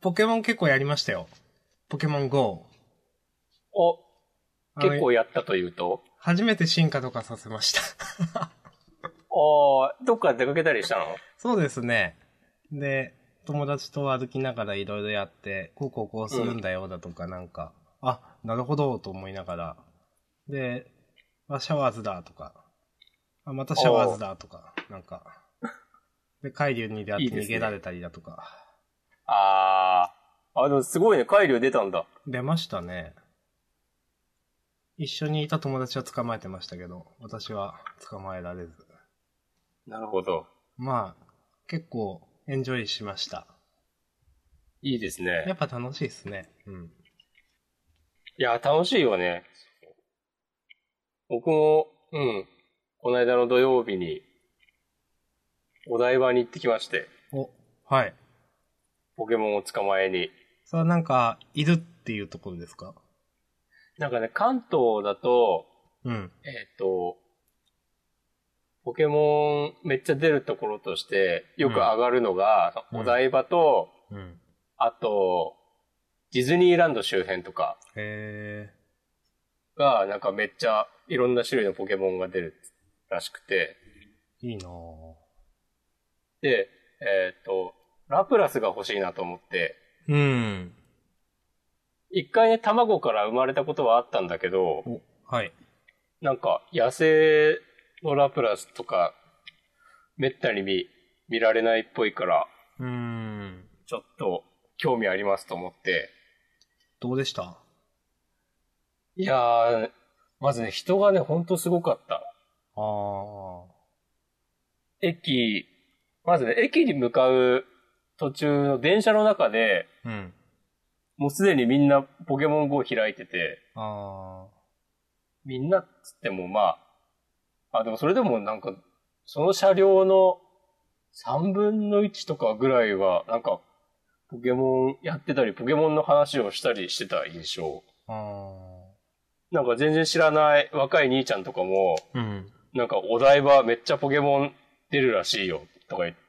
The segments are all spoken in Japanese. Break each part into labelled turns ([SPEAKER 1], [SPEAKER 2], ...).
[SPEAKER 1] ポケモン結構やりましたよ。ポケモン GO。
[SPEAKER 2] お、
[SPEAKER 1] あの
[SPEAKER 2] 結構やったというと、
[SPEAKER 1] 初めて進化とかさせました。
[SPEAKER 2] ああ、どっか出かけたりしたの
[SPEAKER 1] そうですね。で、友達と歩きながらいろいろやって、こうこうこうするんだよだとかなんか、あ、なるほどと思いながら、で、あ、シャワーズだとか、あ、またシャワーズだとか、なんか、で、海流に出会
[SPEAKER 2] いい
[SPEAKER 1] って
[SPEAKER 2] です
[SPEAKER 1] 逃
[SPEAKER 2] ね
[SPEAKER 1] げられたりだとか、
[SPEAKER 2] ああ、あの、すごいね、改良出たんだ。
[SPEAKER 1] 出ましたね。一緒にいた友達は捕まえてましたけど、私は捕まえられず。
[SPEAKER 2] なるほど。
[SPEAKER 1] まあ、結構エンジョイしました。
[SPEAKER 2] いいです
[SPEAKER 1] や
[SPEAKER 2] ね。
[SPEAKER 1] っぱ楽しいですね。うん。
[SPEAKER 2] いや、楽しいよね。僕も、うん、この間の土曜日に、お台場に行ってきまして、
[SPEAKER 1] お、はい。
[SPEAKER 2] ポケモンを捕まえに。
[SPEAKER 1] それはなんか、いるっていうところですか
[SPEAKER 2] なんかね、関東だと、
[SPEAKER 1] うん。
[SPEAKER 2] えっ、と、ポケモンめっちゃ出るところとして、よく上がるのが、
[SPEAKER 1] うん
[SPEAKER 2] お台場と、
[SPEAKER 1] うん。
[SPEAKER 2] あと、ディズニーランド周辺とか
[SPEAKER 1] へ
[SPEAKER 2] が、なんかめっちゃいろんな種類のポケモンが出るらしくて、
[SPEAKER 1] え、いいなぁ。
[SPEAKER 2] で、えっ、と、ラプラスが欲しいなと思って、
[SPEAKER 1] うん。
[SPEAKER 2] 一回ね、卵から生まれたことはあったんだけど、
[SPEAKER 1] お、はい。
[SPEAKER 2] なんか野生のラプラスとか、めったに見、見られないっぽいから、
[SPEAKER 1] うーん。
[SPEAKER 2] ちょっと興味ありますと思って。
[SPEAKER 1] どうでした
[SPEAKER 2] いやー、まずね、人がね、ほんとすごかった。
[SPEAKER 1] あー。
[SPEAKER 2] 駅、まずね、駅に向かう途中の電車の中で、
[SPEAKER 1] うん。
[SPEAKER 2] もうすでにみんなポケモン GO 開いてて、
[SPEAKER 1] あ
[SPEAKER 2] みんなっつってもまあ、あ、でもそれでもなんか、その車両の3分の1とかぐらいは、なんか、ポケモンやってたり、ポケモンの話をしたりしてた印象。
[SPEAKER 1] ー。あ
[SPEAKER 2] なんか全然知らない若い兄ちゃんとかも、
[SPEAKER 1] ー。うん。
[SPEAKER 2] なんかお台場めっちゃポケモン出るらしいよ、とか言って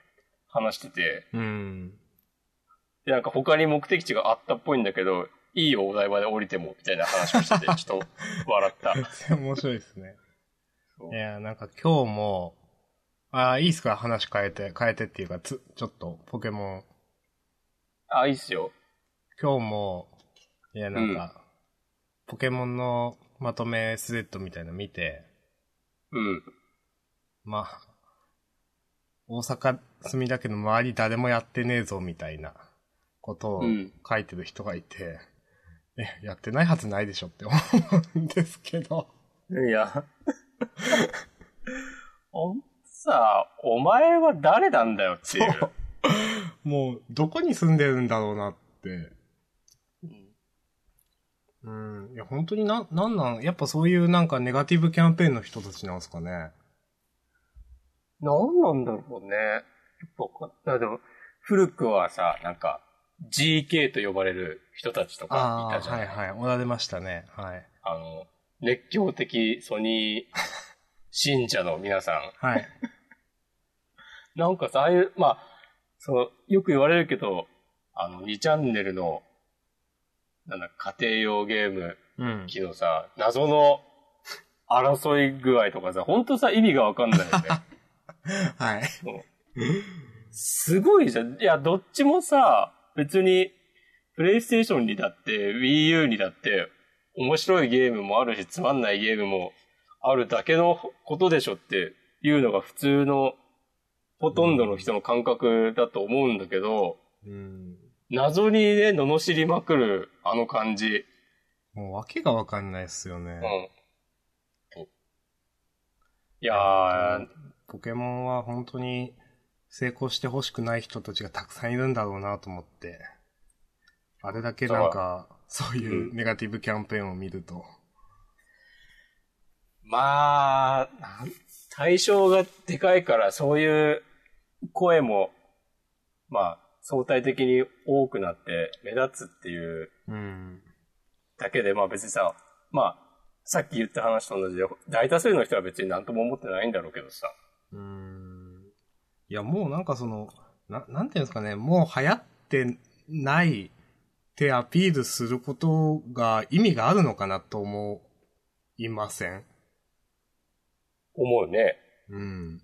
[SPEAKER 2] 話してて、
[SPEAKER 1] うん。
[SPEAKER 2] で、なんか他に目的地があったっぽいんだけど、いいよ、お台場で降りても、みたいな話を してて、ちょっと笑った。
[SPEAKER 1] 面白いですね
[SPEAKER 2] そ。う
[SPEAKER 1] いや、なんか今日も、あーいいっすか話変えて、変えてっていうか、つ、ちょっと、ポケモン。
[SPEAKER 2] あ、いいっすよ。
[SPEAKER 1] 今日も、いや、なんか、ポケモンのまとめスレッドみたいなの見て、
[SPEAKER 2] うん。
[SPEAKER 1] まあ、大阪住みだけど周り誰もやってねえぞみたいなことを
[SPEAKER 2] うん
[SPEAKER 1] 書いてる人がいて、え、やってないはずないでしょって思うんですけど。
[SPEAKER 2] いや。 おさあ、お前は誰なんだよっていう。
[SPEAKER 1] そうもう、どこに住んでるんだろうなって。
[SPEAKER 2] うん
[SPEAKER 1] うん。いや、本当にな、なんなん、やっぱそういうなんかネガティブキャンペーンの人たちなんですかね。
[SPEAKER 2] 何なんだろうね。やっぱわかんない、でも、古くはさ、なんか、GK と呼ばれる人たちとかい
[SPEAKER 1] あ
[SPEAKER 2] たじ
[SPEAKER 1] あ、
[SPEAKER 2] ゃな
[SPEAKER 1] はいいはい。おられましたね。はい。
[SPEAKER 2] あの、熱狂的ソニー信者の皆さ
[SPEAKER 1] はい。
[SPEAKER 2] ん。なんかさ、ああいう、まあ、その、よく言われるけど、あの、2チャンネルの、なんだ、家庭用ゲーム
[SPEAKER 1] うん。
[SPEAKER 2] 機のさ、謎の争い具合とかさ、ほんとさ、意味がわかんないよね。
[SPEAKER 1] はい。
[SPEAKER 2] すごいじゃん。いや、どっちもさ、別に、プレイステーションにだって、Wii U にだって、面白いゲームもあるし、つまんないゲームもあるだけのことでしょっていうのが普通の、ほとんどの人の感覚だと思うんだけど、
[SPEAKER 1] うん。
[SPEAKER 2] 謎にね、罵りまくる、あの感じ。
[SPEAKER 1] もう訳がわかんないっすよね。
[SPEAKER 2] うん。いやー、
[SPEAKER 1] ポケモンは本当に成功してほしくない人たちがたくさんいるんだろうなと思って、あれだけなんか、そういうネガティブキャンペーンを見ると。
[SPEAKER 2] まあ、なん対象がでかいから、そういう声も、まあ、相対的に多くなって目立つっていう
[SPEAKER 1] うん。
[SPEAKER 2] だけで、まあ別にさ、まあ、さっき言った話と同じで、大多数の人は別に何とも思ってないんだろうけどさ。
[SPEAKER 1] うん。いや、もうなんかその、な、なんていうんですかね、もう流行ってないってアピールすることが意味があるのかなと思いません
[SPEAKER 2] 思うね。
[SPEAKER 1] うん。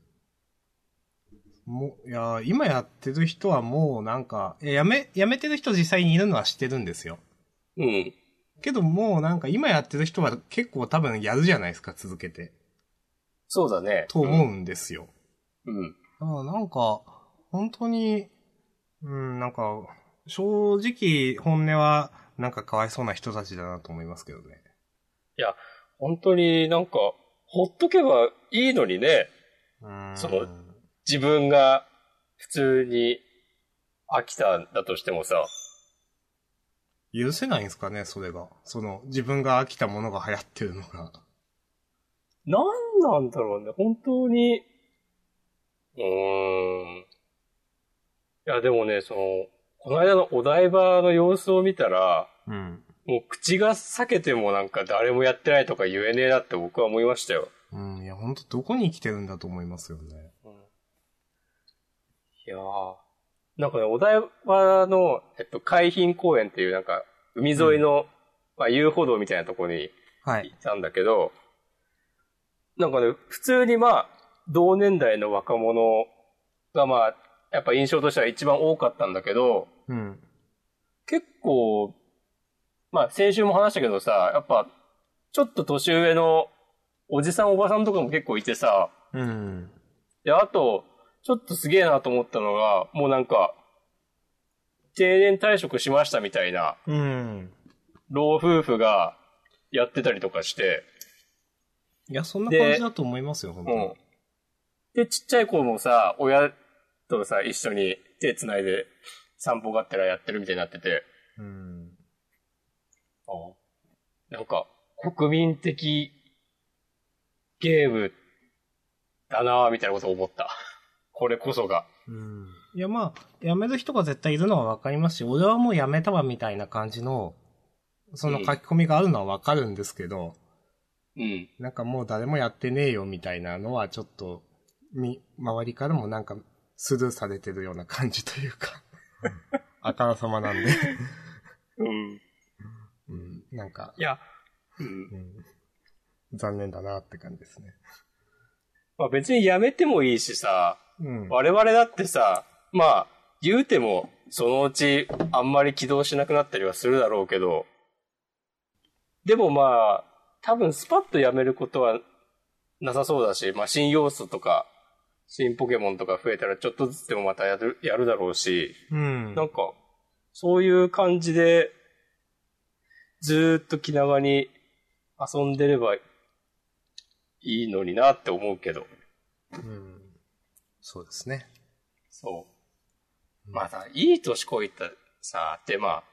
[SPEAKER 1] もう、いや、今やってる人はもうなんか、いややめ、やめてる人実際にいるのは知ってるんですよ。
[SPEAKER 2] うん。
[SPEAKER 1] けどもうなんか今やってる人は結構多分やるじゃないですか、続けて。
[SPEAKER 2] そうだね。
[SPEAKER 1] と思うんですよ。
[SPEAKER 2] うん。
[SPEAKER 1] だからなんか、本当に、うん、なんか、正直本音はなんかかわいそうな人たちだなと思いますけどね。
[SPEAKER 2] 本当になんか、ほっとけばいいのにね、
[SPEAKER 1] うん。
[SPEAKER 2] そう自分が普通に飽きたんだとしてもさ、
[SPEAKER 1] 許せないんですかね、それが。その、自分が飽きたものが流行ってるのが。
[SPEAKER 2] なんなんだろうね、本当に。うーん。いや、でもね、その、この間のお台場の様子を見たら、
[SPEAKER 1] うん。
[SPEAKER 2] もう口が裂けてもなんか誰もやってないとか言えねえなって僕は思いましたよ。
[SPEAKER 1] うん、いや、本当どこに生きてるんだと思いますよね。
[SPEAKER 2] いやーなんかね、お台場の、えっと、海浜公園っていうなんか、海沿いの、まあ、遊歩道みたいなとこに
[SPEAKER 1] はい
[SPEAKER 2] 行。ったんだけど、なんかね、普通にまあ、同年代の若者がまあ、やっぱ印象としては一番多かったんだけど、
[SPEAKER 1] うん。
[SPEAKER 2] 結構、まあ先週も話したけどさ、やっぱ、ちょっと年上のおじさんおばさんとかも結構いてさ、
[SPEAKER 1] うん。
[SPEAKER 2] で、あと、ちょっとすげえなと思ったのが、もうなんか、定年退職しましたみたいな、
[SPEAKER 1] うん。
[SPEAKER 2] 老夫婦がやってたりとかして、
[SPEAKER 1] いや、そんな感じだと思いますよ、本当に。
[SPEAKER 2] うん。で、ちっちゃい子もさ、親とさ、一緒に手繋いで散歩があったらやってるみたいになってて、
[SPEAKER 1] うん。
[SPEAKER 2] なんか、国民的ゲームだなぁ、みたいなことを思った。これこそが。
[SPEAKER 1] うん。いや、まあ、辞める人が絶対いるのはわかりますし、俺はもう辞めたわみたいな感じの、その書き込みがあるのはわかるんですけど、
[SPEAKER 2] うん。
[SPEAKER 1] なんかもう誰もやってねえよみたいなのはちょっと、み、周りからもなんかスルーされてるような感じというか、あからさまなんで、
[SPEAKER 2] うん。
[SPEAKER 1] うん、なんか、
[SPEAKER 2] いや、うん。
[SPEAKER 1] うん、残念だなって感じですね。
[SPEAKER 2] まあ別にやめてもいいしさ、
[SPEAKER 1] うん。
[SPEAKER 2] 我々だってさ、まあ、言うても、そのうちあんまり起動しなくなったりはするだろうけど、でもまあ、多分スパッとやめることはなさそうだし、まあ新要素とか、新ポケモンとか増えたらちょっとずつでもまたやる、やるだろうし、
[SPEAKER 1] うん
[SPEAKER 2] なんか、そういう感じで、ずーっと気長に遊んでればいいのになって思うけど。
[SPEAKER 1] うん。そうですね。
[SPEAKER 2] そう。
[SPEAKER 1] うん
[SPEAKER 2] まあさ、いい年こいたさ、ってまあ、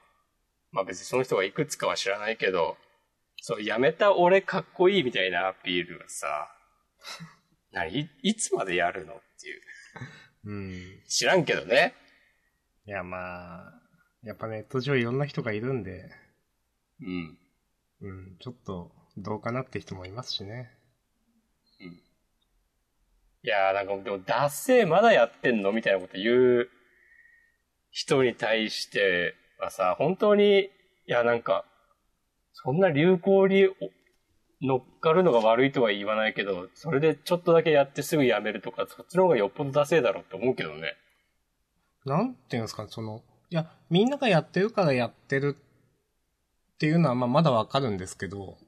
[SPEAKER 2] まあ別にその人がいくつかは知らないけど、そう、やめた俺かっこいいみたいなアピールがさ、ない、いつまでやるのっていう。
[SPEAKER 1] うん。
[SPEAKER 2] 知らんけどね。
[SPEAKER 1] いや、まあ、やっぱネット上いろんな人がいるんで、
[SPEAKER 2] うん。
[SPEAKER 1] うん、ちょっと、どうかなって人もいますしね。
[SPEAKER 2] いやーなんか、でも、ダッセーまだやってんのみたいなこと言う人に対してはさ、本当に、いやなんか、そんな流行にお乗っかるのが悪いとは言わないけど、それでちょっとだけやってすぐやめるとか、そっちの方がよっぽどダセーだろうって思うけどね。
[SPEAKER 1] なんていうんですかね、その、いや、みんながやってるからやってるっていうのは、まあ、まだわかるんですけど、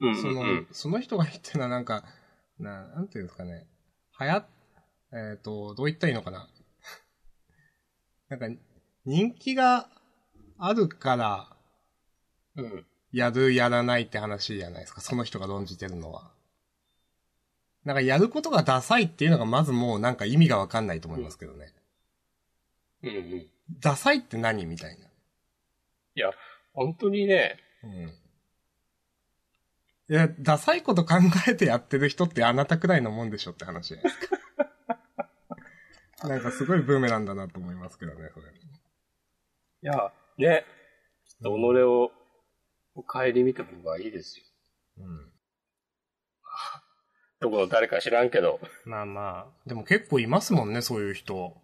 [SPEAKER 2] うん
[SPEAKER 1] その、その人が言ってるのはなんか、ななんていうんですかね、はや、えっ、と、どう言ったらいいのかな。 なんか、人気があるから、
[SPEAKER 2] うん。うん。
[SPEAKER 1] やる、やらないって話じゃないですか。その人が論じてるのは。なんか、やることがダサいっていうのが、まずもうなんか意味がわかんないと思いますけどね。
[SPEAKER 2] うんうん。い
[SPEAKER 1] ダサいって何みたいな。
[SPEAKER 2] や、本当にね、
[SPEAKER 1] うん。いや、ダサいこと考えてやってる人ってあなたくらいのもんでしょって話じゃないです か。なんかすごいブーメランだなと思いますけどね、それ。
[SPEAKER 2] いや、ね、ちょっと己を、を顧みた方がいいですよ。
[SPEAKER 1] うん。
[SPEAKER 2] どこの誰か知らんけど。
[SPEAKER 1] まあまあ。でも結構いますもんね、そういう人。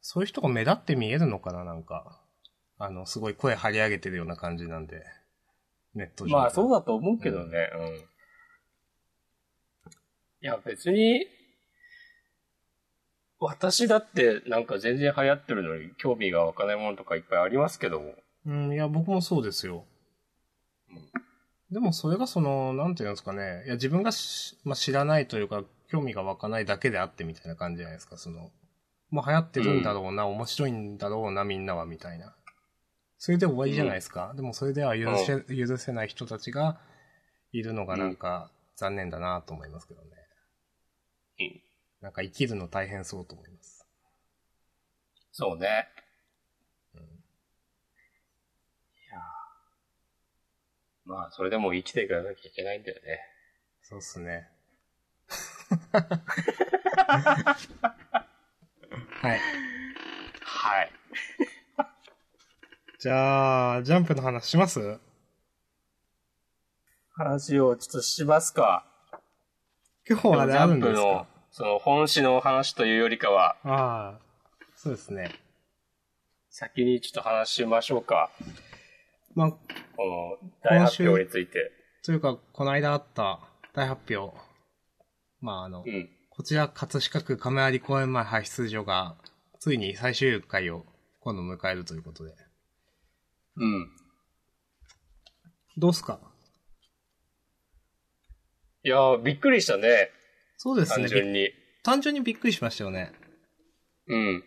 [SPEAKER 1] そういう人が目立って見えるのかな、なんか。あの、すごい声張り上げてるような感じなんで。ネット上。
[SPEAKER 2] まあそうだと思うけどね。うん。いや、別に、私だってなんか全然流行ってるのに興味が湧かないものとかいっぱいありますけども。
[SPEAKER 1] うん、いや、僕もそうですよ。でもそれがその、なんていうんですかね。いや、自分がし、まあ、知らないというか、興味が湧かないだけであってみたいな感じじゃないですか、その。まあ、流行ってるんだろうな、面白いんだろうな、みんなは、みたいな。それで終わりじゃないですか。でもそれでは許せ、許せない人たちがいるのがなんか残念だなと思いますけどね。
[SPEAKER 2] うん
[SPEAKER 1] なんか生きるの大変そうと思います。
[SPEAKER 2] そうね。いやーまあ、それでも生きていかなきゃいけないんだよね。
[SPEAKER 1] そうっす ね。はい。
[SPEAKER 2] はい。
[SPEAKER 1] じゃあ、ジャンプの話します
[SPEAKER 2] 話をちょっとしますか。
[SPEAKER 1] 今日はあれ
[SPEAKER 2] ジ
[SPEAKER 1] あ
[SPEAKER 2] ャ
[SPEAKER 1] る
[SPEAKER 2] ン
[SPEAKER 1] んで
[SPEAKER 2] プ
[SPEAKER 1] す
[SPEAKER 2] の
[SPEAKER 1] か、
[SPEAKER 2] その本誌の話というよりかは、
[SPEAKER 1] ああ、そうですね。
[SPEAKER 2] 先にちょっと話しましょうか。
[SPEAKER 1] まあ、
[SPEAKER 2] この大発表について。
[SPEAKER 1] というか、この間あった大発表。まあ、あの
[SPEAKER 2] う、ん。
[SPEAKER 1] こちら、葛飾区亀有公園前派出所が、ついに最終回を今度迎えるということで。
[SPEAKER 2] うん。
[SPEAKER 1] どうすか
[SPEAKER 2] いやー、びっくりしたね。
[SPEAKER 1] そうです
[SPEAKER 2] 単
[SPEAKER 1] ね。
[SPEAKER 2] 純
[SPEAKER 1] び
[SPEAKER 2] に。
[SPEAKER 1] 単純にびっくりしましたよね。
[SPEAKER 2] うん。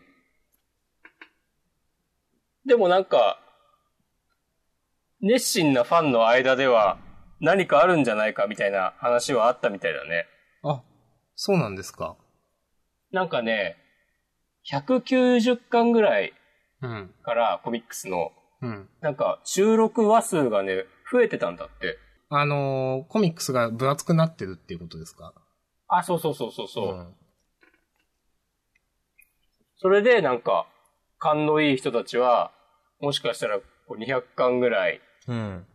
[SPEAKER 2] でもなんか、熱心なファンの間では何かあるんじゃないかみたいな話はあったみたいだね。
[SPEAKER 1] あ、そうなんですか。
[SPEAKER 2] なんかね、190巻ぐらい
[SPEAKER 1] うん。
[SPEAKER 2] からコミックスの、
[SPEAKER 1] うん。
[SPEAKER 2] なんか収録話数がね、増えてたんだって。
[SPEAKER 1] あのーコミックスが分厚くなってるっていうことですか
[SPEAKER 2] あ、そうそうそうそうそう。
[SPEAKER 1] ん
[SPEAKER 2] それでなんか、勘のいい人たちは、もしかしたらこう200巻ぐらい
[SPEAKER 1] うん。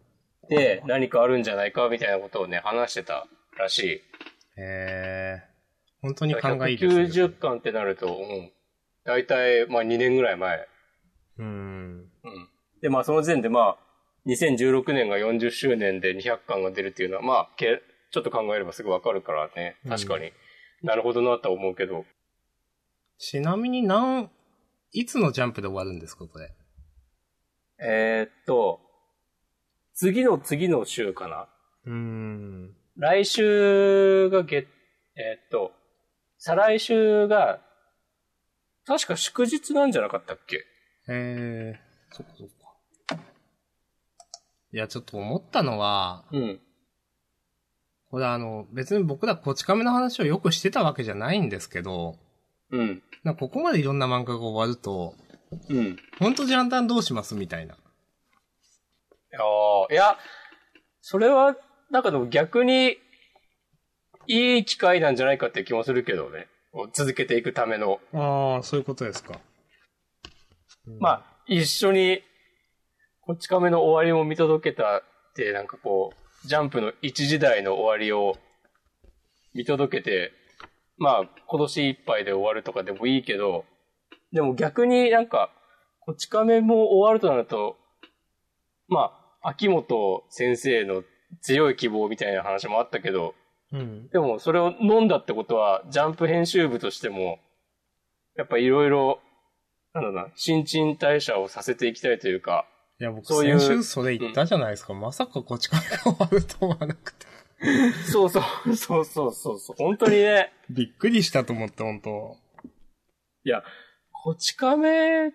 [SPEAKER 2] で何かあるんじゃないかみたいなことをね、話してたらしい。
[SPEAKER 1] えー、本当に考えいいですね。
[SPEAKER 2] 190巻ってなると、うん。大体、まあ2年ぐらい前。
[SPEAKER 1] うん。
[SPEAKER 2] うん。で、まあその時点でまあ、2016年が40周年で200巻が出るっていうのは、まあ、けちょっと考えればすぐわかるからね。確かに。なるほどなとは思うけど。
[SPEAKER 1] ちなみに何、いつのジャンプで終わるんですか、これ。
[SPEAKER 2] えーっと、次の次の週かな。
[SPEAKER 1] うん。
[SPEAKER 2] 来週が月、えーっと、再来週が、確か祝日なんじゃなかったっけ
[SPEAKER 1] えー、そっかそっか。いや、ちょっと思ったのは、
[SPEAKER 2] うん。
[SPEAKER 1] これあの、別に僕らこち亀の話をよくしてたわけじゃないんですけど、
[SPEAKER 2] うん。
[SPEAKER 1] なんかここまでいろんな漫画が終わると、
[SPEAKER 2] うん。
[SPEAKER 1] ほんとジャンダンどうしますみたいな。
[SPEAKER 2] ああ、いや、それは、なんかでも逆に、いい機会なんじゃないかって気もするけどね。こう続けていくための。
[SPEAKER 1] ああ、そういうことですか。
[SPEAKER 2] まあ、一緒に、こち亀の終わりも見届けたって、なんかこう、ジャンプの一時代の終わりを見届けて、まあ、今年いっぱいで終わるとかでもいいけど、でも逆になんか、こち亀も終わるとなると、まあ、秋元先生の強い希望みたいな話もあったけど、
[SPEAKER 1] うん。
[SPEAKER 2] でもそれを飲んだってことは、ジャンプ編集部としても、やっぱいろいろ、なんだろうな、新陳代謝をさせていきたいというか、
[SPEAKER 1] いや、僕
[SPEAKER 2] そういう
[SPEAKER 1] 先週それ言ったじゃないですか。まさかこち亀が終わると思わなくて。
[SPEAKER 2] そうそう、そうそうそうそう、本当にね、
[SPEAKER 1] びっくりしたと思って、本当
[SPEAKER 2] いや、こち亀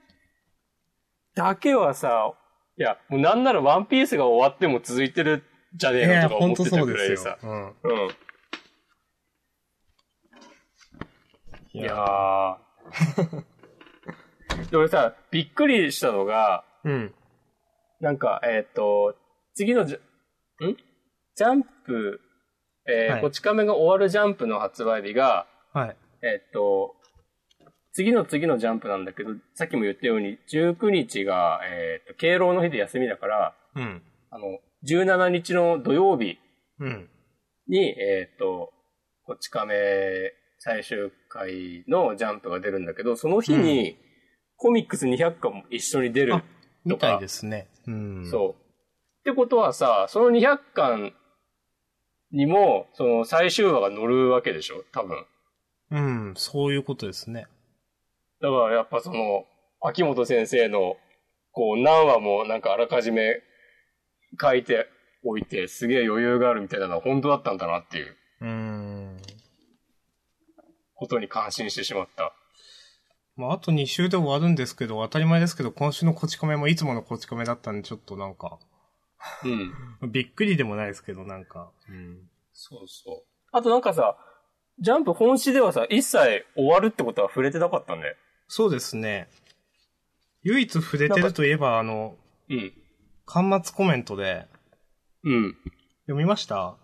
[SPEAKER 2] だけはさ、いや、もうなんならワンピースが終わっても続いてるじゃね
[SPEAKER 1] い
[SPEAKER 2] えの
[SPEAKER 1] や、
[SPEAKER 2] とか
[SPEAKER 1] 本
[SPEAKER 2] 思っ
[SPEAKER 1] 当
[SPEAKER 2] て
[SPEAKER 1] そ
[SPEAKER 2] た
[SPEAKER 1] う
[SPEAKER 2] くらい
[SPEAKER 1] で
[SPEAKER 2] ですさ
[SPEAKER 1] よ。。うん。
[SPEAKER 2] うん。いやー。 で、俺さ、びっくりしたのが、
[SPEAKER 1] うん。
[SPEAKER 2] なんか、えっ、と、次のジャ、んジャンプ、えー
[SPEAKER 1] はい
[SPEAKER 2] こち亀が終わるジャンプの発売日が、
[SPEAKER 1] はい。
[SPEAKER 2] えっ、と、次の次のジャンプなんだけど、さっきも言ったように、19日が、えっ、と、敬老の日で休みだから、
[SPEAKER 1] うん。
[SPEAKER 2] あの、17日の土曜日
[SPEAKER 1] うん。
[SPEAKER 2] に、えっ、と、こち亀最終回のジャンプが出るんだけど、その日に、コミックス200巻も一緒に出る。
[SPEAKER 1] あ。みたいですすね。うん。う。
[SPEAKER 2] そう。ってことはさ、その200巻にも、その最終話が乗るわけでしょ多分。
[SPEAKER 1] うん、そういうことですね。
[SPEAKER 2] だからやっぱその、秋元先生の、こう、何話もなんかあらかじめ書いておいて、すげえ余裕があるみたいなのは本当だったんだなっていう
[SPEAKER 1] うん。
[SPEAKER 2] ことに感心してしまった。
[SPEAKER 1] まあ、あと2週で終わるんですけど、当たり前ですけど、今週のこち亀もいつものこち亀だったんで、ちょっとなんか、
[SPEAKER 2] うん。
[SPEAKER 1] びっくりでもないですけど、なんか。うん。
[SPEAKER 2] そうそう。あとなんかさ、ジャンプ本誌ではさ、一切終わるってことは触れてなかったんで。
[SPEAKER 1] そうですね。唯一触れてるといえば、あの、
[SPEAKER 2] うん。
[SPEAKER 1] 端末コメントで、
[SPEAKER 2] うん。
[SPEAKER 1] 読みました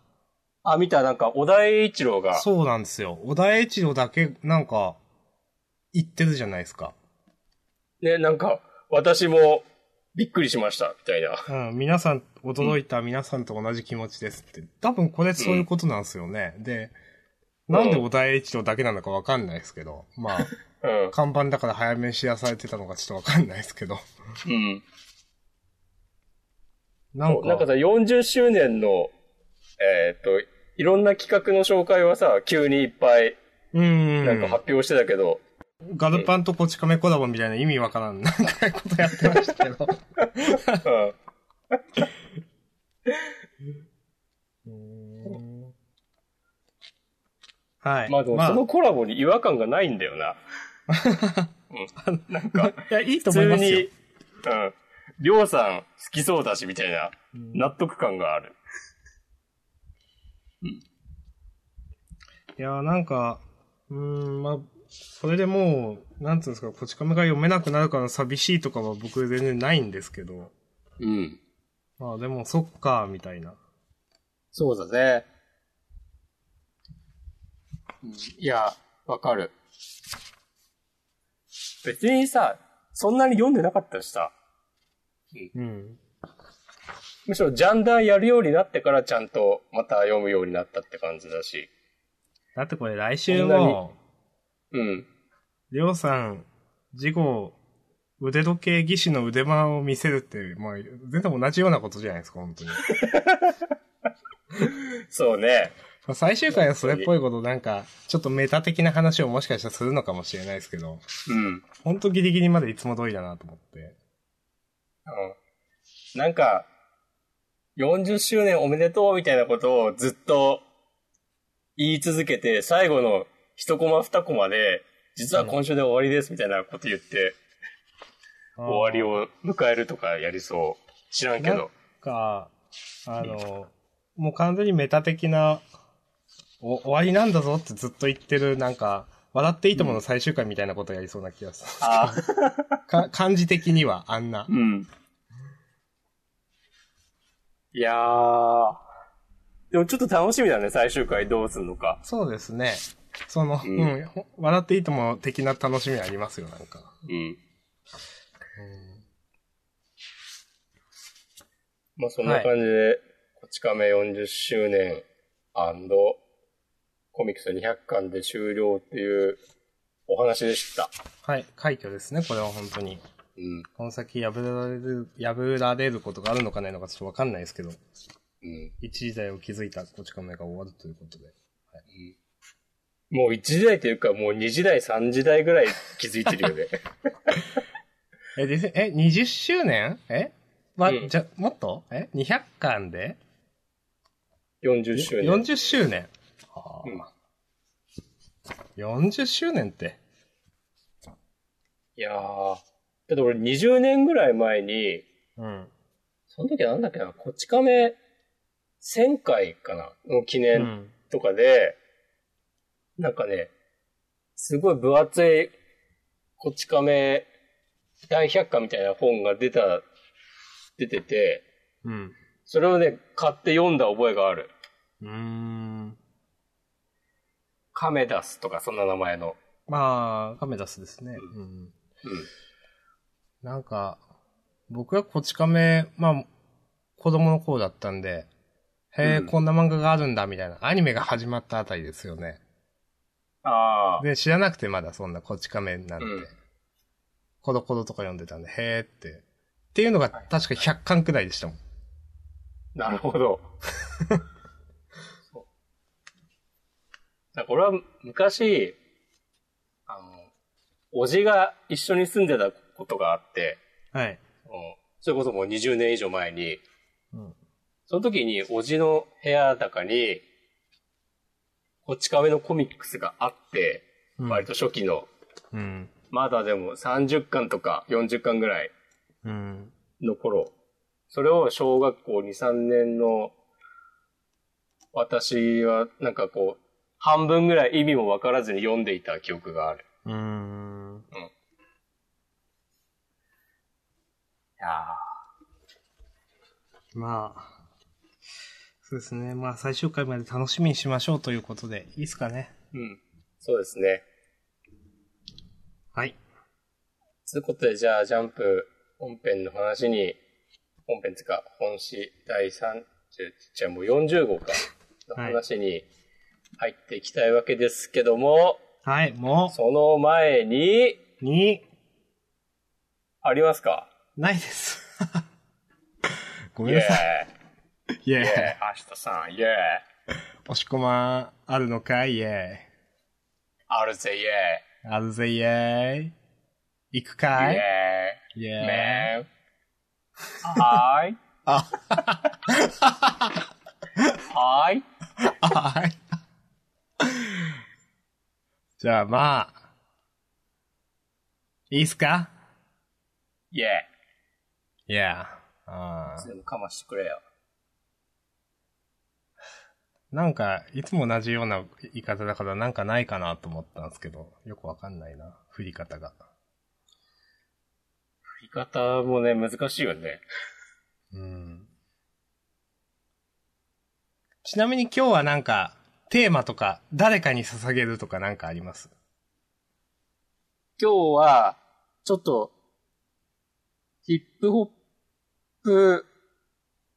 [SPEAKER 2] あ、見た、なんか、小田栄一郎が。
[SPEAKER 1] そうなんですよ。小田栄一郎だけ、なんか、言ってるじゃないですか。
[SPEAKER 2] ね、なんか、私もびっくりしました、みたいな。
[SPEAKER 1] うん、皆さん、驚いた皆さんと同じ気持ちですって。多分これそういうことなんですよね。で、なんで小田栄一郎だけなのかわかんないですけど、ま あ、
[SPEAKER 2] うん。
[SPEAKER 1] 看板だから早めに知らされてたのかちょっとわかんないですけど。
[SPEAKER 2] うん。
[SPEAKER 1] なんか、
[SPEAKER 2] なんかさ、40周年の、えーっと、いろんな企画の紹介はさ、急にいっぱい、
[SPEAKER 1] うん。
[SPEAKER 2] なんか発表してたけど、
[SPEAKER 1] ガルパンとコチカメコラボみたいな意味わからん、なんかことやってましたけど。
[SPEAKER 2] うん。
[SPEAKER 1] はい。
[SPEAKER 2] まあでも、そのコラボに違和感がないんだよな。
[SPEAKER 1] いや、いいと
[SPEAKER 2] 普
[SPEAKER 1] 思いま
[SPEAKER 2] 通
[SPEAKER 1] すよ。
[SPEAKER 2] に、うん。りょうさん好きそうだし、みたいな、
[SPEAKER 1] うん
[SPEAKER 2] 納得感がある。
[SPEAKER 1] いやーなんか、うーん、まあ、それでもう、なんつうんですか、こち亀が読めなくなるから寂しいとかは僕全然ないんですけど、
[SPEAKER 2] うん。
[SPEAKER 1] まあでも、そっか、みたいな。
[SPEAKER 2] そうだね。いや、わかる。別にさ、そんなに読んでなかったしさ、
[SPEAKER 1] うん。
[SPEAKER 2] むしろジャンダーやるようになってからちゃんとまた読むようになったって感じだし。
[SPEAKER 1] だってこれ来週
[SPEAKER 2] そんなに
[SPEAKER 1] も、
[SPEAKER 2] うん。
[SPEAKER 1] りょうさん、事後、腕時計技師の腕間を見せるって、まあ、全然同じようなことじゃないですか、本当に。ま
[SPEAKER 2] そうね。
[SPEAKER 1] あ最終回はそれっぽいこと、なんか、ちょっとメタ的な話をもしかしたらするのかもしれないですけど、
[SPEAKER 2] うん。うん
[SPEAKER 1] ほんとギリギリまでいつも通りだなと思って。
[SPEAKER 2] なんか、40周年おめでとうみたいなことをずっと言い続けて、最後の一コマ二コマで、実は今週で終わりですみたいなこと言って、終わりを迎えるとかやりそう。知らんけど。
[SPEAKER 1] か、あの、もう完全にメタ的な、お終わりなんだぞってずっと言ってる、なんか、笑っていいともの最終回みたいなことやりそうな気がする。
[SPEAKER 2] ああ、
[SPEAKER 1] か感じ的には、あんな。
[SPEAKER 2] うん。いやー。でもちょっと楽しみだね、最終回どうすんのか。
[SPEAKER 1] そうですね。その、う
[SPEAKER 2] うん
[SPEAKER 1] ん、ほ笑っていいとも的な楽しみありますよ、なんか。
[SPEAKER 2] うん。まあそんな感じで、こち亀40周年コミックス200巻で終了っていうお話でした。
[SPEAKER 1] はい、快挙ですね、これは本当に。
[SPEAKER 2] うん。
[SPEAKER 1] この先破られる、破られることがあるのかないのかちょっとわかんないですけど、
[SPEAKER 2] うん。
[SPEAKER 1] 一時代を築いたこち亀が終わるということで。
[SPEAKER 2] もう1時代というか、もう2時代、3時代ぐらい気づいてるよね。
[SPEAKER 1] え、で、え、20周年えま、
[SPEAKER 2] うん
[SPEAKER 1] じゃ、もっとえ ?200 巻で
[SPEAKER 2] 40周年。
[SPEAKER 1] ?40 周年。は
[SPEAKER 2] うん
[SPEAKER 1] あ40周年って。
[SPEAKER 2] いやー。だって俺20年ぐらい前に、
[SPEAKER 1] うん。
[SPEAKER 2] その時なんだっけな、こち亀1000回かなの記
[SPEAKER 1] う
[SPEAKER 2] 念
[SPEAKER 1] ん。
[SPEAKER 2] とかで、なんかね、すごい分厚い、こち亀、大百科みたいな本が出た、出てて、
[SPEAKER 1] うん。
[SPEAKER 2] それをね、買って読んだ覚えがある。
[SPEAKER 1] うーん。
[SPEAKER 2] カメダスとか、そんな名前の。
[SPEAKER 1] まあ、カメダスですね。うん。なんか、僕はこち亀、まあ、子供の頃だったんで、へえ、
[SPEAKER 2] うん
[SPEAKER 1] こんな漫画があるんだ、みたいな。アニメが始まったあたりですよね。
[SPEAKER 2] ああ。
[SPEAKER 1] で、知らなくてまだそんなこち亀なんて。
[SPEAKER 2] うん
[SPEAKER 1] コロコロとか読んでたんで、へーって。っていうのが確か100巻くらいでしたもん。
[SPEAKER 2] なるほど。そうなんか俺は昔、あの、おじが一緒に住んでたことがあって、
[SPEAKER 1] はい。
[SPEAKER 2] うんそれこそもう20年以上前に、
[SPEAKER 1] うん
[SPEAKER 2] その時におじの部屋だかに、こち亀のコミックスがあって、
[SPEAKER 1] うん
[SPEAKER 2] 割と初期の、
[SPEAKER 1] うん。
[SPEAKER 2] まだでも30巻とか40巻ぐらい
[SPEAKER 1] うん。
[SPEAKER 2] の頃、それを小学校2、3年の私はなんかこう、半分ぐらい意味もわからずに読んでいた記憶がある。
[SPEAKER 1] うーん。
[SPEAKER 2] いや
[SPEAKER 1] まあ、そうですね。まあ、最終回まで楽しみにしましょうということで、いいですかね。
[SPEAKER 2] うん。そうですね。
[SPEAKER 1] はい。
[SPEAKER 2] つうことで、じゃあ、ジャンプ本編の話に、本編つか、本誌第30、じゃあもう40号か、の話に入っていきたいわけですけども、
[SPEAKER 1] はい、も
[SPEAKER 2] その前に、
[SPEAKER 1] う、に、
[SPEAKER 2] ありますか
[SPEAKER 1] ないです。 ご
[SPEAKER 2] イ
[SPEAKER 1] め
[SPEAKER 2] ェ
[SPEAKER 1] ん
[SPEAKER 2] ー
[SPEAKER 1] なさい。イェ
[SPEAKER 2] イイェーイ
[SPEAKER 1] ーイ。
[SPEAKER 2] 明日さん、イェーイ
[SPEAKER 1] 押し込まあるのかいイェーイ。
[SPEAKER 2] あるぜ、イェー
[SPEAKER 1] あるぜイェーイ。行く
[SPEAKER 2] イ
[SPEAKER 1] かい
[SPEAKER 2] イ
[SPEAKER 1] イェ
[SPEAKER 2] ェーイ
[SPEAKER 1] ーイ。
[SPEAKER 2] メンはーい
[SPEAKER 1] あ、
[SPEAKER 2] はーい
[SPEAKER 1] はい。 じゃあまあ、いいっすか
[SPEAKER 2] イェー
[SPEAKER 1] いや、あ
[SPEAKER 2] イ全部かましてくれよ。
[SPEAKER 1] ーなんか、いつも同じような言い方だからなんかないかなと思ったんですけど、よくわかんないな、振り方が。
[SPEAKER 2] 振り方もね、難しいよね。
[SPEAKER 1] うん。ちなみに今日はなんか、テーマとか、誰かに捧げるとかなんかあります
[SPEAKER 2] 今日は、ちょっと、ヒップホップ、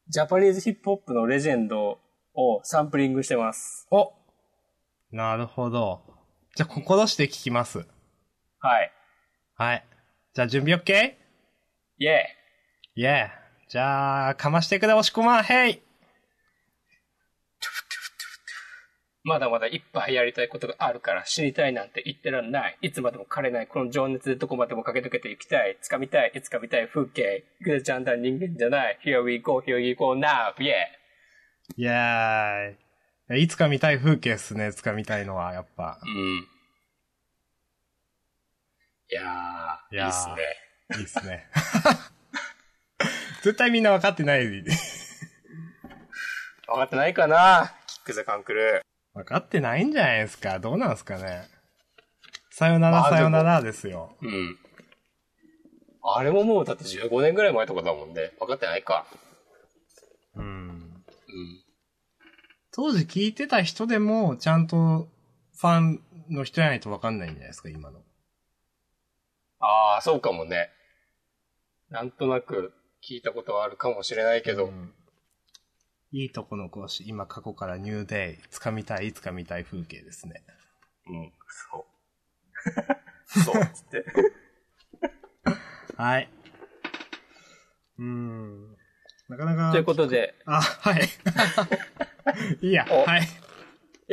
[SPEAKER 2] ジャパニーズヒップホップのレジェンドをサンプリングしてます。
[SPEAKER 1] おなるほど。じゃあ、心して聞きます。
[SPEAKER 2] はい。
[SPEAKER 1] はい。じゃあ、準備 OK?
[SPEAKER 2] イェーイ
[SPEAKER 1] イェーじゃあ、かましてくれ、押し込まん、へい
[SPEAKER 2] まだまだいっぱいやりたいことがあるから死にたいなんて言ってらんない。いつまでも枯れない。この情熱でどこまでも駆け抜けていきたい。掴みたい。いつか見たい風景。いくらちゃんだ人間じゃない。Here we go, here we go now,
[SPEAKER 1] イ
[SPEAKER 2] yeah!
[SPEAKER 1] ェーイいやいつか見たい風景っすね、つかみたいのは、やっぱ
[SPEAKER 2] う。ん。いやー、
[SPEAKER 1] いやー
[SPEAKER 2] いいっすね。
[SPEAKER 1] いいっすね。 絶対みんな分かってない。
[SPEAKER 2] 分かってないかなキックザカンクル。
[SPEAKER 1] 分かってないんじゃないですか。どうなんですかね。さよなら、
[SPEAKER 2] あ
[SPEAKER 1] さよならですよ。
[SPEAKER 2] うん。あれももうだって15年ぐらい前とかだもんね。分かってないか。
[SPEAKER 1] うん。
[SPEAKER 2] うん。
[SPEAKER 1] 当時聞いてた人でも、ちゃんと、ファンの人やないと分かんないんじゃないですか、今の。
[SPEAKER 2] ああ、そうかもね。なんとなく聞いたことはあるかもしれないけど。
[SPEAKER 1] うんいいとこの講師、今過去からニューデイ、つかみたい、つかみたい風景ですね。
[SPEAKER 2] うん、 そう。そう、つって。
[SPEAKER 1] はい。うーん。なかなか。
[SPEAKER 2] ということで、
[SPEAKER 1] あ、はい。 いいや、
[SPEAKER 2] お
[SPEAKER 1] はい。
[SPEAKER 2] い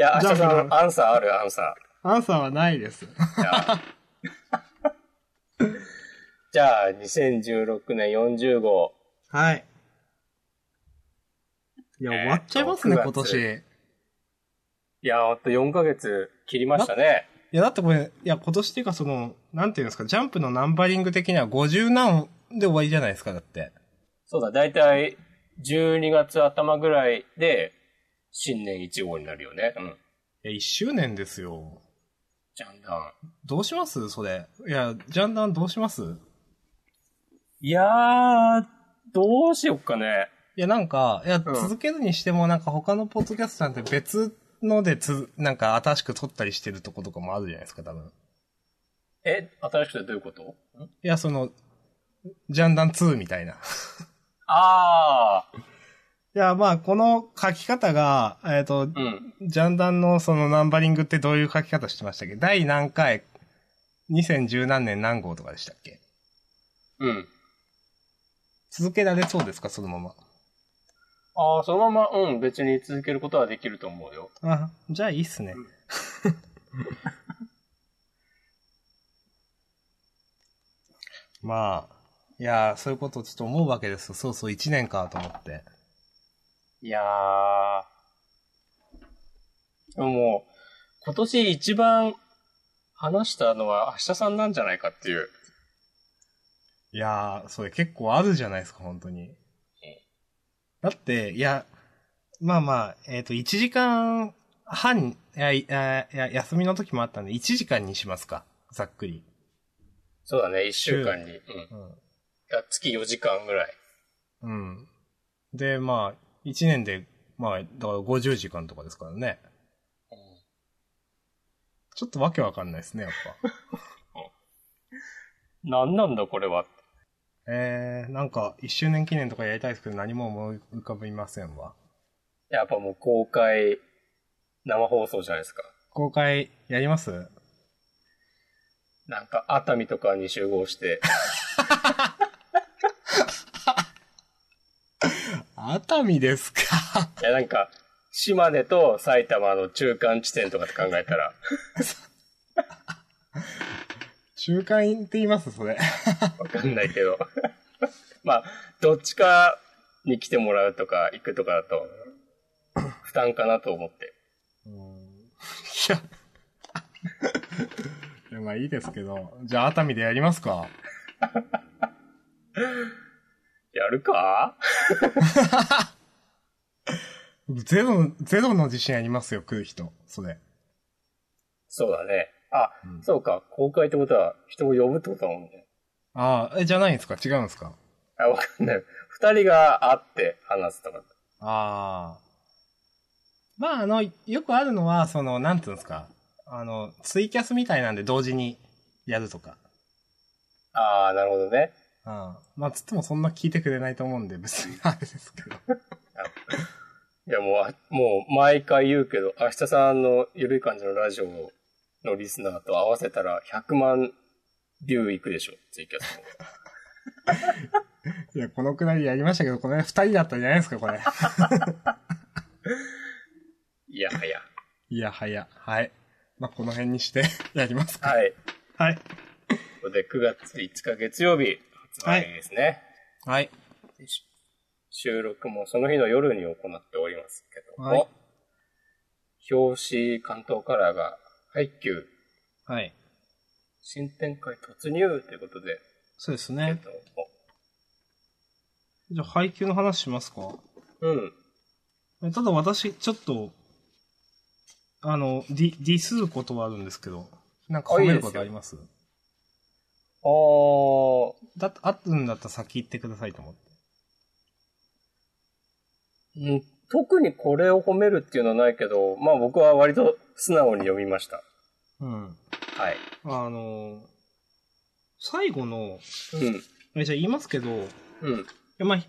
[SPEAKER 2] や、
[SPEAKER 1] ジ
[SPEAKER 2] 明
[SPEAKER 1] ャン
[SPEAKER 2] 日
[SPEAKER 1] プ
[SPEAKER 2] さ
[SPEAKER 1] の
[SPEAKER 2] ん、アンサーある、アンサ
[SPEAKER 1] アンサーはないです。
[SPEAKER 2] ー。いや じゃあ、2016年40号。
[SPEAKER 1] はい。いや、
[SPEAKER 2] えー
[SPEAKER 1] 終わっちゃいますね、
[SPEAKER 2] 6
[SPEAKER 1] 今年。い
[SPEAKER 2] いや、ほんと4ヶ月切りましたね。
[SPEAKER 1] や、だってこれ、いや、今年っていうかその、なんていうんですか、ジャンプのナンバリング的には50何で終わりじゃないですか、だって。
[SPEAKER 2] そうだ、だいたい12月頭ぐらいで、新年1号になるよね。うん。
[SPEAKER 1] いや、1周年ですよ。
[SPEAKER 2] じゃんだん。
[SPEAKER 1] どうしますそれ。いや、ジャンダンどうします
[SPEAKER 2] いやー、どうしよっかね。
[SPEAKER 1] いや、なんか、いや、
[SPEAKER 2] ん
[SPEAKER 1] 続けるにしても、なんか他のポッドキャストさんって別のでつ、なんか新しく撮ったりしてるとことかもあるじゃないですか、多分。
[SPEAKER 2] え、新しくてどういうことん
[SPEAKER 1] いや、その、ジャンダン2みたいな。
[SPEAKER 2] あー、
[SPEAKER 1] いや、まあ、この書き方が、えっ、と、
[SPEAKER 2] うん。
[SPEAKER 1] ジャンダンのそのナンバリングってどういう書き方してましたっけ第何回、2010何年何号とかでしたっけ
[SPEAKER 2] うん。
[SPEAKER 1] 続けられそうですか、そのまま。
[SPEAKER 2] ああ、そのまま、うん、別に続けることはできると思うよ。
[SPEAKER 1] あ、じゃあいいっすね。 まあ、いやー、そういうことをちょっと思うわけですよ。そうそう、1年かと思って。
[SPEAKER 2] いやー。でももう、今年一番話したのは明日さんなんじゃないかっていう。
[SPEAKER 1] いやー、それ結構あるじゃないですか、本当に。だって、いや、まあまあ、えっ、と、1時間半、いや、いや、いや休みの時もあったんで、1時間にしますか、ざっくり。
[SPEAKER 2] そうだね、一週間に。うん。
[SPEAKER 1] うん。
[SPEAKER 2] が月4時間ぐらい。
[SPEAKER 1] うん。で、まあ、1年で、まあ、だから50時間とかですからね。ちょっとわけわかんないですね、やっぱ。
[SPEAKER 2] なんなんだこれは。
[SPEAKER 1] えー、なんか、1周年記念とかやりたいですけど、何も思い浮かびませんわ。
[SPEAKER 2] やっぱもう公開、生放送じゃないですか。
[SPEAKER 1] 公開、やります
[SPEAKER 2] なんか熱海とかに集合して。
[SPEAKER 1] 熱海です か
[SPEAKER 2] いやなんか、島根と埼玉の中間地点とかって考えたら、
[SPEAKER 1] 中間って言いますそれ。
[SPEAKER 2] わかんないけど。 まあ、どっちかに来てもらうとか、行くとか だと、負担かなと思って。
[SPEAKER 1] いや。 いやまあいいですけど。じゃあ熱海でやりますか
[SPEAKER 2] やるか
[SPEAKER 1] ゼロ、ゼロの自信ありますよ、来る人。それ。
[SPEAKER 2] そうだね。あ、
[SPEAKER 1] うん
[SPEAKER 2] そうか、公開ってことは、人を呼ぶってことだもんね。
[SPEAKER 1] ああ、え、じゃないんですか違うんですか
[SPEAKER 2] あ、わかんない。二人が会って話すとか。
[SPEAKER 1] ああ。まああの、よくあるのは、その、なんていうんですか。あの、ツイキャスみたいなんで同時にやるとか。
[SPEAKER 2] ああ、なるほどね。
[SPEAKER 1] ああまあ、つってもそんな聞いてくれないと思うんで、別にあれですけど。
[SPEAKER 2] いや、もうあ、もう、毎回言うけど、明日さんのゆるい感じのラジオのリスナーと合わせたら100万ビューいくでしょ、ツイキャスも。
[SPEAKER 1] いや、このくらいやりましたけど、この間二人だったんじゃないですか、これ。
[SPEAKER 2] い やはや。
[SPEAKER 1] いや、はや。はい。まあ、この辺にして やりますか。
[SPEAKER 2] はい。
[SPEAKER 1] はい。
[SPEAKER 2] ということで、9月5日月曜日発売ですね。
[SPEAKER 1] はい。
[SPEAKER 2] し収録もその日の夜に行っておりますけども、
[SPEAKER 1] はい
[SPEAKER 2] 表紙関東カラーが、配給、
[SPEAKER 1] はい。
[SPEAKER 2] 新展開突入ということで、
[SPEAKER 1] そうです
[SPEAKER 2] えっ
[SPEAKER 1] ね。
[SPEAKER 2] と、
[SPEAKER 1] じゃあ、配給の話しますか。
[SPEAKER 2] うん。
[SPEAKER 1] えただ私、ちょっと、あの、ディ、ディスることはあるんですけど、なんか褒めることあります
[SPEAKER 2] あー、
[SPEAKER 1] だって、あるんだったら先行ってくださいと思って。
[SPEAKER 2] うん、特にこれを褒めるっていうのはないけど、まあ僕は割と素直に読みました。
[SPEAKER 1] うん。
[SPEAKER 2] はい。
[SPEAKER 1] あの、最後の、
[SPEAKER 2] うん。
[SPEAKER 1] えじゃあ言いますけど、い
[SPEAKER 2] うん。
[SPEAKER 1] やまあ、ひ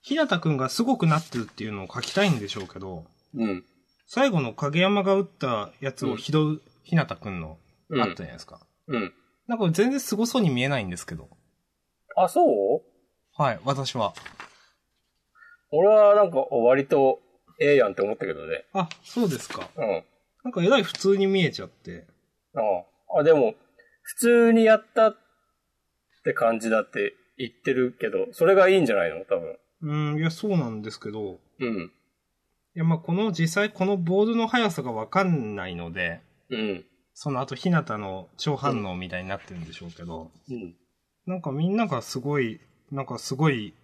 [SPEAKER 1] ひなたくんがすごくなってるっていうのを書きたいんでしょうけど、
[SPEAKER 2] うん。
[SPEAKER 1] 最後の影山が打ったやつを拾う、ひなたくんの、
[SPEAKER 2] うん
[SPEAKER 1] あったじゃないですか。
[SPEAKER 2] うん。
[SPEAKER 1] なんか全然すごそうに見えないんですけど。
[SPEAKER 2] あ、そう
[SPEAKER 1] はい、私は。
[SPEAKER 2] 俺はなんかお割とええやんって思ったけどね。
[SPEAKER 1] あ、そうですか。
[SPEAKER 2] うん。
[SPEAKER 1] なんかえらい普通に見えちゃって。
[SPEAKER 2] ああ、でも、普通にやったって感じだって言ってるけど、それがいいんじゃないの多分。
[SPEAKER 1] うん、いや、そうなんですけど。
[SPEAKER 2] うん。
[SPEAKER 1] いや、まあ、この実際このボールの速さがわかんないので、
[SPEAKER 2] うん。
[SPEAKER 1] その後、ひなたの超反応みたいになってるんでしょうけど、
[SPEAKER 2] うん。
[SPEAKER 1] なんかみんながすごい、なんかすごい、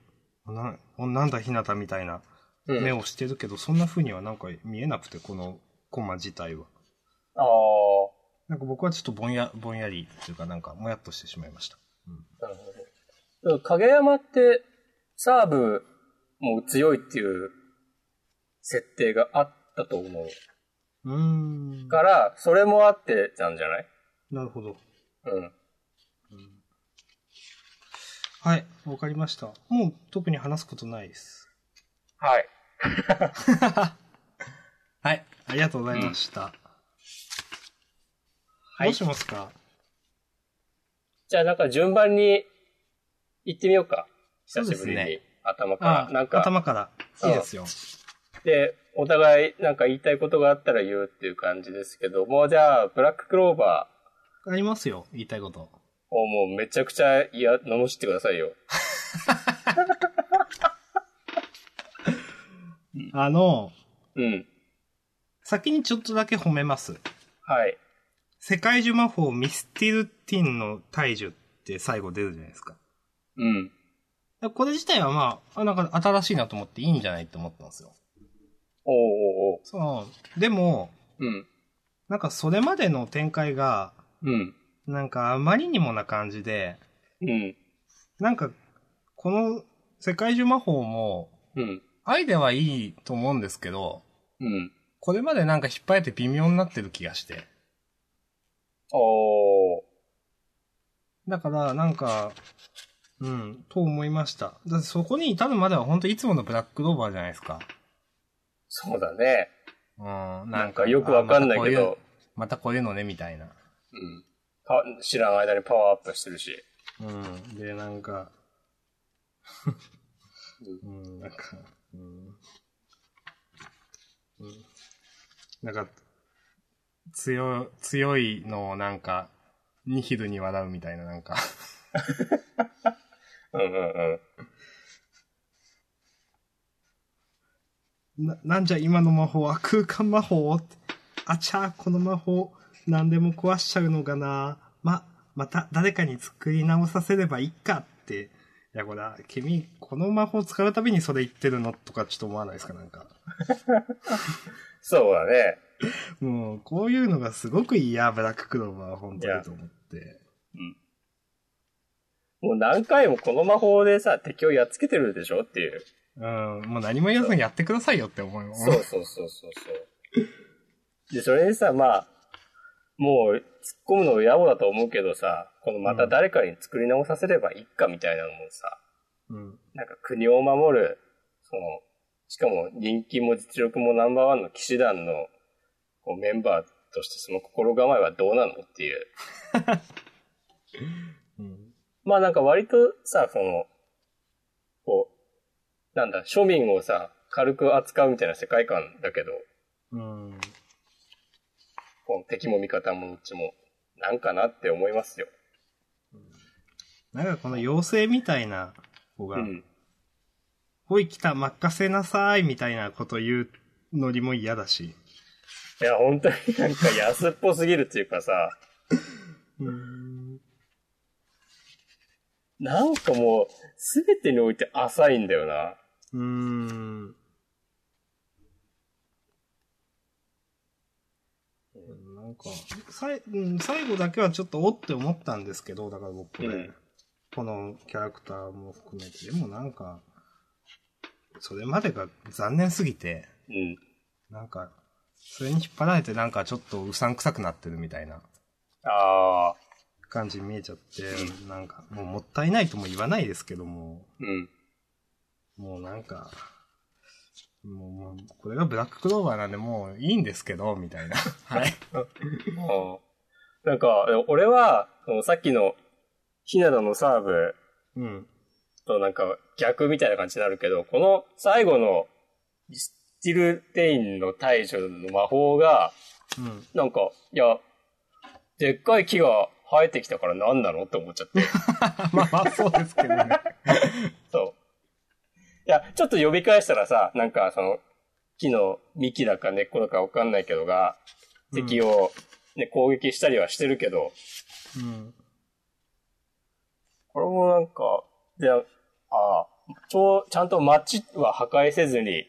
[SPEAKER 1] な、なんだひなたみたいな
[SPEAKER 2] うん、
[SPEAKER 1] 目をしてるけど、そんな風にはなんか見えなくて、このコマ自体は。
[SPEAKER 2] ああ、
[SPEAKER 1] なんか僕はちょっとぼんや、ぼんやりっていうかなんか、もやっとしてしまいました。
[SPEAKER 2] なるほど。影山って、サーブも強いっていう設定があったと思う
[SPEAKER 1] うーん。
[SPEAKER 2] から、それもあってなんじゃない
[SPEAKER 1] なるほど。
[SPEAKER 2] うん。
[SPEAKER 1] はい、わかりました。もう特に話すことないです。
[SPEAKER 2] はい。
[SPEAKER 1] はい、ありがとうございました。
[SPEAKER 2] はい
[SPEAKER 1] どうしますか
[SPEAKER 2] じゃあなんか順番に行ってみようか。
[SPEAKER 1] そう
[SPEAKER 2] 久
[SPEAKER 1] で
[SPEAKER 2] し
[SPEAKER 1] す
[SPEAKER 2] ぶり
[SPEAKER 1] ね
[SPEAKER 2] に。頭か
[SPEAKER 1] あ
[SPEAKER 2] ら。なんか、
[SPEAKER 1] 頭から。いいですよ。
[SPEAKER 2] で、お互いなんか言いたいことがあったら言うっていう感じですけども、じゃあ、ブラッククローバ
[SPEAKER 1] ありますよ、言いたいこと。
[SPEAKER 2] ーをもうめちゃくちゃ、いや、罵ってくださいよ。
[SPEAKER 1] あの、
[SPEAKER 2] うん。
[SPEAKER 1] 先にちょっとだけ褒めます。
[SPEAKER 2] はい。
[SPEAKER 1] 世界中魔法ミスティルティンの大樹って最後出るじゃないですか。
[SPEAKER 2] うん。
[SPEAKER 1] これ自体はまあ、あなんか新しいなと思っていいんじゃないって思ったんですよ。
[SPEAKER 2] おうおうおう。
[SPEAKER 1] そう。でも、
[SPEAKER 2] うん。
[SPEAKER 1] なんかそれまでの展開が、
[SPEAKER 2] うん。
[SPEAKER 1] なんかあまりにもな感じで、
[SPEAKER 2] うん。
[SPEAKER 1] なんか、この世界中魔法も、
[SPEAKER 2] うん。
[SPEAKER 1] 愛ではいいと思うんですけど、
[SPEAKER 2] うん。
[SPEAKER 1] これまでなんか引っ張れて微妙になってる気がして。
[SPEAKER 2] おー。
[SPEAKER 1] だから、なんか、うん、と思いました。だってそこに至るまでは本当いつものブラックローバーじゃないですか。
[SPEAKER 2] そうだね。
[SPEAKER 1] うん、なん
[SPEAKER 2] なんかよくわかんないけど、
[SPEAKER 1] またこういうまたこういうのね、みたいな。
[SPEAKER 2] うんパ知らない間にパワーアップしてるし。
[SPEAKER 1] うん。で、なんか、 うん、なんか、うん。うんなんか、強、強いのをなんか、ニヒルに笑うみたいな、なんか。
[SPEAKER 2] うんうんうん。
[SPEAKER 1] な、なんじゃ今の魔法は空間魔法あちゃー、この魔法、何でも壊しちゃうのかな。ま、また誰かに作り直させればいいかって。いや、こら、君、この魔法使うたびにそれ言ってるのとかちょっと思わないですか、なんか。
[SPEAKER 2] そうだね。
[SPEAKER 1] もう、こういうのがすごく嫌、ブラッククローバーは本当にと思って。
[SPEAKER 2] もう何回もこの魔法でさ、敵をやっつけてるでしょっていう。
[SPEAKER 1] うん、もう何も言わずにやってくださいよって思う。
[SPEAKER 2] そうそうそうそうそう。で、それにさ、まあ、もう突っ込むの野暮だと思うけどさ、このまた誰かに作り直させればいいかみたいなのもさ、
[SPEAKER 1] うん。
[SPEAKER 2] なんか国を守る、その、しかも人気も実力もナンバーワンの騎士団のこうメンバーとしてその心構えはどうなのっていう。
[SPEAKER 1] うん。
[SPEAKER 2] まあなんか割とさ、その、こう、なんだ、庶民をさ、軽く扱うみたいな世界観だけど、
[SPEAKER 1] うん。
[SPEAKER 2] この敵も味方もどっちも、なんかなって思いますよ。
[SPEAKER 1] なんかこの妖精みたいな子
[SPEAKER 2] う
[SPEAKER 1] が、
[SPEAKER 2] ん。
[SPEAKER 1] おい来た、任せなさい、みたいなこと言うのりも嫌だし。
[SPEAKER 2] いや、本当になんか安っぽすぎるっていうかさ、
[SPEAKER 1] うん。
[SPEAKER 2] なんかもう、すべてにおいて浅いんだよな。
[SPEAKER 1] うん。なんか、さいうん最後だけはちょっとおって思ったんですけど、だから僕これ、
[SPEAKER 2] うん
[SPEAKER 1] このキャラクターも含めて、でもなんか、それまでが残念すぎて、
[SPEAKER 2] うん。
[SPEAKER 1] なんか、それに引っ張られてなんかちょっとうさんくさくなってるみたいな
[SPEAKER 2] ああ、
[SPEAKER 1] 感じに見えちゃって、なんか、もうもったいないとも言わないですけども、
[SPEAKER 2] うん。
[SPEAKER 1] もうなんか、もう、もうこれがブラッククローバーなんでもういいんですけど、みたいな。はい。
[SPEAKER 2] あーなんか、俺は、そのさっきの、ひなのサーブ
[SPEAKER 1] うん。
[SPEAKER 2] となんか逆みたいな感じになるけど、この最後のミスティルテインの対処の魔法が、
[SPEAKER 1] うん。
[SPEAKER 2] なんか、いや、でっかい木が生えてきたから何なのって思っちゃって。
[SPEAKER 1] まあまあ、そうですけどね。
[SPEAKER 2] そう。いや、ちょっと呼び返したらさ、なんかその、木の幹だか根っこだかわかんないけどが、敵を、ね、攻撃したりはしてるけど、
[SPEAKER 1] うん。
[SPEAKER 2] これもなんか、で、ああ、ちょう、ちゃんと街は破壊せずに、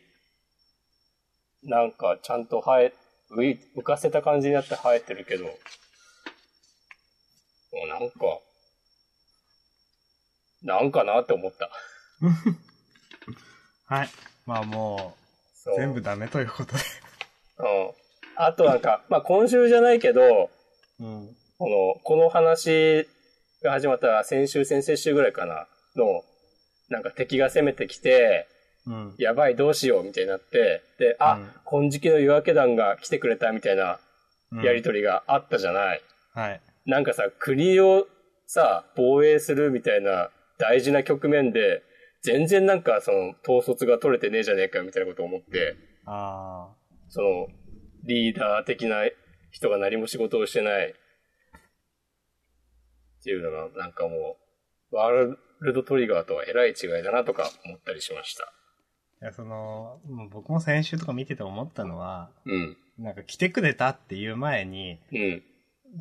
[SPEAKER 2] なんかちゃんと生え、浮い浮かせた感じになって生えてるけど、もうなんか、なんかなって思った。
[SPEAKER 1] はい。まあも
[SPEAKER 2] そう
[SPEAKER 1] う、全部ダメということで。
[SPEAKER 2] うん。あとなんか、まあ今週じゃないけど、
[SPEAKER 1] うん。
[SPEAKER 2] この、この話が始まった先週、先々週ぐらいかな、の、なんか敵が攻めてきて、
[SPEAKER 1] うん。
[SPEAKER 2] やばい、どうしよう、みたいになって、で、あ、
[SPEAKER 1] うん
[SPEAKER 2] 金色の夜明け団が来てくれた、みたいなやりとりがあったじゃない。
[SPEAKER 1] はい。
[SPEAKER 2] なんかさ、国をさ、防衛するみたいな大事な局面で、全然なんかその統率が取れてねえじゃねえかよみたいなことを思って、
[SPEAKER 1] あ
[SPEAKER 2] そのリーダー的な人が何も仕事をしてないっていうのがなんかもう、ワールドトリガーとはえらい違いだなとか思ったりしました。
[SPEAKER 1] あ。いや、その、もう僕も先週とか見てて思ったのは、
[SPEAKER 2] うん。
[SPEAKER 1] なんか来てくれたっていう前に、
[SPEAKER 2] うん。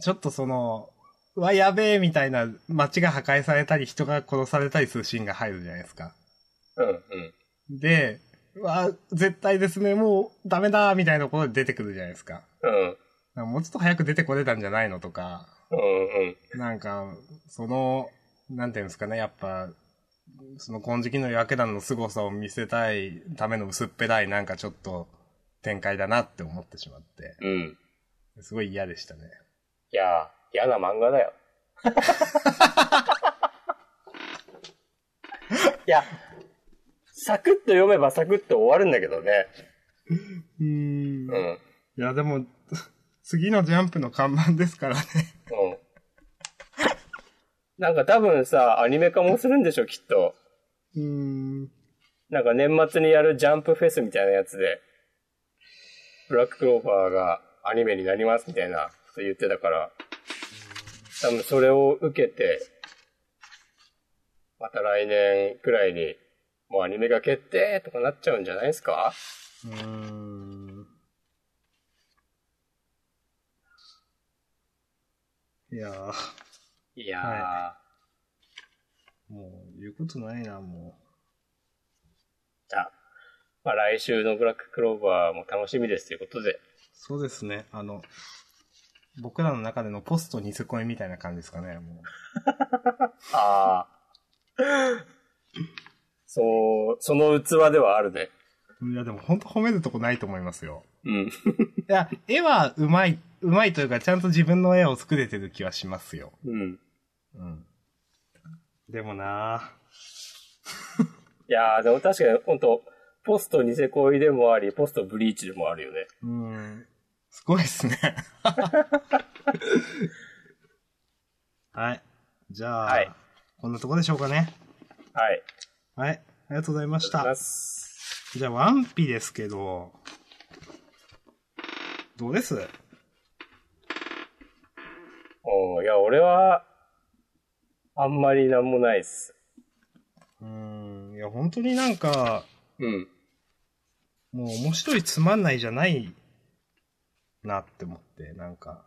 [SPEAKER 1] ちょっとその、うわ、やべえみたいな街が破壊されたり人が殺されたりするシーンが入るじゃないですか。
[SPEAKER 2] うん。うん。
[SPEAKER 1] で、うわ、絶対ですね、もうダメだみたいなことで出てくるじゃないですか。
[SPEAKER 2] うん。
[SPEAKER 1] なんかもうちょっと早く出てこれたんじゃないのとか、
[SPEAKER 2] うん。うん。
[SPEAKER 1] なんか、その、なんていうんですかね、やっぱ、その金色の夜明け団の凄さを見せたいための薄っぺらいなんかちょっと展開だなって思ってしまって、
[SPEAKER 2] うん。
[SPEAKER 1] すごい嫌でしたね。
[SPEAKER 2] いやー、嫌な漫画だよ。いや、サクッと読めばサクッと終わるんだけどね。
[SPEAKER 1] うーん
[SPEAKER 2] うん。うん。
[SPEAKER 1] いや、でも、 次のジャンプの看板ですからね。
[SPEAKER 2] なんか多分さ、アニメ化もするんでしょ、きっと。
[SPEAKER 1] うーん。
[SPEAKER 2] なんか年末にやるジャンプフェスみたいなやつで、ブラッククローファーがアニメになりますみたいなこと言ってたから、多分それを受けて、また来年くらいに、もうアニメが決定とかなっちゃうんじゃないですか
[SPEAKER 1] うーん。いやー、
[SPEAKER 2] いやー、
[SPEAKER 1] はもう言うことないな、も
[SPEAKER 2] じゃあ、まあ来週のブラッククローバーも楽しみですということで、
[SPEAKER 1] う。そうですね、あの、僕らの中でのポストニセコイみたいな感じですかね、も
[SPEAKER 2] あー。そう、その器ではあるね。
[SPEAKER 1] う。いや、でも本当褒めるとこないと思いますよ。
[SPEAKER 2] うん。
[SPEAKER 1] いや、絵はうまい、うまいというか、ちゃんと自分の絵を作れてる気はしますよ。
[SPEAKER 2] うん。
[SPEAKER 1] うん。でもなー
[SPEAKER 2] いやー、でも確かに、本当ポストニセ恋でもあり、ポストブリーチでもあるよね。
[SPEAKER 1] うん。すごいですね。はい。じゃあ、
[SPEAKER 2] はい
[SPEAKER 1] こんなとこでしょうかね。
[SPEAKER 2] はい。
[SPEAKER 1] はい。ありがとうございまし
[SPEAKER 2] ありがとうござい
[SPEAKER 1] た
[SPEAKER 2] ま。す
[SPEAKER 1] じゃあ、ワンピですけど、どうです
[SPEAKER 2] おーいや、俺は、あんまりなんもないっす。
[SPEAKER 1] うん。いや、本当になんか、
[SPEAKER 2] うん。
[SPEAKER 1] もう面白いつまんないじゃないなって思って、なんか、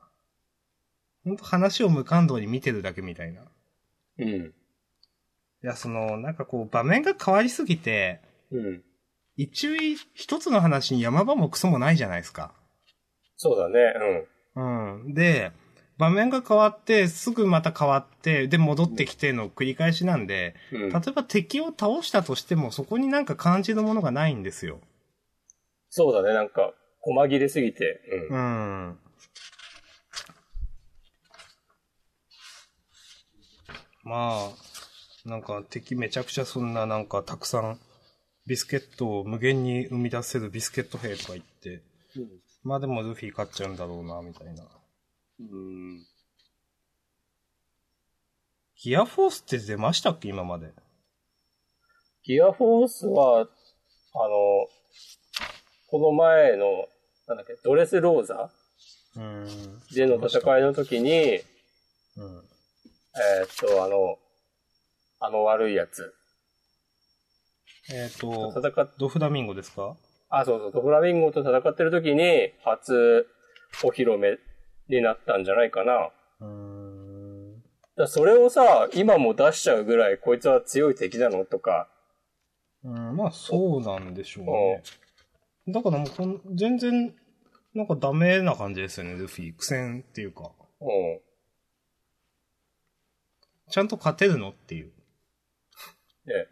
[SPEAKER 1] 本当話を無感動に見てるだけみたいな。い
[SPEAKER 2] うん。
[SPEAKER 1] や、その、なんかこう、場面が変わりすぎて、
[SPEAKER 2] うん。
[SPEAKER 1] 一応一つの話に山場もクソもないじゃないですか。
[SPEAKER 2] そうだね、
[SPEAKER 1] うん。で、場面が変わって、すぐまた変わって、で戻ってきての繰り返しなんで、
[SPEAKER 2] うん。う
[SPEAKER 1] 例
[SPEAKER 2] ん。
[SPEAKER 1] えば敵を倒したとしてもそこになんか感じるものがないんですよ。
[SPEAKER 2] そうだね、なんか、細切れすぎて。うん。
[SPEAKER 1] うん。まあ、なんか敵めちゃくちゃそんななんかたくさんビスケットを無限に生み出せるビスケット兵とか言って、まあでもルフィ勝っちゃうんだろうな、みたいな。
[SPEAKER 2] うん。うん
[SPEAKER 1] ギアフォースって出ましたっけ今まで。
[SPEAKER 2] ギアフォースは、あの、この前の、なんだっけ、ドレスローザ
[SPEAKER 1] うん。
[SPEAKER 2] での戦いの時に、
[SPEAKER 1] うん。
[SPEAKER 2] えーっと、あの、あの悪いやつ。
[SPEAKER 1] えっ、と、
[SPEAKER 2] 戦っ、
[SPEAKER 1] ドフラミンゴですか
[SPEAKER 2] あ、そうそう、ドフラミンゴと戦ってる時に、初お披露目になったんじゃないかな。だか
[SPEAKER 1] うん。
[SPEAKER 2] らそれをさ、今も出しちゃうぐらい、こいつは強い敵なのとか、
[SPEAKER 1] うん、まあそうなんでしょうね。だからもうこん、全然、なんかダメな感じですよね、ルフィ。苦戦っていうか。
[SPEAKER 2] うん。
[SPEAKER 1] ちゃんと勝てるのっていう。
[SPEAKER 2] で、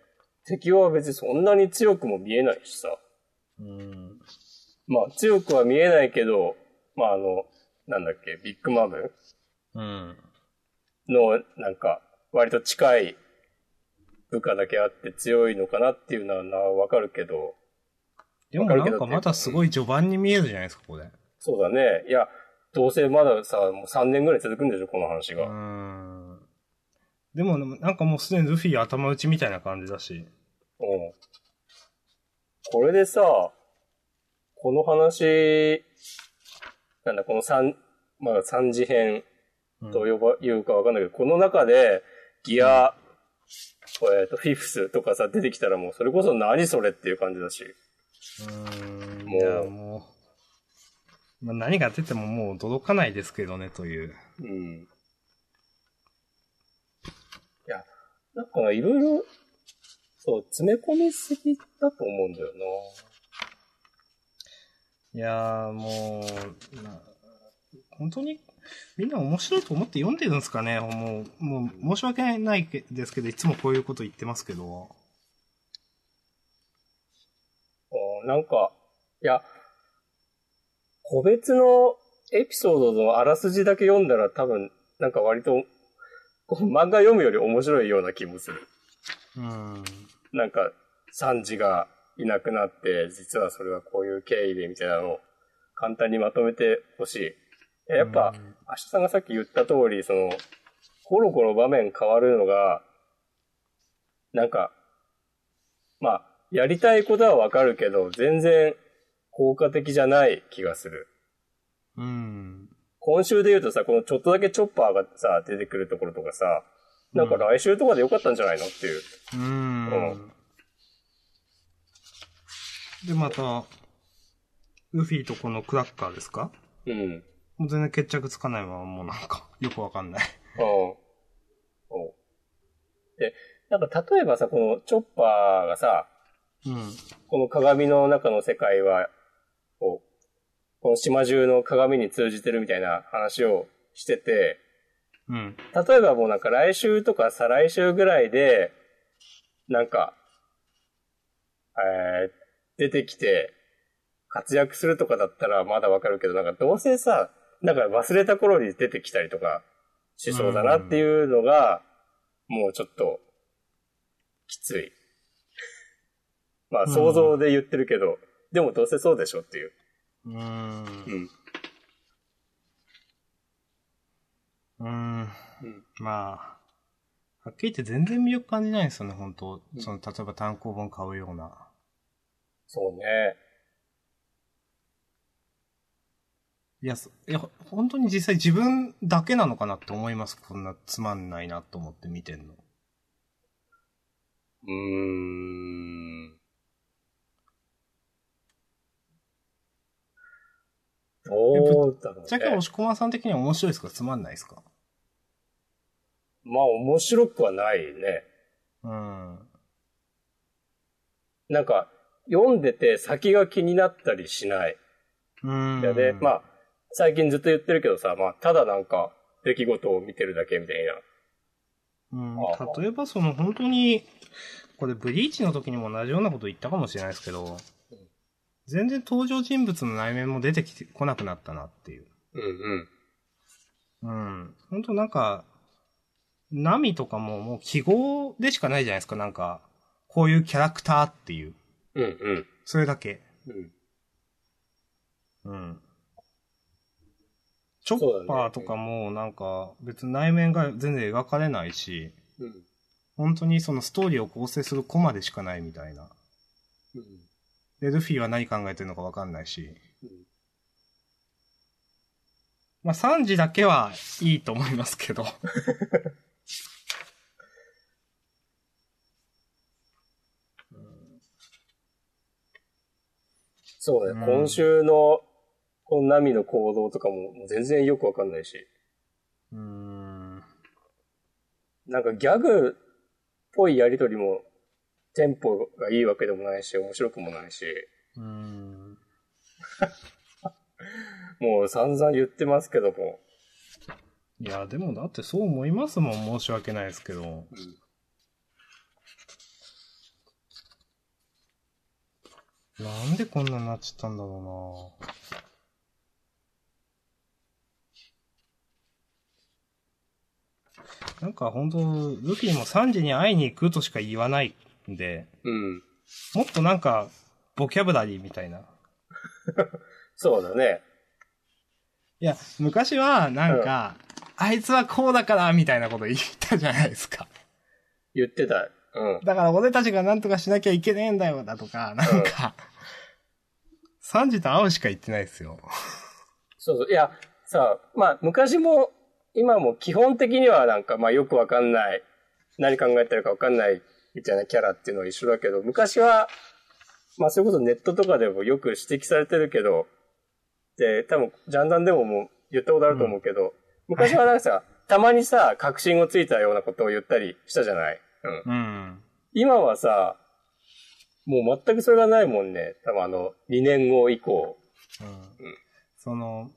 [SPEAKER 2] 敵は別にそんなに強くも見えないしさ。
[SPEAKER 1] うん。
[SPEAKER 2] まあ、強くは見えないけど、まあ、あの、なんだっけ、ビッグマム
[SPEAKER 1] うん。
[SPEAKER 2] の、なんか、割と近い部下だけあって強いのかなっていうのはな、わかるけど、
[SPEAKER 1] でも
[SPEAKER 2] わかる
[SPEAKER 1] な
[SPEAKER 2] け
[SPEAKER 1] ん
[SPEAKER 2] ど
[SPEAKER 1] かまだすごい序盤に見えるじゃないですか、これ。
[SPEAKER 2] そうだね。いや、どうせまださ、もう3年ぐらい続くんでしょ、この話
[SPEAKER 1] う
[SPEAKER 2] が。
[SPEAKER 1] ん。でも、なんかもうすでにルフィ頭打ちみたいな感じだし。
[SPEAKER 2] うん。これでさ、この話、なんだ、この三、まあ三次編
[SPEAKER 1] うん
[SPEAKER 2] と呼ば、言うかわかんないけど、この中で、ギア、えっと、フィフスとかさ、出てきたらもう、それこそ何それっていう感じだし。
[SPEAKER 1] うーん
[SPEAKER 2] もう
[SPEAKER 1] いや、もう、まあ、何が出てももう驚かないですけどね、という。
[SPEAKER 2] うん。いや、なんかいろいろ、そう、詰め込みすぎだと思うんだよ
[SPEAKER 1] いやー、もう、な本当に、みんな面白いと思って読んでるんですかねもう、もう、申し訳ないけですけど、いつもこういうこと言ってますけど。
[SPEAKER 2] な。あーなんか、いや、個別のエピソードのあらすじだけ読んだら多分、なんか割と、こう漫画読むより面白いような気もする。
[SPEAKER 1] うん。
[SPEAKER 2] なんか、サンジがいなくなって、実はそれはこういう経緯でみたいなのを簡単にまとめてほしい。いややっぱ、
[SPEAKER 1] うん
[SPEAKER 2] 明日さんがさっき言った通り、その、コロコロ場面変わるのが、なんか、まあ、やりたいことはわかるけど、全然効果的じゃない気がする。
[SPEAKER 1] うん。
[SPEAKER 2] 今週で言うとさ、このちょっとだけチョッパーがさ、出てくるところとかさ、なんか
[SPEAKER 1] うん
[SPEAKER 2] 来週とかでよかったんじゃないのっていう。
[SPEAKER 1] うん。で、また、ルフィとこのクラッカーですか
[SPEAKER 2] うん。
[SPEAKER 1] もう全然決着つかないまま、もうなんか、よくわかんない。
[SPEAKER 2] うん。そうで、なんか例えばさ、このチョッパーがさ、
[SPEAKER 1] うん。
[SPEAKER 2] この鏡の中の世界は、こう、この島中の鏡に通じてるみたいな話をしてて、
[SPEAKER 1] うん。
[SPEAKER 2] 例えばもうなんか来週とか再来週ぐらいで、なんか、えー、出てきて活躍するとかだったらまだわかるけど、なんかどうせさ、なんか忘れた頃に出てきたりとかしそうだなっていうのが、もうちょっと、きつい。まあ
[SPEAKER 1] うん
[SPEAKER 2] 想像で言ってるけど、でもどうせそうでしょっていう。
[SPEAKER 1] うん。
[SPEAKER 2] ん。
[SPEAKER 1] うん。
[SPEAKER 2] うん。
[SPEAKER 1] まあ、はっきり言って全然魅力感じないですよね、本当
[SPEAKER 2] うん
[SPEAKER 1] その、例えば単行本買うような。
[SPEAKER 2] そうね。
[SPEAKER 1] いや、そいや、本当に実際自分だけなのかなって思います。こんなつまんないなと思って見てんの。
[SPEAKER 2] うーんどうだろう、ね。
[SPEAKER 1] じゃあ今日押駒さん的には面白いですかつまんないですか
[SPEAKER 2] まあ面白くはないね。
[SPEAKER 1] うん。
[SPEAKER 2] なんか、読んでて先が気になったりしない。
[SPEAKER 1] うん。
[SPEAKER 2] で、まあ、最近ずっと言ってるけどさ、まあ、ただなんか、出来事を見てるだけみたいな。
[SPEAKER 1] うん
[SPEAKER 2] ああ、
[SPEAKER 1] 例えばその本当に、これブリーチの時にも同じようなこと言ったかもしれないですけど、全然登場人物の内面も出てきてこなくなったなっていう。
[SPEAKER 2] うん
[SPEAKER 1] うん。本当なんか、ナミとかももう記号でしかないじゃないですか、なんか、こういうキャラクターっていう。
[SPEAKER 2] うん。うんうん。
[SPEAKER 1] それだけ。
[SPEAKER 2] うん。
[SPEAKER 1] うん。チョッパーとかもなんか別に内面が全然描かれないし、
[SPEAKER 2] うん。
[SPEAKER 1] 本当にそのストーリーを構成するコマでしかないみたいな。
[SPEAKER 2] うん。
[SPEAKER 1] で、ルフィは何考えてるのかわかんないし。まあ、サンジだけはいいと思いますけど。
[SPEAKER 2] そうね、
[SPEAKER 1] うん
[SPEAKER 2] 今週の、このナミの行動とかももう全然よくわかんないし。
[SPEAKER 1] うーん。
[SPEAKER 2] なんかギャグっぽいやりとりも、テンポがいいわけでもないし、面白くもないし、
[SPEAKER 1] うーん。
[SPEAKER 2] もう散々言ってますけども。
[SPEAKER 1] いや、でもだってそう思いますもん、申し訳ないですけど。なんでこんなになっちゃったんだろうななんか本当ルフィもサンジに会いに行くとしか言わないんで、
[SPEAKER 2] うん。
[SPEAKER 1] もっとなんか、ボキャブラリーみたいな。
[SPEAKER 2] そうだね。
[SPEAKER 1] いや、昔は、なんか、あいつはこうだから、みたいなこと言ったじゃないですか。
[SPEAKER 2] 言ってた。うん。
[SPEAKER 1] だから俺たちが何とかしなきゃいけねえんだよ、だとか、なんか、サンジと会うしか言ってないですよ。
[SPEAKER 2] そうそう。いや、さ、まあ、昔も、今も基本的にはなんか、まあ、よくわかんない、何考えてるかわかんない、みたいなキャラっていうのは一緒だけど、昔は、まあ、それこそネットとかでもよく指摘されてるけど、で、多分、ジャンダンでももう言ったことあると思うけど、昔はなんかさ、たまにさ、確信をついたようなことを言ったりしたじゃないうん。
[SPEAKER 1] うん。
[SPEAKER 2] 今はさ、もう全くそれがないもんね。多分あの、2年後以降。
[SPEAKER 1] うんその、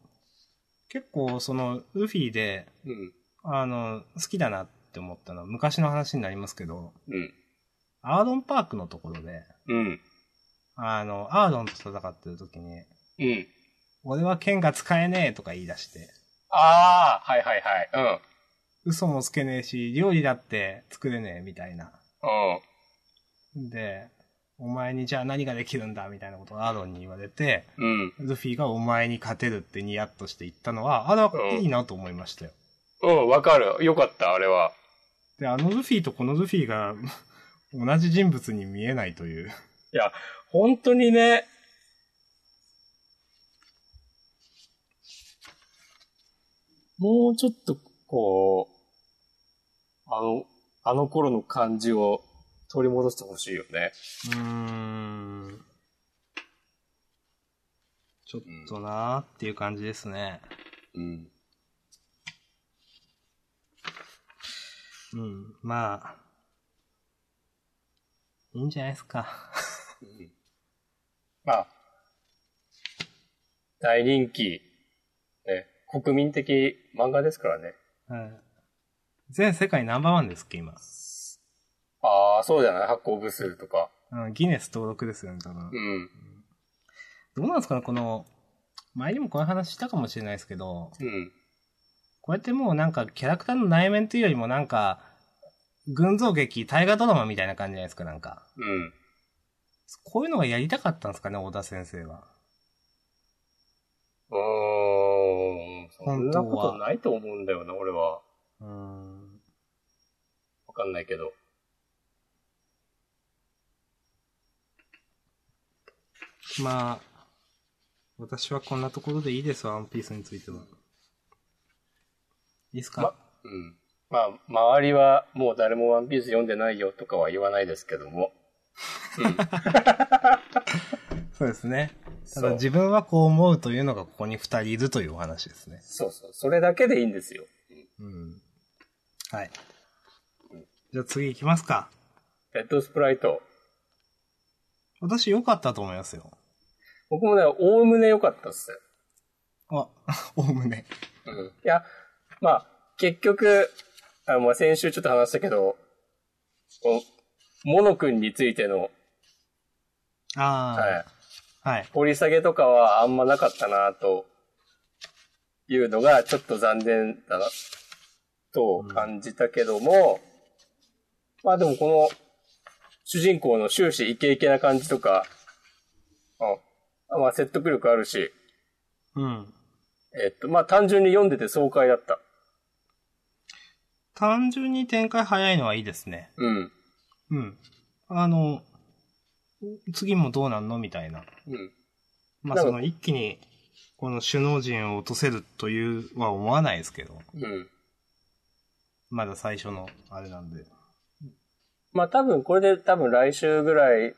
[SPEAKER 1] 結構その、ルフィで、
[SPEAKER 2] うん。
[SPEAKER 1] あの、好きだなって思ったのは昔の話になりますけど、
[SPEAKER 2] うん。
[SPEAKER 1] アーロンパークのところで、
[SPEAKER 2] うん。
[SPEAKER 1] あの、アーロンと戦ってる時に、
[SPEAKER 2] うん。
[SPEAKER 1] 俺は剣が使えねえとか言い出して、
[SPEAKER 2] ああ、はいはいはい。
[SPEAKER 1] 嘘もつけねえし、料理だって作れねえみたいな。
[SPEAKER 2] うん。うん。
[SPEAKER 1] で、お前にじゃあ何ができるんだみたいなことをアーロンに言われて、
[SPEAKER 2] うん。
[SPEAKER 1] ルフィがお前に勝てるってニヤッとして言ったのは、あれはいいなと思いましたよ。
[SPEAKER 2] うん、わかる。よかった、あれは。
[SPEAKER 1] で、あのルフィとこのルフィが 同じ人物に見えないという。
[SPEAKER 2] いや、本当にね。もうちょっと、こう、あの、あの頃の感じを取り戻してほしいよね。
[SPEAKER 1] うーん。ちょっとなーっていう感じですね。
[SPEAKER 2] うん。
[SPEAKER 1] うん。まあ、いいんじゃないですか。
[SPEAKER 2] まあ、大人気、ね、国民的漫画ですからね。
[SPEAKER 1] はい。全世界ナンバーワンですっけ、今。
[SPEAKER 2] ああ、そうじゃない発行部数とか。
[SPEAKER 1] うん、ギネス登録ですよね、多分。
[SPEAKER 2] うん。
[SPEAKER 1] どうなんですかね、この、前にもこの話したかもしれないですけど、
[SPEAKER 2] うん。
[SPEAKER 1] こうやってもうなんかキャラクターの内面というよりもなんか、群像劇、大河ドラマみたいな感じじゃないですか、なんか。
[SPEAKER 2] うん。
[SPEAKER 1] こういうのがやりたかったんですかね、小田先生は。
[SPEAKER 2] うーん。そんなこ
[SPEAKER 1] 本当
[SPEAKER 2] と
[SPEAKER 1] は
[SPEAKER 2] ないと思うんだよな、俺は。
[SPEAKER 1] うーん。
[SPEAKER 2] わかんないけど。
[SPEAKER 1] まあ、私はこんなところでいいですわ、ワンピースについては。いいっすか、
[SPEAKER 2] まうん。まあ、周りはもう誰もワンピース読んでないよとかは言わないですけども。
[SPEAKER 1] そうですね。ただ
[SPEAKER 2] そう
[SPEAKER 1] 自分はこう思うというのがここに二人いるというお話ですね。
[SPEAKER 2] そうそう。それだけでいいんですよ。
[SPEAKER 1] うん。はい。じゃあ次行きますか。
[SPEAKER 2] レッドスプライト。
[SPEAKER 1] 私良かったと思いますよ。
[SPEAKER 2] 僕もね、おおむね良かったっす。
[SPEAKER 1] あ、 おおむね。
[SPEAKER 2] うん。いや、まあ、結局、あまあ、先週ちょっと話したけど、こうモノ君についての、
[SPEAKER 1] ああ。
[SPEAKER 2] はい、
[SPEAKER 1] はい。
[SPEAKER 2] 掘り下げとかはあんまなかったなというのがちょっと残念だなと感じたけども、まあでもこの主人公の終始イケイケな感じとか、あまあ説得力あるし、
[SPEAKER 1] うん。
[SPEAKER 2] えっと、まあ単純に読んでて爽快だった。
[SPEAKER 1] 単純に展開早いのはいいですね。
[SPEAKER 2] うん。
[SPEAKER 1] うん。あの、次もどうなんのみたいな。
[SPEAKER 2] うん。
[SPEAKER 1] ま
[SPEAKER 2] な
[SPEAKER 1] あ、
[SPEAKER 2] んか
[SPEAKER 1] その一気に、この首脳陣を落とせるというは思わないですけど。
[SPEAKER 2] うん。
[SPEAKER 1] まだ最初の、あれなんで。
[SPEAKER 2] まあ多分これで多分来週ぐらい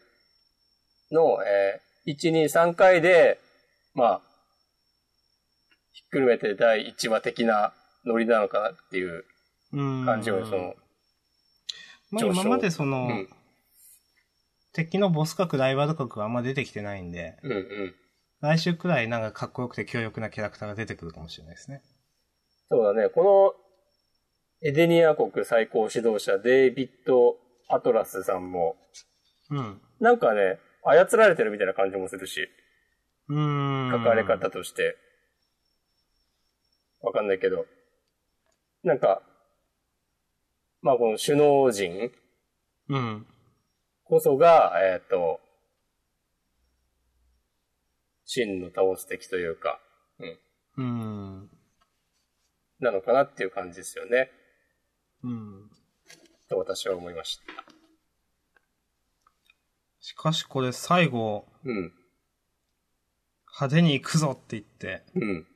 [SPEAKER 2] の、えー、1、2、3回で、まあ、ひっくるめて第1話的なノリなのかなっていう
[SPEAKER 1] うん。
[SPEAKER 2] 感じを、その、
[SPEAKER 1] まあ、
[SPEAKER 2] 上昇
[SPEAKER 1] 今までその、
[SPEAKER 2] うん、
[SPEAKER 1] 敵のボス格、ライバル格があんま出てきてないんで、
[SPEAKER 2] うん、うん。
[SPEAKER 1] 来週くらいなんかかっこよくて強力なキャラクターが出てくるかもしれないですね。
[SPEAKER 2] そうだね、このエデニア国最高指導者デイビッド・アトラスさんも、
[SPEAKER 1] うん。
[SPEAKER 2] なんかね、操られてるみたいな感じもするし、
[SPEAKER 1] うーん。
[SPEAKER 2] 書かれ方として。わかんないけど。なんか、まあこの首脳陣
[SPEAKER 1] うん。
[SPEAKER 2] こそが、えっ、と、真の倒す敵というか、
[SPEAKER 1] うん。
[SPEAKER 2] なのかなっていう感じですよね。
[SPEAKER 1] うん。
[SPEAKER 2] と私は思いました。
[SPEAKER 1] しかしこれ最後、
[SPEAKER 2] うん。
[SPEAKER 1] 派手に行くぞって言って、
[SPEAKER 2] うん。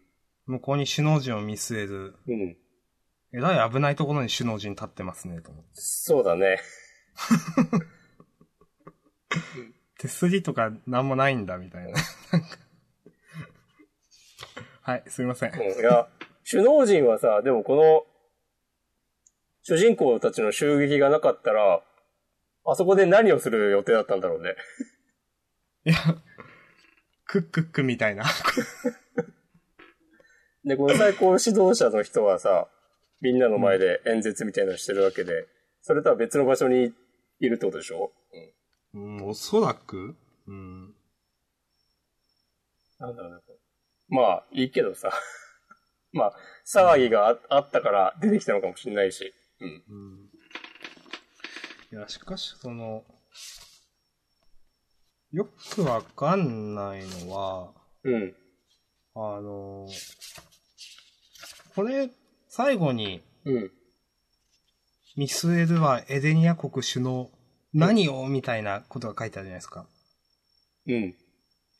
[SPEAKER 1] 向こうに首脳陣を見据える、
[SPEAKER 2] うん。
[SPEAKER 1] えらい危ないところに首脳陣立ってますね、と思って。
[SPEAKER 2] そうだね。
[SPEAKER 1] 手すりとかなんもないんだ、みたいな。 なんかはい、すいません。
[SPEAKER 2] うん、いや、首脳陣はさ、でもこの、主人公たちの襲撃がなかったら、あそこで何をする予定だったんだろうね。
[SPEAKER 1] クックックみたいな。
[SPEAKER 2] で、この最高指導者の人はさ、みんなの前で演説みたいなのしてるわけで、それとは別の場所にいるってことでしょ
[SPEAKER 1] うん、おそらくうん。
[SPEAKER 2] なんだろうね。まあ、いいけどさ。 まあ、騒ぎがああったから出てきたのかもしれないし。うん。
[SPEAKER 1] うん。いや、しかし、その、よくわかんないのは、
[SPEAKER 2] うん。
[SPEAKER 1] あの、これ、最後に、
[SPEAKER 2] うん。
[SPEAKER 1] 見据えるはエデニア国首脳、何をみたいなことが書いてあるじゃないですか。
[SPEAKER 2] うん。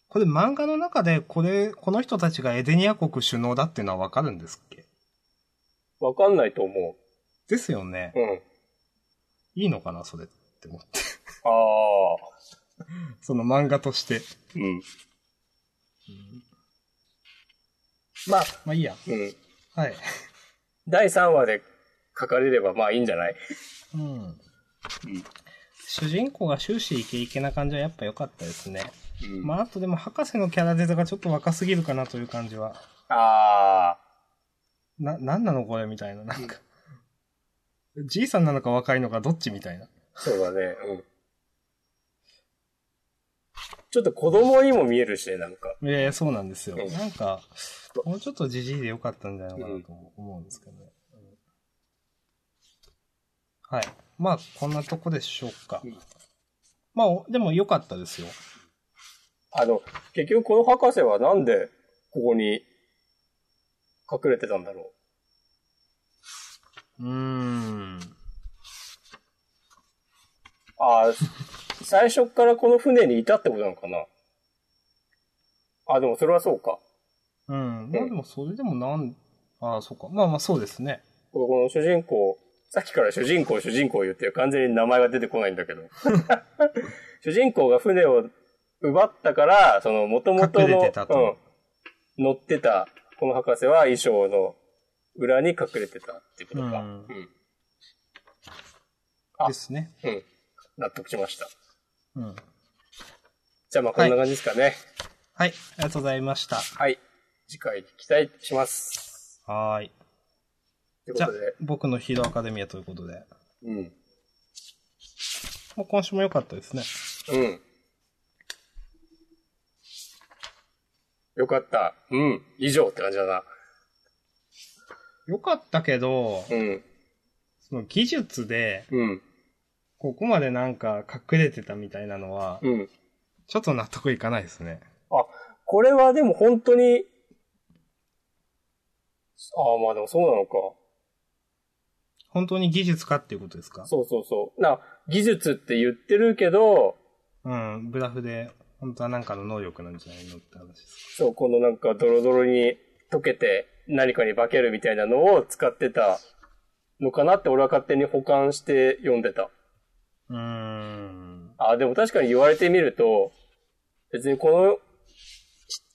[SPEAKER 1] これ漫画の中で、これ、この人たちがエデニア国首脳だっていうのはわかるんですっけ
[SPEAKER 2] わかんないと思
[SPEAKER 1] ですよね
[SPEAKER 2] う。。うん。
[SPEAKER 1] いいのかな、それって思って。
[SPEAKER 2] ああ。
[SPEAKER 1] その漫画として。
[SPEAKER 2] うん。まあ、
[SPEAKER 1] まあいいや。
[SPEAKER 2] うん。
[SPEAKER 1] はい。
[SPEAKER 2] 第3話で書かれればまあいいんじゃない
[SPEAKER 1] うん。主人公が終始イケイケな感じはやっぱ良かったですね。
[SPEAKER 2] うん
[SPEAKER 1] まああとでも博士のキャラデザがちょっと若すぎるかなという感じは。
[SPEAKER 2] ああ。
[SPEAKER 1] な、なんなのこれみたいな、なんか。じいさんなのか若いのかどっちみたいな。
[SPEAKER 2] そうだね。うん。ちょっと子供にも見えるしね、なんか。
[SPEAKER 1] ええそうなんですよ。
[SPEAKER 2] うん
[SPEAKER 1] なんか、もうちょっとじじいでよかったんじゃないのかなと思うんですけどね。はい。まあ、こんなとこでしょうか
[SPEAKER 2] うん。
[SPEAKER 1] まあ、おでも良かったですよ。
[SPEAKER 2] あの、結局この博士はなんでここに隠れてたんだろ
[SPEAKER 1] うーん。
[SPEAKER 2] う。ああ、最初からこの船にいたってことなのかな。あ、でもそれはそうか。
[SPEAKER 1] うん。まあでも、それでもなん、ああ、そうか。まあまあ、そうですね。
[SPEAKER 2] これこの主人公、さっきから主人公、主人公言ってる完全に名前が出てこないんだけど。 主人公が船を奪ったから、その元々
[SPEAKER 1] 隠れ
[SPEAKER 2] の、
[SPEAKER 1] てたと
[SPEAKER 2] うん、乗ってた、この博士は衣装の裏に隠れてたっていうことか。
[SPEAKER 1] う
[SPEAKER 2] うんん。あ
[SPEAKER 1] ですね。
[SPEAKER 2] うん。納得しました。
[SPEAKER 1] うん。
[SPEAKER 2] じゃあまあこんな感じですかね。
[SPEAKER 1] はい。ありがとうございました。
[SPEAKER 2] はい。次回に期待します。
[SPEAKER 1] はーい。
[SPEAKER 2] という
[SPEAKER 1] じゃ
[SPEAKER 2] こ
[SPEAKER 1] あ
[SPEAKER 2] とで、、
[SPEAKER 1] 僕のヒーローアカデミアということで。
[SPEAKER 2] うん。
[SPEAKER 1] まあ、今週も良かったですね。
[SPEAKER 2] うん。よかった。うん。以上って感じだな。
[SPEAKER 1] 良かったけど、
[SPEAKER 2] うん。
[SPEAKER 1] その技術で、
[SPEAKER 2] うん。
[SPEAKER 1] ここまでなんか隠れてたみたいなのは、
[SPEAKER 2] うん。
[SPEAKER 1] ちょっと納得いかないですね。
[SPEAKER 2] これはでも本当に、ああ、まあでもそうなのか。
[SPEAKER 1] 本当に技術かっていうことですか
[SPEAKER 2] そうそうそう。な、技術って言ってるけど、
[SPEAKER 1] うん、ブラフで、本当はなんかの能力なんじゃないのって話です。
[SPEAKER 2] そう、このなんかドロドロに溶けて何かに化けるみたいなのを使ってたのかなって俺は勝手に保管して読んでた。
[SPEAKER 1] うーん。
[SPEAKER 2] あ、でも確かに言われてみると、別にこの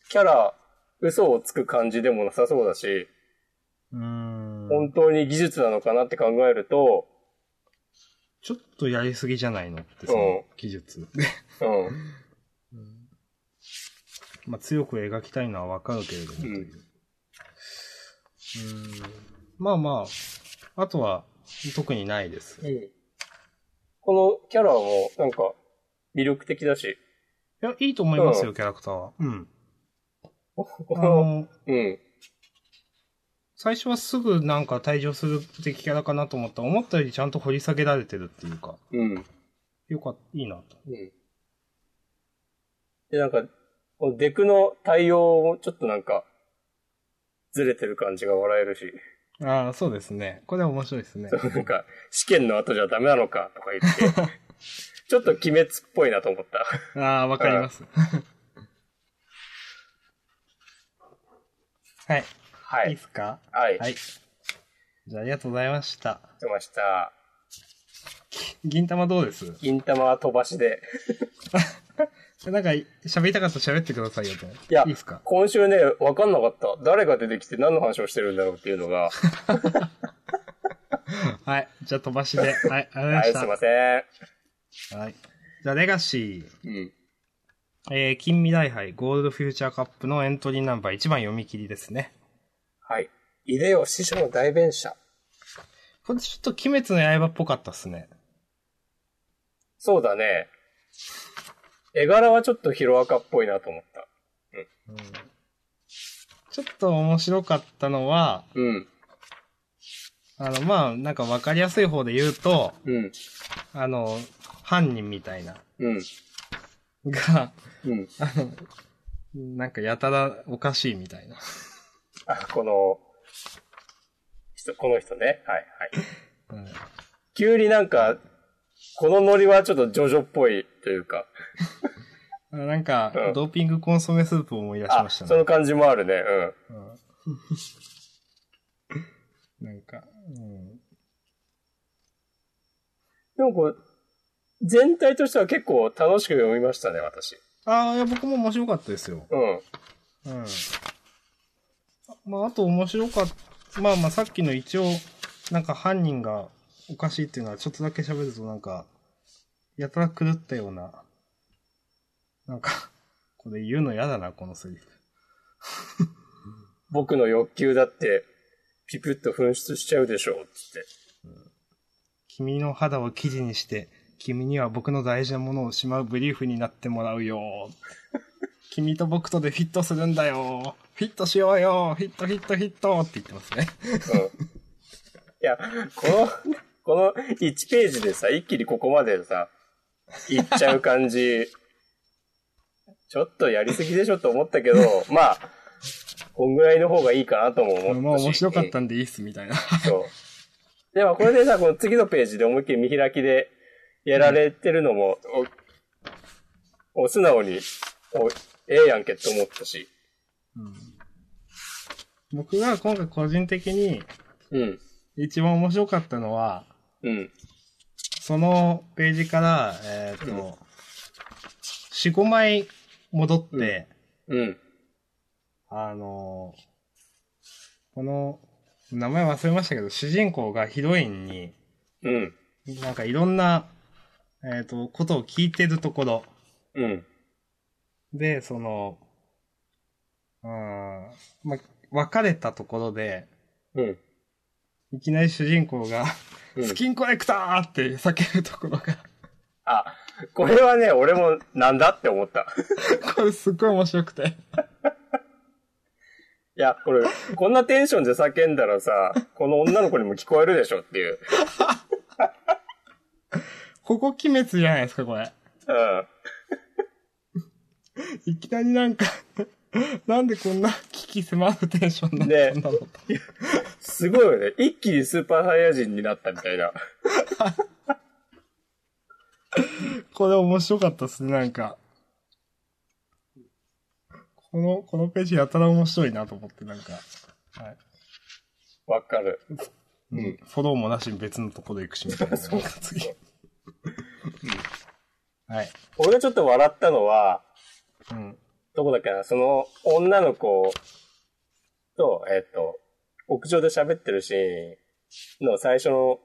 [SPEAKER 2] キャラ、嘘をつく感じでもなさそうだし、
[SPEAKER 1] うーん
[SPEAKER 2] 本。当に技術なのかなって考えると、
[SPEAKER 1] ちょっとやりすぎじゃないのって、その技術。
[SPEAKER 2] うん。
[SPEAKER 1] まあ強く描きたいのはわかるけれどもという。
[SPEAKER 2] うん
[SPEAKER 1] うーん。まあまあ、あとは特にないです。い
[SPEAKER 2] このキャラも、なんか、魅力的だし、
[SPEAKER 1] や、いいと思います
[SPEAKER 2] う
[SPEAKER 1] よ、キャラクターは。うん。
[SPEAKER 2] こ
[SPEAKER 1] あ
[SPEAKER 2] の、
[SPEAKER 1] の、
[SPEAKER 2] うん。
[SPEAKER 1] 最初はすぐなんか退場する敵キャラかなと思ったら、思ったよりちゃんと掘り下げられてるっていうか、
[SPEAKER 2] うん。
[SPEAKER 1] よかった、いいなと。
[SPEAKER 2] うん。で、なんか、このデクの対応もちょっとなんか、ずれてる感じが笑えるし。
[SPEAKER 1] ああ、そうですね。これ面白いですね。
[SPEAKER 2] なんか、試験の後じゃダメなのかとか言って、 ちょっと鬼滅っぽいなと思った。
[SPEAKER 1] ああ、わかり ます。はい。
[SPEAKER 2] はい
[SPEAKER 1] い
[SPEAKER 2] い
[SPEAKER 1] っ。すか
[SPEAKER 2] はい。
[SPEAKER 1] はい。じゃあ、ありがとうございました。
[SPEAKER 2] 出ました。
[SPEAKER 1] 銀玉どうです
[SPEAKER 2] 銀玉は飛ばしで。
[SPEAKER 1] なんか、喋りたかったら喋ってくださいよと。い
[SPEAKER 2] いや、
[SPEAKER 1] いいっすか
[SPEAKER 2] 今週ね、わかんなかった。誰が出てきて何の話をしてるんだろうっていうのが、
[SPEAKER 1] はい。じゃあ、飛ばしで。はい、ありが
[SPEAKER 2] はい、
[SPEAKER 1] と
[SPEAKER 2] す
[SPEAKER 1] う
[SPEAKER 2] い
[SPEAKER 1] ござい
[SPEAKER 2] ません。
[SPEAKER 1] ました。はい。じゃあ、レガシー。
[SPEAKER 2] うん。
[SPEAKER 1] えー、近未来杯ゴールドフューチャーカップのエントリーナンバー1番読み切りですね。
[SPEAKER 2] はい。イデオ、師匠の代弁者。
[SPEAKER 1] これちょっと鬼滅の刃っぽかったっすね。
[SPEAKER 2] そうだね。絵柄はちょっとヒロアカっぽいなと思った。
[SPEAKER 1] ちょっと面白かったのは、
[SPEAKER 2] うん。
[SPEAKER 1] あの、まあ、なんかわかりやすい方で言うと、
[SPEAKER 2] うん。
[SPEAKER 1] あの、犯人みたいな、
[SPEAKER 2] うん。
[SPEAKER 1] が、
[SPEAKER 2] うん。
[SPEAKER 1] あの、なんかやたらおかしいみたいな。
[SPEAKER 2] あ、この、人、この人ね。はい、はい。
[SPEAKER 1] うん
[SPEAKER 2] 急になんか、このノリはちょっとジョジョっぽいというか。
[SPEAKER 1] あなんか
[SPEAKER 2] う、ん
[SPEAKER 1] ドーピングコンソメスープを思い出し
[SPEAKER 2] あ、
[SPEAKER 1] ました
[SPEAKER 2] その
[SPEAKER 1] ね。
[SPEAKER 2] 感じもあるね。うん。
[SPEAKER 1] うんなんか、うん。
[SPEAKER 2] なんか、全体としては結構楽しく読みましたね、私。
[SPEAKER 1] ああ、いや、僕も面白かったですよ。
[SPEAKER 2] うん。
[SPEAKER 1] うん。まあ、あと面白かった。まあまあ、さっきの一応、なんか犯人がおかしいっていうのは、ちょっとだけ喋るとなんか、やたら狂ったような、なんか、これ言うの嫌だな、このセリフ。
[SPEAKER 2] 僕の欲求だって、ピプッと噴出しちゃうでしょう、つって。
[SPEAKER 1] 君の肌を生地にして、君には僕の大事なものをしまうブリーフになってもらうよ。 君と僕とでフィットするんだよ。フィットしようよ。フィットフィットフィットって言ってますね。
[SPEAKER 2] うんいや、この、この1ページでさ、一気にここまでさ、いっちゃう感じ、ちょっとやりすぎでしょと思ったけど、まあ、こんぐらいの方がいいかなとも思ったし。
[SPEAKER 1] まあ面白かったんでいいっす、みたいな。
[SPEAKER 2] うん。そう。でもこれでさ、この次のページで思いっきり見開きでやられてるのも、おお素直に、おええやんけって思ったし。
[SPEAKER 1] 僕が今回個人的に
[SPEAKER 2] うん。
[SPEAKER 1] 一番面白かったのは、
[SPEAKER 2] うん。
[SPEAKER 1] そのページから、えっ、
[SPEAKER 2] うん
[SPEAKER 1] と、4、5枚戻って、
[SPEAKER 2] うん。
[SPEAKER 1] あのーこの、名前忘れましたけど、主人公がヒロインに、
[SPEAKER 2] うん。
[SPEAKER 1] なんかいろんな、えっ、と、ことを聞いてるところ
[SPEAKER 2] うん。
[SPEAKER 1] で、その、うん、ま、別れたところで、
[SPEAKER 2] うん。
[SPEAKER 1] いきなり主人公が、
[SPEAKER 2] うん
[SPEAKER 1] スキンコレクターって叫ぶところが、
[SPEAKER 2] あ、これはね、俺もなんだって思った。
[SPEAKER 1] これすっごい面白くて。
[SPEAKER 2] いや、これ、こんなテンションで叫んだらさ、この女の子にも聞こえるでしょっていう。
[SPEAKER 1] ここ鬼滅じゃないですか、これ。
[SPEAKER 2] うん。
[SPEAKER 1] いきなりなんか、 なんでこんな危機迫るテンションなん
[SPEAKER 2] ね
[SPEAKER 1] だろうと。
[SPEAKER 2] すごいよね。一気にスーパーサイヤ人になったみたいな。
[SPEAKER 1] これ面白かったっすね、なんか。この、このページやたら面白いなと思って、なんか。はい。
[SPEAKER 2] わかる。
[SPEAKER 1] うん。フォローもなしに別のところ行くし、みたいな。 そうか、次。はい。
[SPEAKER 2] 俺がちょっと笑ったのは、
[SPEAKER 1] うん。
[SPEAKER 2] どこだっけな、その女の子と、えっ、と、屋上で喋ってるシーンの最初の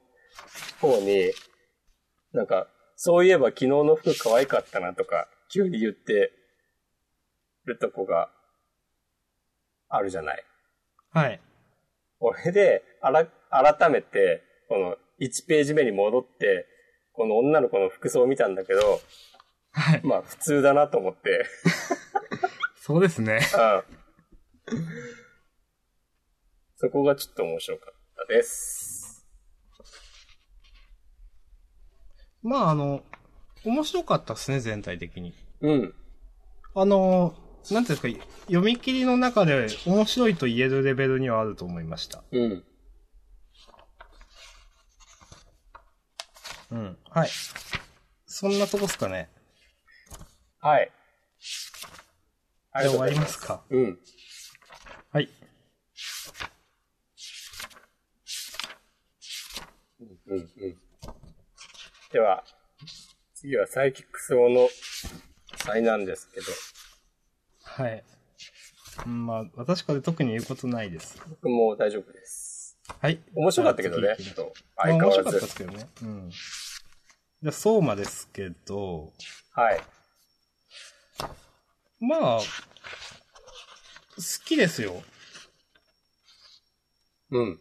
[SPEAKER 2] 方に、なんか、そういえば昨日の服可愛かったなとか、急に言ってるとこがあるじゃない。
[SPEAKER 1] はい。
[SPEAKER 2] 俺で、あら、改めて、この1ページ目に戻って、この女の子の服装を見たんだけど、
[SPEAKER 1] はい。
[SPEAKER 2] まあ普通だなと思って。
[SPEAKER 1] そうですね。
[SPEAKER 2] うんそこがちょっと面白かったです。
[SPEAKER 1] まあ、あの、面白かったっすね、全体的に。
[SPEAKER 2] うん。
[SPEAKER 1] あのー、なんていうんですか、読み切りの中で面白いと言えるレベルにはあると思いました。
[SPEAKER 2] うん。
[SPEAKER 1] うん。はい。そんなとこっすかね。
[SPEAKER 2] はい。あ
[SPEAKER 1] じゃあ終わりますか。
[SPEAKER 2] うん。
[SPEAKER 1] はい。
[SPEAKER 2] うんうん。では、次はサイキックス用の祭なんですけど、
[SPEAKER 1] はい。うんまあ、私これ特に言うことないです。
[SPEAKER 2] 僕も大丈夫です。
[SPEAKER 1] はい。
[SPEAKER 2] 面白かったけど
[SPEAKER 1] じゃ
[SPEAKER 2] ね
[SPEAKER 1] あ、次
[SPEAKER 2] ちょ
[SPEAKER 1] 行
[SPEAKER 2] っ
[SPEAKER 1] きましょう
[SPEAKER 2] と
[SPEAKER 1] まあ面白か
[SPEAKER 2] 相変わ
[SPEAKER 1] らった
[SPEAKER 2] ず
[SPEAKER 1] で。すけどね。うん。じゃあ、相馬ですけど、
[SPEAKER 2] はい。
[SPEAKER 1] まあ、好きですよ。好
[SPEAKER 2] うん。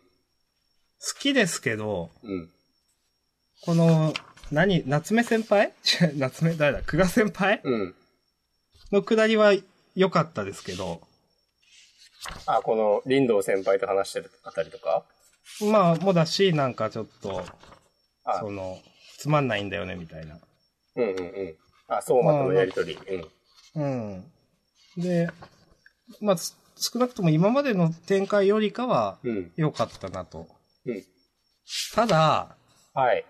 [SPEAKER 1] きですけど、
[SPEAKER 2] うん。
[SPEAKER 1] この、何、夏目先輩 違う夏目誰だ久我先輩
[SPEAKER 2] うん。
[SPEAKER 1] のくだりは良かったですけど、
[SPEAKER 2] あ、この、林道先輩と話してるあたりとか
[SPEAKER 1] まあ、もだし、なんかちょっと、
[SPEAKER 2] あ、
[SPEAKER 1] そうの、つまんないんだよね、みたいな。
[SPEAKER 2] んうんうん。あ、相馬とのやりとり。うん。
[SPEAKER 1] うん。で、まあ、す少なくとも今までの展開よりかは
[SPEAKER 2] うん。
[SPEAKER 1] 良かったなと。
[SPEAKER 2] うん。
[SPEAKER 1] ただ、
[SPEAKER 2] はい。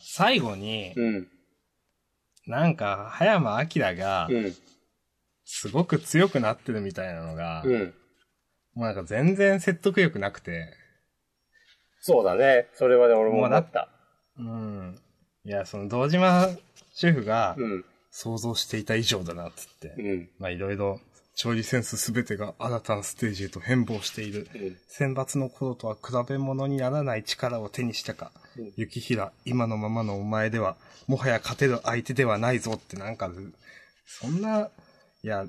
[SPEAKER 1] 最後に、
[SPEAKER 2] うん。
[SPEAKER 1] なんか、葉山明が
[SPEAKER 2] う、ん。
[SPEAKER 1] すごく強くなってるみたいなのが、
[SPEAKER 2] うん。
[SPEAKER 1] もうなんか全然説得力なくて、
[SPEAKER 2] そうだね。それはね、俺も思った。
[SPEAKER 1] うん。いや、その、堂島シェフが
[SPEAKER 2] うん。
[SPEAKER 1] 想像していた以上だな、つって。
[SPEAKER 2] うん。
[SPEAKER 1] まあ、いろいろ、調理センスすべてが新たなステージへと変貌している。
[SPEAKER 2] うん。
[SPEAKER 1] 選抜の頃とは比べ物にならない力を手にしたか。
[SPEAKER 2] うん
[SPEAKER 1] 雪平、今のままのお前では、もはや勝てる相手ではないぞってなんか、そんな、いや、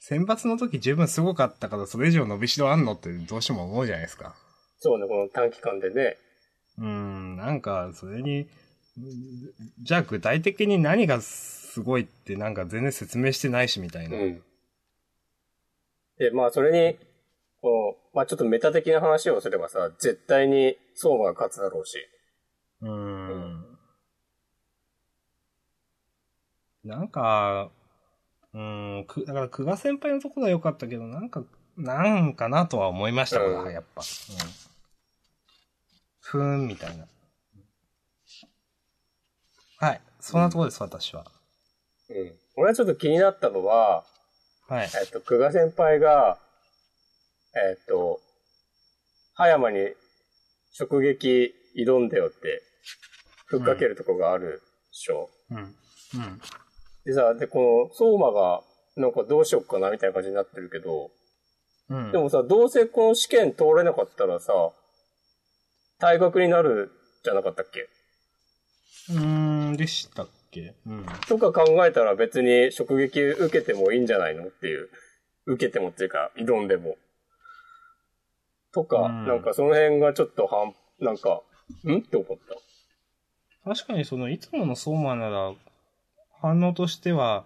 [SPEAKER 1] 選抜の時十分すごかったから、それ以上伸びしろあんのってどうしても思うじゃないですか。
[SPEAKER 2] そうね、この短期間でね。
[SPEAKER 1] うーん、なんか、それに、じゃあ具体的に何がすごいってなんか全然説明してないしみたいな。
[SPEAKER 2] ん。で、まあ、それに、こう、まあ、ちょっとメタ的な話をすればさ、絶対に相馬が勝つだろうし。
[SPEAKER 1] うーん。なんか、うーん、く、だから、久我先輩のところは良かったけど、なんか、なんかなとは思いましたから、
[SPEAKER 2] うん
[SPEAKER 1] やっぱ。うん。ふーん、みたいな。はい。そんなところです、私は。
[SPEAKER 2] うん。俺はちょっと気になったのは、
[SPEAKER 1] はい。
[SPEAKER 2] えっと、久我先輩が、えっと、葉山に直撃挑んでよって、ふっかけるとこがあるでしょ。
[SPEAKER 1] うん。うん。
[SPEAKER 2] でさ、で、この、相馬が、なんかどうしよっかなみたいな感じになってるけど、
[SPEAKER 1] うん。
[SPEAKER 2] でもさ、どうせこの試験通れなかったらさ、退学になるじゃなかったっけ
[SPEAKER 1] うーん、でしたっけうん。
[SPEAKER 2] とか考えたら別に職撃受けてもいいんじゃないのっていう。受けてもっていうか、挑んでも。とか、
[SPEAKER 1] うん
[SPEAKER 2] なんかその辺がちょっと半、なんか、んって思っ
[SPEAKER 1] 確かにその、いつもの相馬なら、反応としては、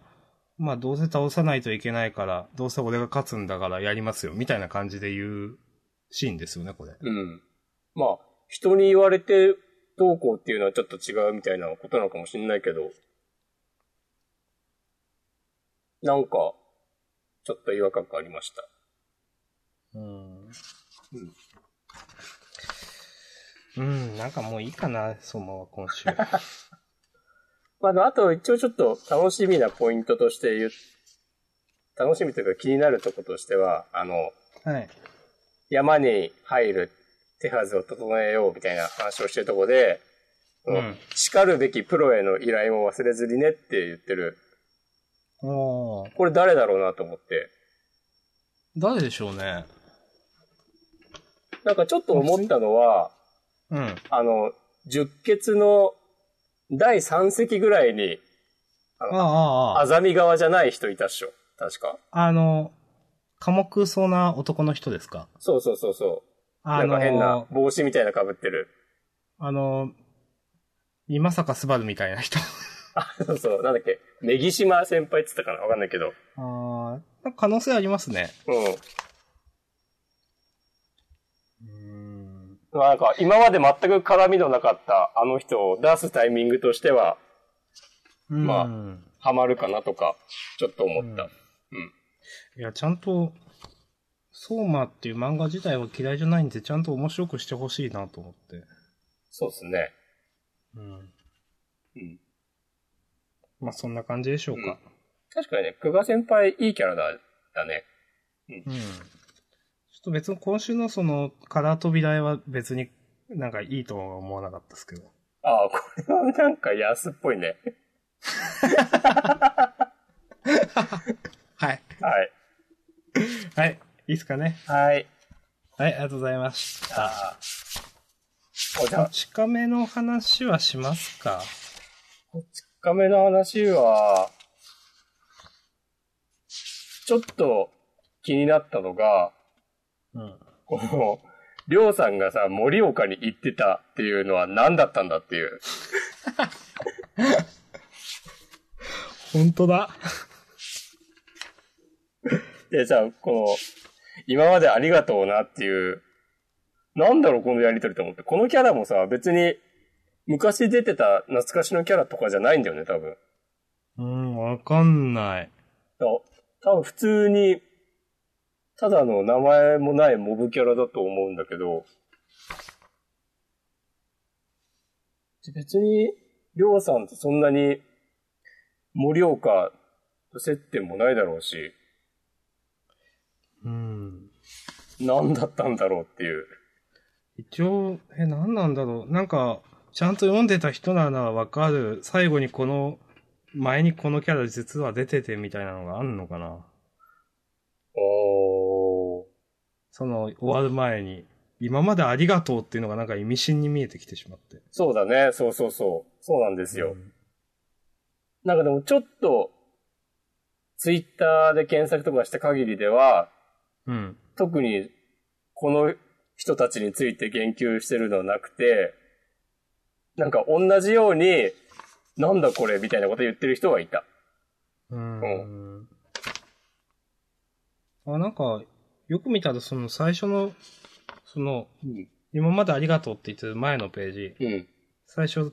[SPEAKER 1] まあどうせ倒さないといけないから、どうせ俺が勝つんだからやりますよ、みたいな感じで言うシーンですよね、これ。
[SPEAKER 2] た。うん。まあ、人に言われてどうこうっていうのはちょっと違うみたいなことなのかもしれないけど、なんか、ちょっと違和感がありました。
[SPEAKER 1] うん。うん、なんかもういいかな、相馬は今 週。
[SPEAKER 2] まあでも、あと一応ちょっと楽しみなポイントとして言う、楽しみというか気になるとことしては、あの、
[SPEAKER 1] はい。
[SPEAKER 2] 山に入る手はずを整えようみたいな話をしてるとこで、
[SPEAKER 1] うん。
[SPEAKER 2] 叱るべきプロへの依頼も忘れずにねって言ってる。
[SPEAKER 1] おー
[SPEAKER 2] これ誰だろうなと思って。
[SPEAKER 1] 誰でしょうね。
[SPEAKER 2] なんかちょっと思ったのは、
[SPEAKER 1] うん。
[SPEAKER 2] あの、十血の第三席ぐらいに、
[SPEAKER 1] ああ、ああ、あ
[SPEAKER 2] あざみ側じゃない人いたっしょ。確か。
[SPEAKER 1] あ。あの、寡黙そうな男の人ですか
[SPEAKER 2] そうそうそうそう。
[SPEAKER 1] あ
[SPEAKER 2] なん
[SPEAKER 1] の
[SPEAKER 2] か変な帽子みたいな被ってる。
[SPEAKER 1] あの、今坂すばるみたいな人。
[SPEAKER 2] そうそう、なんだっけ、メギシマ先輩って言ったかなわかんないけど。
[SPEAKER 1] ああ、可能性ありますね。
[SPEAKER 2] う
[SPEAKER 1] うん。
[SPEAKER 2] ん。なんか、今まで全く絡みのなかったあの人を出すタイミングとしては、まあハマるかなとか、ちょっと思った。
[SPEAKER 1] いや、ちゃんと、相馬っていう漫画自体は嫌いじゃないんで、ちゃんと面白くしてほしいなと思って。
[SPEAKER 2] そうですね。
[SPEAKER 1] うん。
[SPEAKER 2] うん。
[SPEAKER 1] まあそんな感じでしょうか。
[SPEAKER 2] 確かにね、久我先輩いいキャラだ、だね。
[SPEAKER 1] うん。ちょっと別に今週のそのカラー扉絵は別になんかいいとは思わなかったですけど。
[SPEAKER 2] ああ、これはなんか安っぽいね。
[SPEAKER 1] はい。
[SPEAKER 2] はい。
[SPEAKER 1] はい。いいっすかね。
[SPEAKER 2] はい。
[SPEAKER 1] はい、ありがとうございました。
[SPEAKER 2] ああ。おじゃあ
[SPEAKER 1] こ、ち亀の話はしますか
[SPEAKER 2] カメの話は、ちょっと気になったのが、
[SPEAKER 1] うん。
[SPEAKER 2] この、りょうさんがさ、盛岡に行ってたっていうのは何だったんだっていう。
[SPEAKER 1] 本当だ。
[SPEAKER 2] で、じゃあ、この、今までありがとうなっていう、なんだろう、このやりとりと思って。このキャラもさ、別に、昔出てた懐かしのキャラとかじゃないんだよね、多分。
[SPEAKER 1] うん、わかんない。
[SPEAKER 2] いや多分普通に、ただの名前もないモブキャラだと思うんだけど、で別に、りょうさんとそんなに、盛岡と接点もないだろうし、
[SPEAKER 1] うん。
[SPEAKER 2] 何だったんだろうっていう。
[SPEAKER 1] 一応、え、何なんだろう。なんか、ちゃんと読んでた人ならわかる。最後にこの、前にこのキャラ実は出ててみたいなのがあるのかな。
[SPEAKER 2] おー。
[SPEAKER 1] その、終わる前に。今までありがとうっていうのがなんか意味深に見えてきてしまって。
[SPEAKER 2] そうだね、そうそうそう。そうなんですよ。なんかでもちょっと、ツイッターで検索とかした限りでは、
[SPEAKER 1] うん。
[SPEAKER 2] 特にこの人たちについて言及してるのはなくて、なんか同じように、なんだこれみたいなこと言ってる人はいた。
[SPEAKER 1] うん。うん、あ、なんか、よく見たらその最初の、その、
[SPEAKER 2] うん。
[SPEAKER 1] 今までありがとうって言ってる前のページ。
[SPEAKER 2] うん。
[SPEAKER 1] 最初、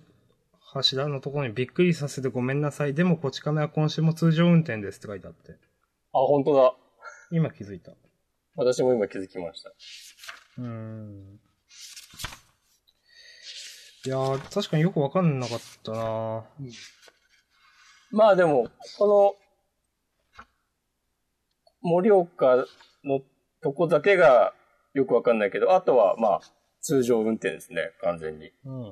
[SPEAKER 1] 柱のところにびっくりさせてごめんなさい。でも、こち亀は今週も通常運転ですって書いてあって。
[SPEAKER 2] あ、本当だ。
[SPEAKER 1] 今気づいた。
[SPEAKER 2] 私も今気づきました。
[SPEAKER 1] うーん。いやー、確かによくわかんなかったなー
[SPEAKER 2] まあでも、この、盛岡のとこだけがよくわかんないけど、あとはまあ、通常運転ですね、完全に。
[SPEAKER 1] うん。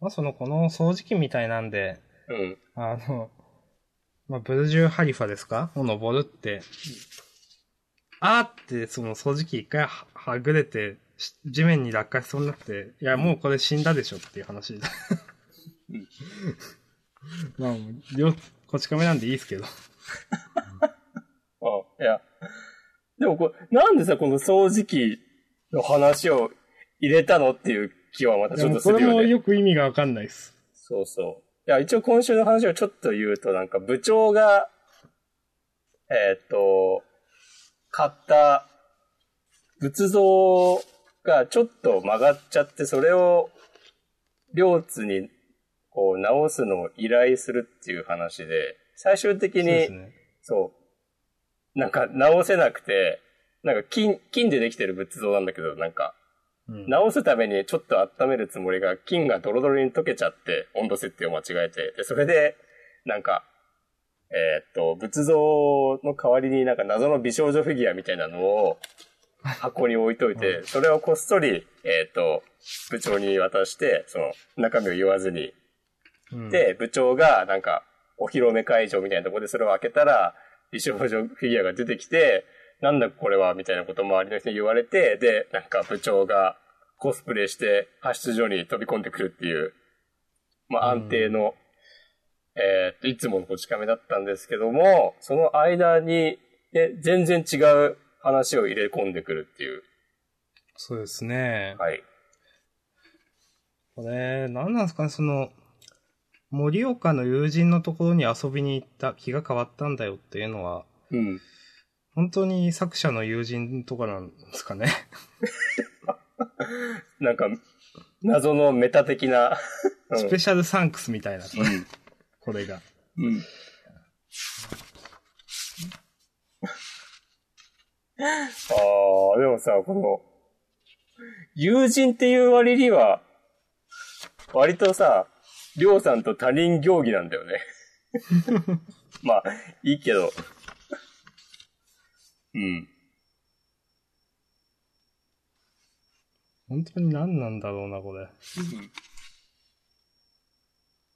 [SPEAKER 1] まあ、その、この掃除機みたいなんで、
[SPEAKER 2] うん。
[SPEAKER 1] あの、まあ、ブルジュハリファですかを登るって、あーって、その掃除機一回ははぐれて、し地面に落下しそうになって、いや、もうこれ死んだでしょっていう話だ。
[SPEAKER 2] うん
[SPEAKER 1] まあ、両、こち亀なんでいいですけど。
[SPEAKER 2] あ、いや。でもこれ、なんでさ、この掃除機の話を入れたのっていう気はまたち
[SPEAKER 1] で
[SPEAKER 2] ょっ
[SPEAKER 1] も
[SPEAKER 2] とす
[SPEAKER 1] こ
[SPEAKER 2] る
[SPEAKER 1] れも
[SPEAKER 2] よね。
[SPEAKER 1] よく意味がわかんないです。
[SPEAKER 2] そうそう。いや、一応今週の話をちょっと言うと、なんか部長が、えーっと、買った仏像がちょっと曲がっちゃって、それを、両津に、こう、直すのを依頼するっていう話で、最終的
[SPEAKER 1] そうで
[SPEAKER 2] に
[SPEAKER 1] す、ね。
[SPEAKER 2] そう。なんか直せなくて、なんか金、金でできてる仏像なんだけど、なんか、
[SPEAKER 1] うん
[SPEAKER 2] 直すためにちょっと温めるつもりが、金がドロドロに溶けちゃって、温度設定を間違えて、で、それで、なんか、えーっと、仏像の代わりになんか謎の美少女フィギュアみたいなのを箱に置いといて、それをこっそり、えーっと、部長に渡して、その中身を言わずに
[SPEAKER 1] うん、
[SPEAKER 2] で、部長が、なんか、お披露目会場みたいなところでそれを開けたら、美少女フィギュアが出てきて、なんだこれはみたいなことを周りの人に言われて、で、なんか部長がコスプレして派出所に飛び込んでくるっていう、まあ
[SPEAKER 1] うん
[SPEAKER 2] 安定の、えーっと、いつものこち亀だったんですけども、その間に、で、全然違う話を入れ込んでくるっていう。
[SPEAKER 1] そうですね。
[SPEAKER 2] はい。
[SPEAKER 1] これ、何なんですかね、その、盛岡の友人のところに遊びに行った、気が変わったんだよっていうのは、
[SPEAKER 2] うん。
[SPEAKER 1] 本当に作者の友人とかなんです かね。
[SPEAKER 2] なんか、謎のメタ的な。うん
[SPEAKER 1] スペシャルサンクスみたいな、これが。
[SPEAKER 2] うん。ああ、でもさ、この、友人っていう割には、割とさ、りょうさんと他人行儀なんだよ ね。まあ、いいけど。うん。
[SPEAKER 1] 本当に何なんだろうな、これ。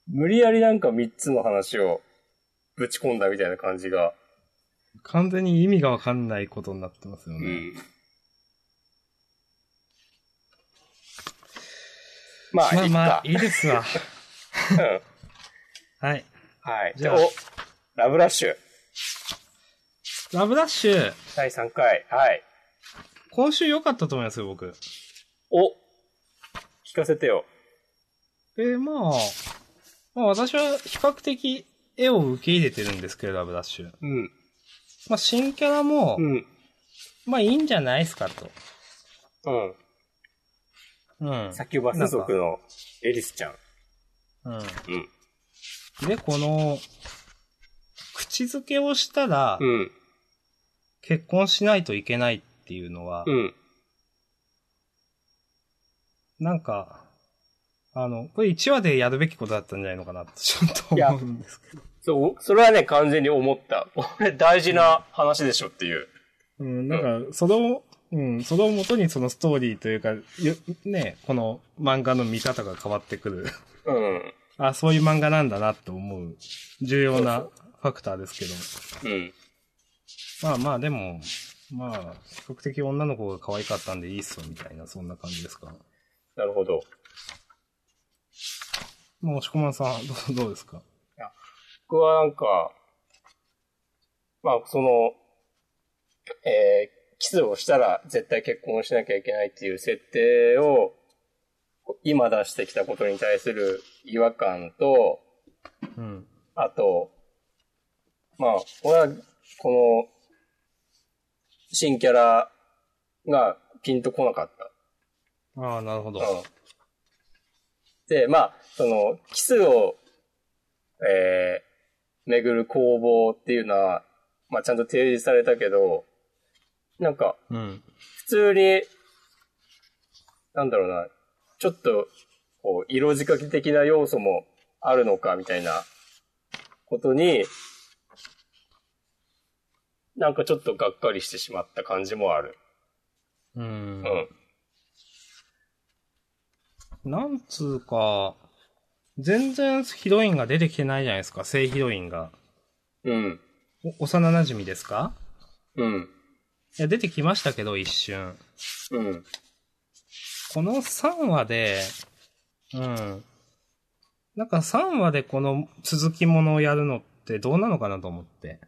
[SPEAKER 2] 無理やりなんか3つの話をぶち込んだみたいな感じが。
[SPEAKER 1] 完全に意味がわかんないことになってますよ
[SPEAKER 2] う
[SPEAKER 1] ね。
[SPEAKER 2] ん。まあ、
[SPEAKER 1] ま
[SPEAKER 2] い
[SPEAKER 1] あ
[SPEAKER 2] い
[SPEAKER 1] ま
[SPEAKER 2] か
[SPEAKER 1] あ、。いいですわ。
[SPEAKER 2] うん
[SPEAKER 1] はい。
[SPEAKER 2] はい。
[SPEAKER 1] じゃあ
[SPEAKER 2] でおラブラッシュ、
[SPEAKER 1] ラブダッシュ、
[SPEAKER 2] 第3回。はい。
[SPEAKER 1] 今週良かったと思いますよ、僕。
[SPEAKER 2] お聞かせてよ。
[SPEAKER 1] で、まあ、まあ私は比較的絵を受け入れてるんですけど、ラブダッシュ。
[SPEAKER 2] うん。
[SPEAKER 1] まあ新キャラも、
[SPEAKER 2] うん。
[SPEAKER 1] まあいいんじゃないですかと。
[SPEAKER 2] うん。
[SPEAKER 1] うん。
[SPEAKER 2] サキュバス族のエリスちゃん。
[SPEAKER 1] う
[SPEAKER 2] うん。
[SPEAKER 1] ん。で、この、口づけをしたら、
[SPEAKER 2] うん。
[SPEAKER 1] 結婚しないといけないっていうのは、
[SPEAKER 2] うん。
[SPEAKER 1] なんか、あの、これ1話でやるべきことだったんじゃないのかなと、 ちょっと
[SPEAKER 2] いや
[SPEAKER 1] 思うんですけど。
[SPEAKER 2] そう、それはね、完全に思った。 これ大事な話でしょっていう。
[SPEAKER 1] うん、なんか、それを、うん、それをもとにそのストーリーというか、ゆね、この漫画の見方が変わってくる。
[SPEAKER 2] うん。
[SPEAKER 1] あ、そういう漫画なんだなって思う、重要なファクターですけど。
[SPEAKER 2] うん。
[SPEAKER 1] まあまあ、でも、まあ、比較的女の子が可愛かったんでいいっすよ、みたいな、そんな感じですか。
[SPEAKER 2] なるほど。
[SPEAKER 1] もう、押しこまんさん、どうどうですか
[SPEAKER 2] 僕はなんか、まあ、その、えーキスをしたら絶対結婚しなきゃいけないっていう設定を、今出してきたことに対する違和感と、
[SPEAKER 1] うん。
[SPEAKER 2] あと、まあ、俺は、この、新キャラがピンとこなかった。
[SPEAKER 1] ああ、なるほど。
[SPEAKER 2] うんで、まあ、その、キスを、えー、巡る攻防っていうのは、まあ、ちゃんと提示されたけど、なんか、
[SPEAKER 1] うん。
[SPEAKER 2] 普通に、なんだろうな、ちょっと、こう、色仕掛け的な要素もあるのか、みたいなことに、なんかちょっとがっかりしてしまった感じもある。
[SPEAKER 1] うん
[SPEAKER 2] う。ん。
[SPEAKER 1] なんつうか、全然ヒロインが出てきてないじゃないですか、正ヒロインが。
[SPEAKER 2] うん。
[SPEAKER 1] お幼馴染ですか
[SPEAKER 2] うん。
[SPEAKER 1] いや、出てきましたけど、一瞬。
[SPEAKER 2] うん。
[SPEAKER 1] この3話で、うん。なんか3話でこの続きものをやるのってどうなのかなと思って。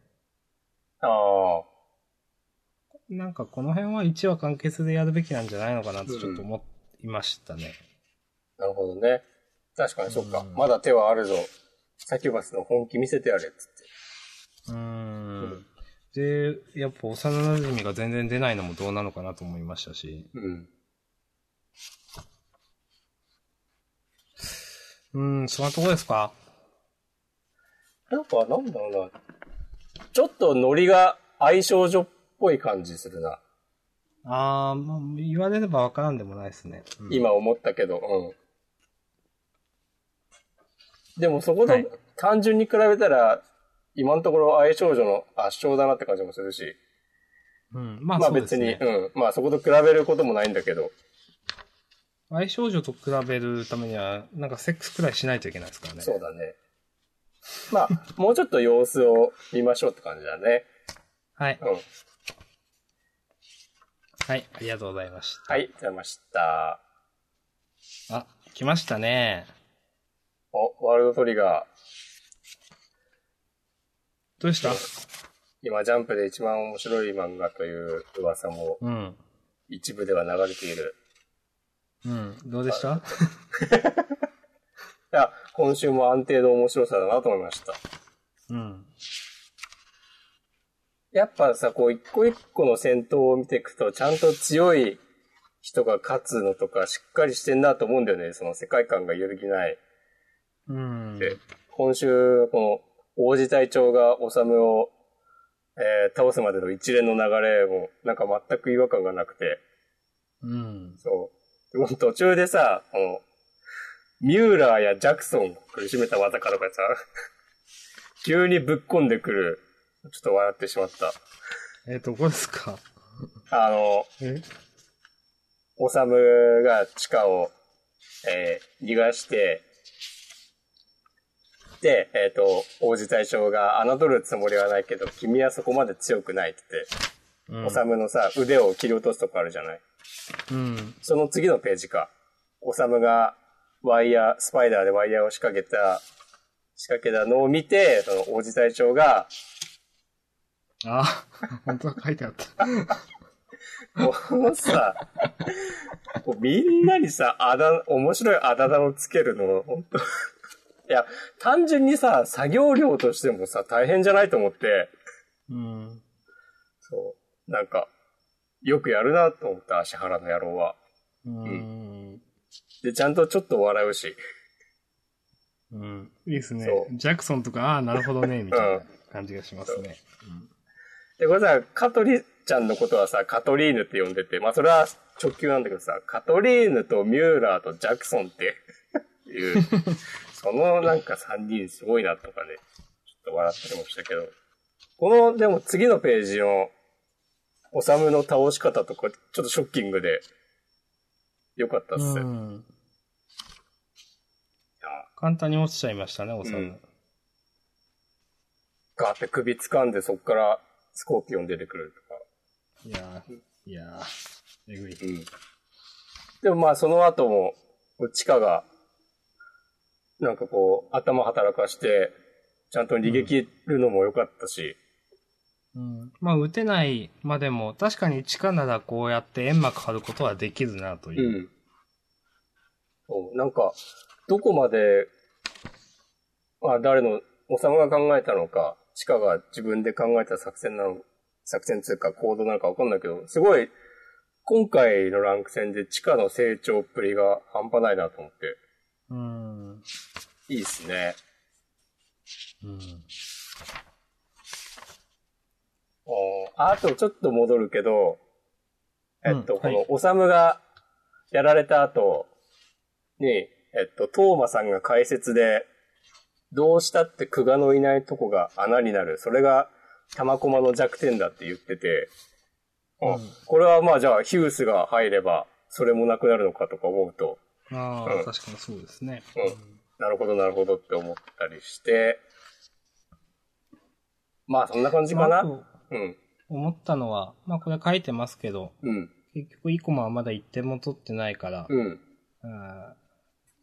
[SPEAKER 2] ああ。
[SPEAKER 1] なんかこの辺は1話完結でやるべきなんじゃないのかなとちょっと思いましたね。
[SPEAKER 2] なるほどね。確かにそっか。
[SPEAKER 1] うん
[SPEAKER 2] まだ手はあるぞ。サキュバスの本気見せてやれっつって。
[SPEAKER 1] うーん。で、やっぱ幼馴染が全然出ないのもどうなのかなと思いましたし。
[SPEAKER 2] うん。
[SPEAKER 1] うん、そんなとこですか
[SPEAKER 2] なんか、なんだろうな。ちょっとノリが相性所っぽい感じするな。
[SPEAKER 1] あー、まあ、言われればわからんでもないですね。うん、
[SPEAKER 2] 今思ったけど、うん。でもそこ
[SPEAKER 1] は
[SPEAKER 2] で
[SPEAKER 1] い
[SPEAKER 2] 単純に比べたら、今のところ相性所の圧勝だなって感じもするし、
[SPEAKER 1] うん、まあ、
[SPEAKER 2] まあ
[SPEAKER 1] そうです
[SPEAKER 2] 別に、
[SPEAKER 1] ね。
[SPEAKER 2] うん。まあそこと比べることもないんだけど、
[SPEAKER 1] 愛少女と比べるためには、なんかセックスくらいしないといけないですからね。
[SPEAKER 2] そうだね。まあ、もうちょっと様子を見ましょうって感じだね。
[SPEAKER 1] はい。
[SPEAKER 2] うん。
[SPEAKER 1] はい。ありがとうございました。
[SPEAKER 2] はい、出ました。
[SPEAKER 1] あ、来ましたね。
[SPEAKER 2] お、ワールドトリガー。
[SPEAKER 1] どうした
[SPEAKER 2] 今、ジャンプで一番面白い漫画という噂も
[SPEAKER 1] うん。
[SPEAKER 2] 一部では流れている。
[SPEAKER 1] うん。どうでした
[SPEAKER 2] いや、今週も安定の面白さだなと思いました。
[SPEAKER 1] うん。
[SPEAKER 2] やっぱさ、こう、一個一個の戦闘を見ていくと、ちゃんと強い人が勝つのとか、しっかりしてんなと思うんだよね。その世界観が揺るぎない。
[SPEAKER 1] うん。
[SPEAKER 2] で、今週、この、王子隊長が治むを、えー倒すまでの一連の流れも、なんか全く違和感がなくて、
[SPEAKER 1] うん。
[SPEAKER 2] そう。でも途中でさ、あの、ミューラーやジャクソンを苦しめた技かとかさ、 急にぶっ込んでくる。ちょっと笑ってしまった。
[SPEAKER 1] え、どこですか
[SPEAKER 2] あの、
[SPEAKER 1] え
[SPEAKER 2] オサムが地下を、えー逃がして、で、えっ、と、王子大将が侮るつもりはないけど、君はそこまで強くないって
[SPEAKER 1] う
[SPEAKER 2] 言
[SPEAKER 1] ん
[SPEAKER 2] って、オサムのさ、腕を切り落とすとこあるじゃない。
[SPEAKER 1] うん。
[SPEAKER 2] その次のページか。オサムがワイヤー、スパイダーでワイヤーを仕掛けた、仕掛けたのを見て、その王子隊長が、
[SPEAKER 1] あ、本当は書いてあった。
[SPEAKER 2] このさ、こうみんなにさ、あだ、面白いあだ名をつけるの、本当いや、単純にさ、作業量としてもさ、大変じゃないと思って、
[SPEAKER 1] うん。
[SPEAKER 2] そう、なんか、よくやるなと思った、足原の野郎は。
[SPEAKER 1] うん。
[SPEAKER 2] で、ちゃんとちょっと笑うし。
[SPEAKER 1] うん。いいですね
[SPEAKER 2] そ。
[SPEAKER 1] ジャクソンとか、ああ、なるほど ね、みたいな感じがしますね。
[SPEAKER 2] で、これさ、カトリちゃんのことはさ、カトリーヌって呼んでて、まあそれは直球なんだけどさ、カトリーヌとミューラーとジャクソンって いう、そのなんか3人すごいなとかね、ちょっと笑ったりもしたけど、この、でも次のページの、オサムの倒し方とか、ちょっとショッキングで、よかったっす。い
[SPEAKER 1] うん。
[SPEAKER 2] や
[SPEAKER 1] 簡単に落ちちゃいましたね、おさ
[SPEAKER 2] う
[SPEAKER 1] む
[SPEAKER 2] ん。ガーって首掴んでそっからスコーピオン出てくるとか。
[SPEAKER 1] いやー、いやー、えぐい。
[SPEAKER 2] うん。でもまあその後も、地下が、なんかこう、頭働かして、ちゃんと逃げ切るのも良かったし、
[SPEAKER 1] うん。まあ、打てないまでも、確かに地下ならこうやって煙幕張ることはできるな、という。
[SPEAKER 2] ん。そう、なんか、どこまで、まあ誰の、おさむが考えたのか、地下が自分で考えた作戦なの、作戦つうか行動なのかわかんないけど、すごい、今回のランク戦で地下の成長っぷりが半端ないなと思っ
[SPEAKER 1] うん。うん。
[SPEAKER 2] て、いいっすね。おーああとちょっと戻るけど、えっと、
[SPEAKER 1] うんはい
[SPEAKER 2] この、オサムがやられた後に、えっと、トーマさんが解説で、どうしたってクガのいないとこが穴になる。それが玉駒の弱点だって言ってて、あ
[SPEAKER 1] うん
[SPEAKER 2] これはまあじゃあヒュースが入れば、それもなくなるのかとか思うと、
[SPEAKER 1] あ
[SPEAKER 2] う
[SPEAKER 1] あ、
[SPEAKER 2] ん
[SPEAKER 1] 確かにそうですね。
[SPEAKER 2] うんなるほどなるほどって思ったりして、まあそんな感じか
[SPEAKER 1] まああ
[SPEAKER 2] な。
[SPEAKER 1] と
[SPEAKER 2] うん。
[SPEAKER 1] 思ったのは、まあこれ書いてますけど、
[SPEAKER 2] うん。
[SPEAKER 1] 結局イコマはまだ1点も取ってないから、
[SPEAKER 2] うん。
[SPEAKER 1] あー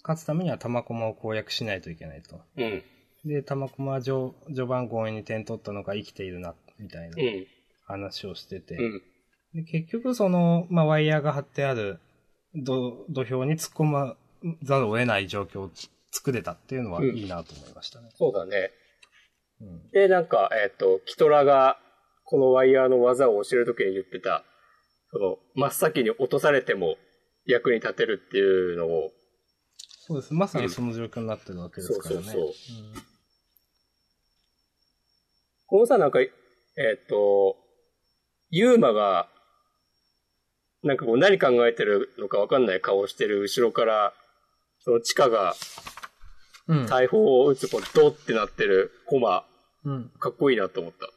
[SPEAKER 1] 勝つためには玉駒を攻略しないといけないと。
[SPEAKER 2] うん。
[SPEAKER 1] で、玉駒は序序盤強引に点取ったのが生きているな、みたいな
[SPEAKER 2] うん。
[SPEAKER 1] 話をしてて。
[SPEAKER 2] うん。
[SPEAKER 1] で結局その、まあ、ワイヤーが張ってある土土俵に突っ込まざるを得ない状況を作れたっていうのは
[SPEAKER 2] うん
[SPEAKER 1] いいなと思いましたね。
[SPEAKER 2] そうだね。
[SPEAKER 1] うん。
[SPEAKER 2] で、なんか、えっ、と、キトラが、このワイヤーの技を教えるときに言ってた、その、真っ先に落とされても役に立てるっていうのを、
[SPEAKER 1] そうです。まさにその状況になってるわけですからね。
[SPEAKER 2] そうそうそうこのさ、なんか、えっ、と、ユーマが、なんかこう何考えてるのかわかんない顔をしてる後ろから、その地下が
[SPEAKER 1] うん。うん
[SPEAKER 2] 大砲を撃つ、こう、ドってなってるコマ、
[SPEAKER 1] うん。
[SPEAKER 2] かっこいいなと思った。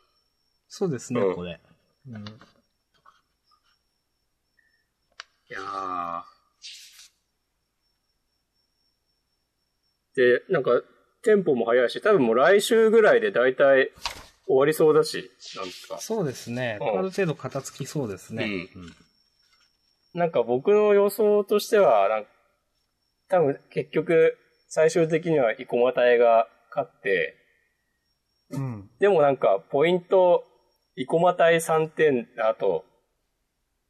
[SPEAKER 1] そうですね、
[SPEAKER 2] うん
[SPEAKER 1] これ。うん。
[SPEAKER 2] いやーで、なんか、テンポも早いし、多分もう来週ぐらいで大体終わりそうだし、なんか。
[SPEAKER 1] そうですね。あ
[SPEAKER 2] うん
[SPEAKER 1] る程度片付きそうですね。うん。
[SPEAKER 2] なんか僕の予想としては、なんか多分結局、最終的には生駒隊が勝って、
[SPEAKER 1] うん。
[SPEAKER 2] でもなんか、ポイント、生駒隊3点、あと、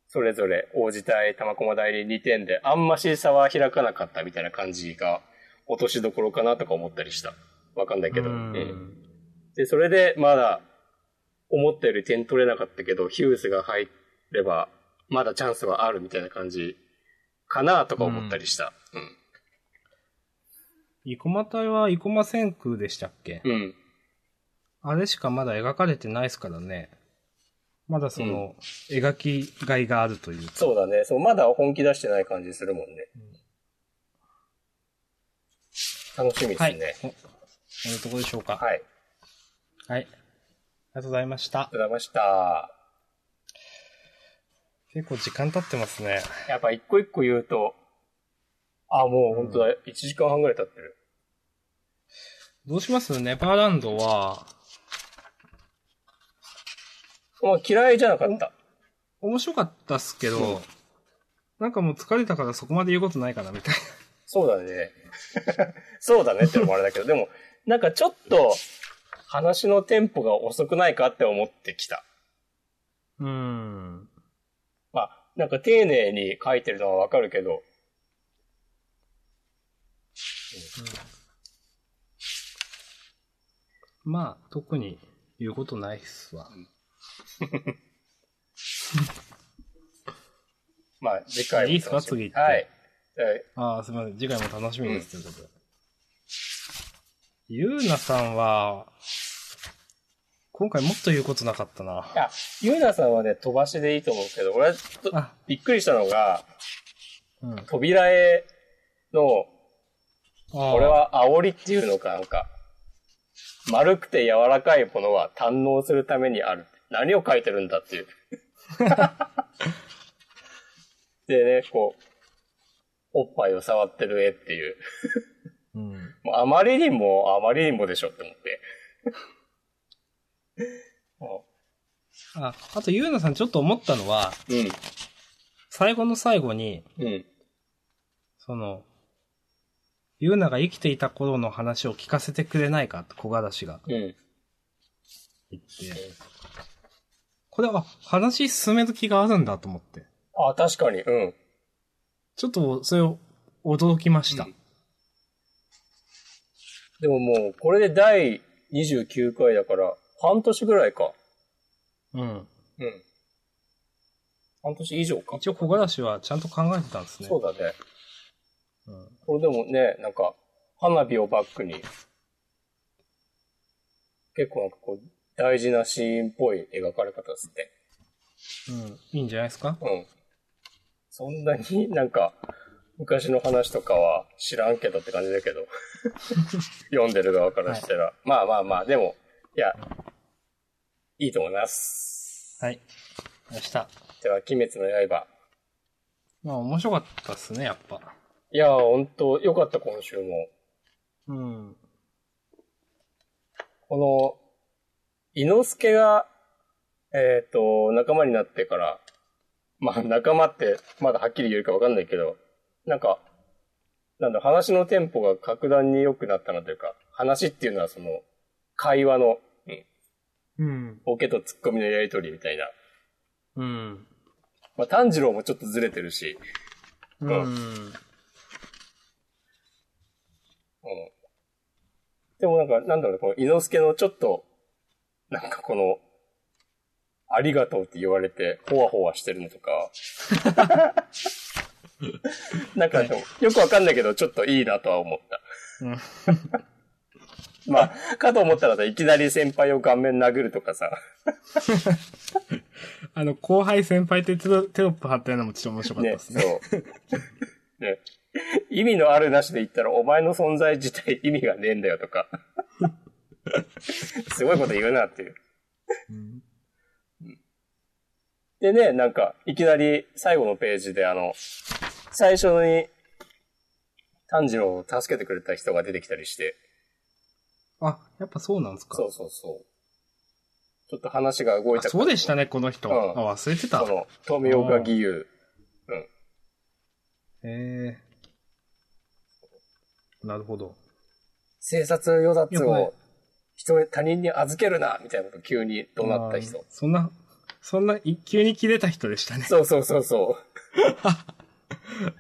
[SPEAKER 2] それぞれ、王子隊、玉駒隊に2点で、あんまし差は開かなかったみたいな感じが、落としどころかなとか思ったりした。わかんないけど。
[SPEAKER 1] う
[SPEAKER 2] ええ
[SPEAKER 1] ん。
[SPEAKER 2] で、それで、まだ、思ったより点取れなかったけど、ヒュースが入れば、まだチャンスはあるみたいな感じかなとか思ったりした。
[SPEAKER 1] 生駒隊は生駒千空でしたっけ、
[SPEAKER 2] うん。うん。
[SPEAKER 1] あれしかまだ描かれてないですからね。まだその、描きがいがあるというか
[SPEAKER 2] そうだね。そう、まだ本気出してない感じするもんね。楽しみで
[SPEAKER 1] はい。
[SPEAKER 2] すね。
[SPEAKER 1] おこういうところでしょうか。
[SPEAKER 2] はい。あり
[SPEAKER 1] はい。ありがとうございました
[SPEAKER 2] が。とうございました。
[SPEAKER 1] 結構時間経ってますね。
[SPEAKER 2] やっぱ一個一個言うと、あ、もう本当だ、1時間半ぐらい経ってる。
[SPEAKER 1] どうしますネバーランドは、
[SPEAKER 2] まあ嫌いじゃなかった。
[SPEAKER 1] 面白かったっすけど、
[SPEAKER 2] うん
[SPEAKER 1] なんかもう疲れたからそこまで言うことないかな、みたい
[SPEAKER 2] そうだね。 そうだねってのもあれだけど、でも、なんかちょっと、話のテンポが遅くないかって思ってきた。
[SPEAKER 1] な。うん。
[SPEAKER 2] まあ、なんか丁寧に書いてるのはわかるけど、
[SPEAKER 1] まあ、特に言うことないっすわ。
[SPEAKER 2] まあ、次回も楽しみ。
[SPEAKER 1] いいっすか次行って
[SPEAKER 2] はい。え
[SPEAKER 1] ああ、すみません。次回も楽しみです、ということで。ゆうなさんは、今回もっと言うことなかったな。
[SPEAKER 2] ーあ、ゆうなさんはね、飛ばしでいいと思うけど、俺はちょっと
[SPEAKER 1] あ、
[SPEAKER 2] びっくりしたのが、
[SPEAKER 1] うん。あ
[SPEAKER 2] 扉絵の、
[SPEAKER 1] あ
[SPEAKER 2] これ、は煽りっていうのかなんか、丸くて柔らかいものは堪能するためにある。何を書いてるんだっていう。でね、こう、おっぱいを触ってる絵っていう。
[SPEAKER 1] うん。
[SPEAKER 2] もうあまりにも、あまりにもでしょって思って。
[SPEAKER 1] あ、あとゆうなさんちょっと思ったのは、
[SPEAKER 2] う
[SPEAKER 1] 最後の最後に、
[SPEAKER 2] ん。うん。
[SPEAKER 1] その、ゆうなが生きていた頃の話を聞かせてくれないかって小柄氏が
[SPEAKER 2] うん。
[SPEAKER 1] 言って、これは話進める気があるんだと思って。
[SPEAKER 2] あ、確かに。うん。
[SPEAKER 1] ちょっとそれを驚きました。
[SPEAKER 2] うんでももう、これで第29回だから、半年ぐらいか。
[SPEAKER 1] うん。
[SPEAKER 2] うん。半年以上か。
[SPEAKER 1] 一応小柄氏はちゃんと考えてたんですね。
[SPEAKER 2] そうだね。
[SPEAKER 1] うん
[SPEAKER 2] これでもね、なんか、花火をバックに、結構なんかこう、大事なシーンっぽい描かれ方ですね。
[SPEAKER 1] うん。いいんじゃないですか
[SPEAKER 2] うん。そんなになんか、昔の話とかは知らんけどって感じだけ ど、読んでる側からしたら、まあまあまあ、でも、いや、いいと思います。
[SPEAKER 1] はい。明日。
[SPEAKER 2] では、鬼滅の刃。
[SPEAKER 1] まあ面白かったっすね、やっぱ。
[SPEAKER 2] いやー、ほんと、よかった、今週も。
[SPEAKER 1] うん。
[SPEAKER 2] この、伊之助が、えっ、と、仲間になってから、まあ、仲間って、まだはっきり言えるかわかんないけど、なんか、なんだ、話のテンポが格段に良くなったなというか、話っていうのはその、会話の、う
[SPEAKER 1] う
[SPEAKER 2] ん、
[SPEAKER 1] ん。
[SPEAKER 2] ボケとツッコミのやりとりみたいな。
[SPEAKER 1] うん。
[SPEAKER 2] まあ、炭治郎もちょっとずれてるし、
[SPEAKER 1] うんん。
[SPEAKER 2] うん。でもなんか、なんだろうね、この伊之助のちょっと、なんかこの、ありがとうって言われて、ほわほわしてるのとか。 なんかでも、よくわかんないけど、ちょっといいなとは思った。
[SPEAKER 1] うん。
[SPEAKER 2] まあ、かと思ったらさ、いきなり先輩を顔面殴るとかさ、
[SPEAKER 1] あの、後輩先輩ってテロテロップ貼ったようなのもちょっと面白かった
[SPEAKER 2] ね、
[SPEAKER 1] っす
[SPEAKER 2] そ
[SPEAKER 1] ね。
[SPEAKER 2] う。 ね、意味のあるなしで言ったら、お前の存在自体意味がねえんだよ とか。すごいこと言うなっていう。
[SPEAKER 1] うん
[SPEAKER 2] でね、なんか、いきなり最後のページであの、最初に、炭治郎を助けてくれた人が出てきたりして、
[SPEAKER 1] あ、やっぱそうなんですか。
[SPEAKER 2] そうそうそう。ちょっと話が動い
[SPEAKER 1] あ
[SPEAKER 2] た
[SPEAKER 1] そうでしたね、この人。
[SPEAKER 2] うん
[SPEAKER 1] あ、忘れてた
[SPEAKER 2] そ。の、富岡義勇。
[SPEAKER 1] えー。なるほど。
[SPEAKER 2] 生殺与奪
[SPEAKER 1] よくない
[SPEAKER 2] を人に、他人に預けるなみたいなこと急に怒鳴った
[SPEAKER 1] あー
[SPEAKER 2] 人。
[SPEAKER 1] そんな、そんな、一級に切れた人でしたね。
[SPEAKER 2] そうそうそうそう。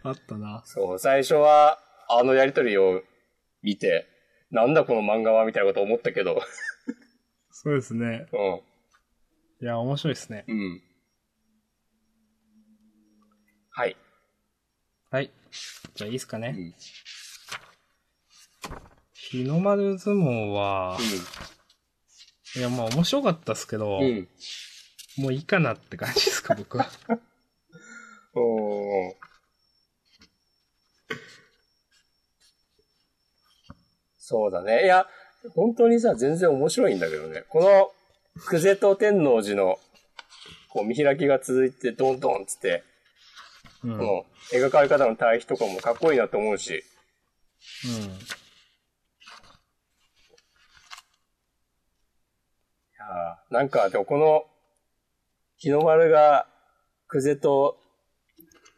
[SPEAKER 1] あったな。
[SPEAKER 2] そう、最初は、あのやりとりを見て、なんだこの漫画はみたいなこと思ったけど、
[SPEAKER 1] そうですね。
[SPEAKER 2] うん。
[SPEAKER 1] いや、面白いですね。
[SPEAKER 2] うん。はい。
[SPEAKER 1] はい。じゃあいいっすかね。
[SPEAKER 2] うん
[SPEAKER 1] 日の丸相撲は、いや、まあ面白かったっすけど、
[SPEAKER 2] うん。
[SPEAKER 1] もういいかなって感じ ですか、僕は。
[SPEAKER 2] おーそうだね。いや、本当にさ、全然面白いんだけどね。この、久世と天王寺の、こう、見開きが続いて、ドンドンっつって、
[SPEAKER 1] うん。
[SPEAKER 2] この、描かれ方の対比とかもかっこいいなと思うし、ああ、なんか、でもこの、日の丸が、久世と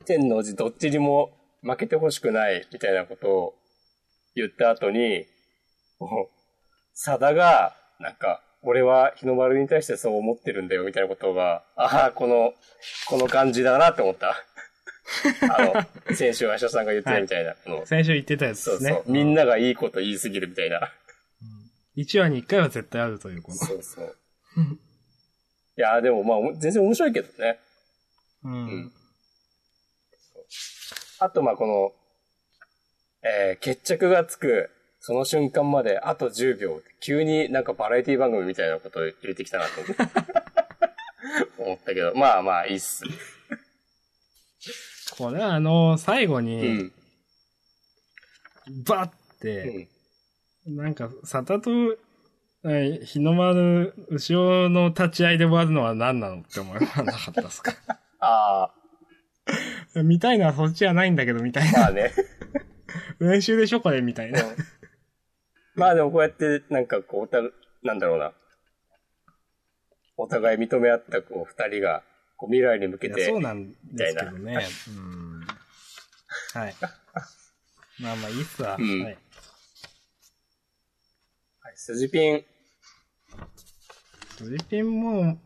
[SPEAKER 2] 天王寺どっちにも負けてほしくないみたいなことを言った後に、こう佐田が、なんか、俺は日の丸に対してそう思ってるんだよみたいなことが、ああ、この、この感じだなって思った。あ の、先週、橋田さんが言ってたみたいな、この
[SPEAKER 1] うん。先週言ってたやつ
[SPEAKER 2] そ
[SPEAKER 1] で
[SPEAKER 2] う
[SPEAKER 1] す
[SPEAKER 2] そう、
[SPEAKER 1] ね。
[SPEAKER 2] みんながいいこと言いすぎるみたいな。
[SPEAKER 1] 1話に1回は絶対あるということ。
[SPEAKER 2] そうそう。いやー、でもまあ、お全然面白いけどね。
[SPEAKER 1] うん。
[SPEAKER 2] あと、まあ、この、えー決着がつく、その瞬間まであと10秒。急になんかバラエティ番組みたいなことを入れてきたなと思って 思ったけど、まあまあ、いいっす。
[SPEAKER 1] これはあの、最後
[SPEAKER 2] う
[SPEAKER 1] に、
[SPEAKER 2] ん。
[SPEAKER 1] バッ
[SPEAKER 2] う
[SPEAKER 1] て、
[SPEAKER 2] ん。
[SPEAKER 1] なんか、サタと、はい日の丸、後ろの立ち合いで終わるのは何なのって思わなかったです か
[SPEAKER 2] あ
[SPEAKER 1] 見たいのはそっちじゃないんだけど、みたい
[SPEAKER 2] あ、
[SPEAKER 1] な。
[SPEAKER 2] まあね。
[SPEAKER 1] 練習でしょ、これ、みたいな。
[SPEAKER 2] まあでもこうやって、なんかこう、おた、なんだろうな。お互い認め合った、こう、二人が、こう、未来に向け
[SPEAKER 1] いや
[SPEAKER 2] て
[SPEAKER 1] そう、なんですけどね。うん。 はい。まあまあ、いいっすわ。
[SPEAKER 2] うん
[SPEAKER 1] はい。
[SPEAKER 2] はい筋ピン、
[SPEAKER 1] ドリピンも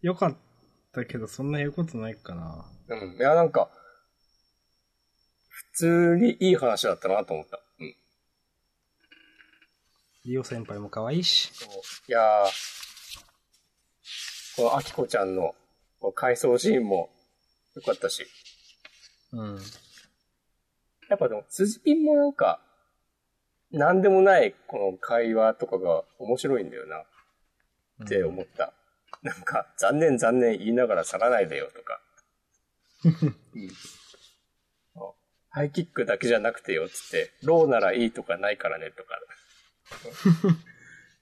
[SPEAKER 1] 良かったけど、そんな言うことないかな。
[SPEAKER 2] うん。いや、なんか、普通にいい話だったなと思った。うん。
[SPEAKER 1] リオ先輩も可愛いし。
[SPEAKER 2] いやー、このアキコちゃんのこう回想シーンも良かったし、
[SPEAKER 1] うん。
[SPEAKER 2] やっぱでも、辻ピンもなんか、なんでもないこの会話とかが面白いんだよなって思った。なんか、残念残念言いながら去らないでよ とか。うんあハイキックだけじゃなくてよっつって、ローならいいとかないからね とか。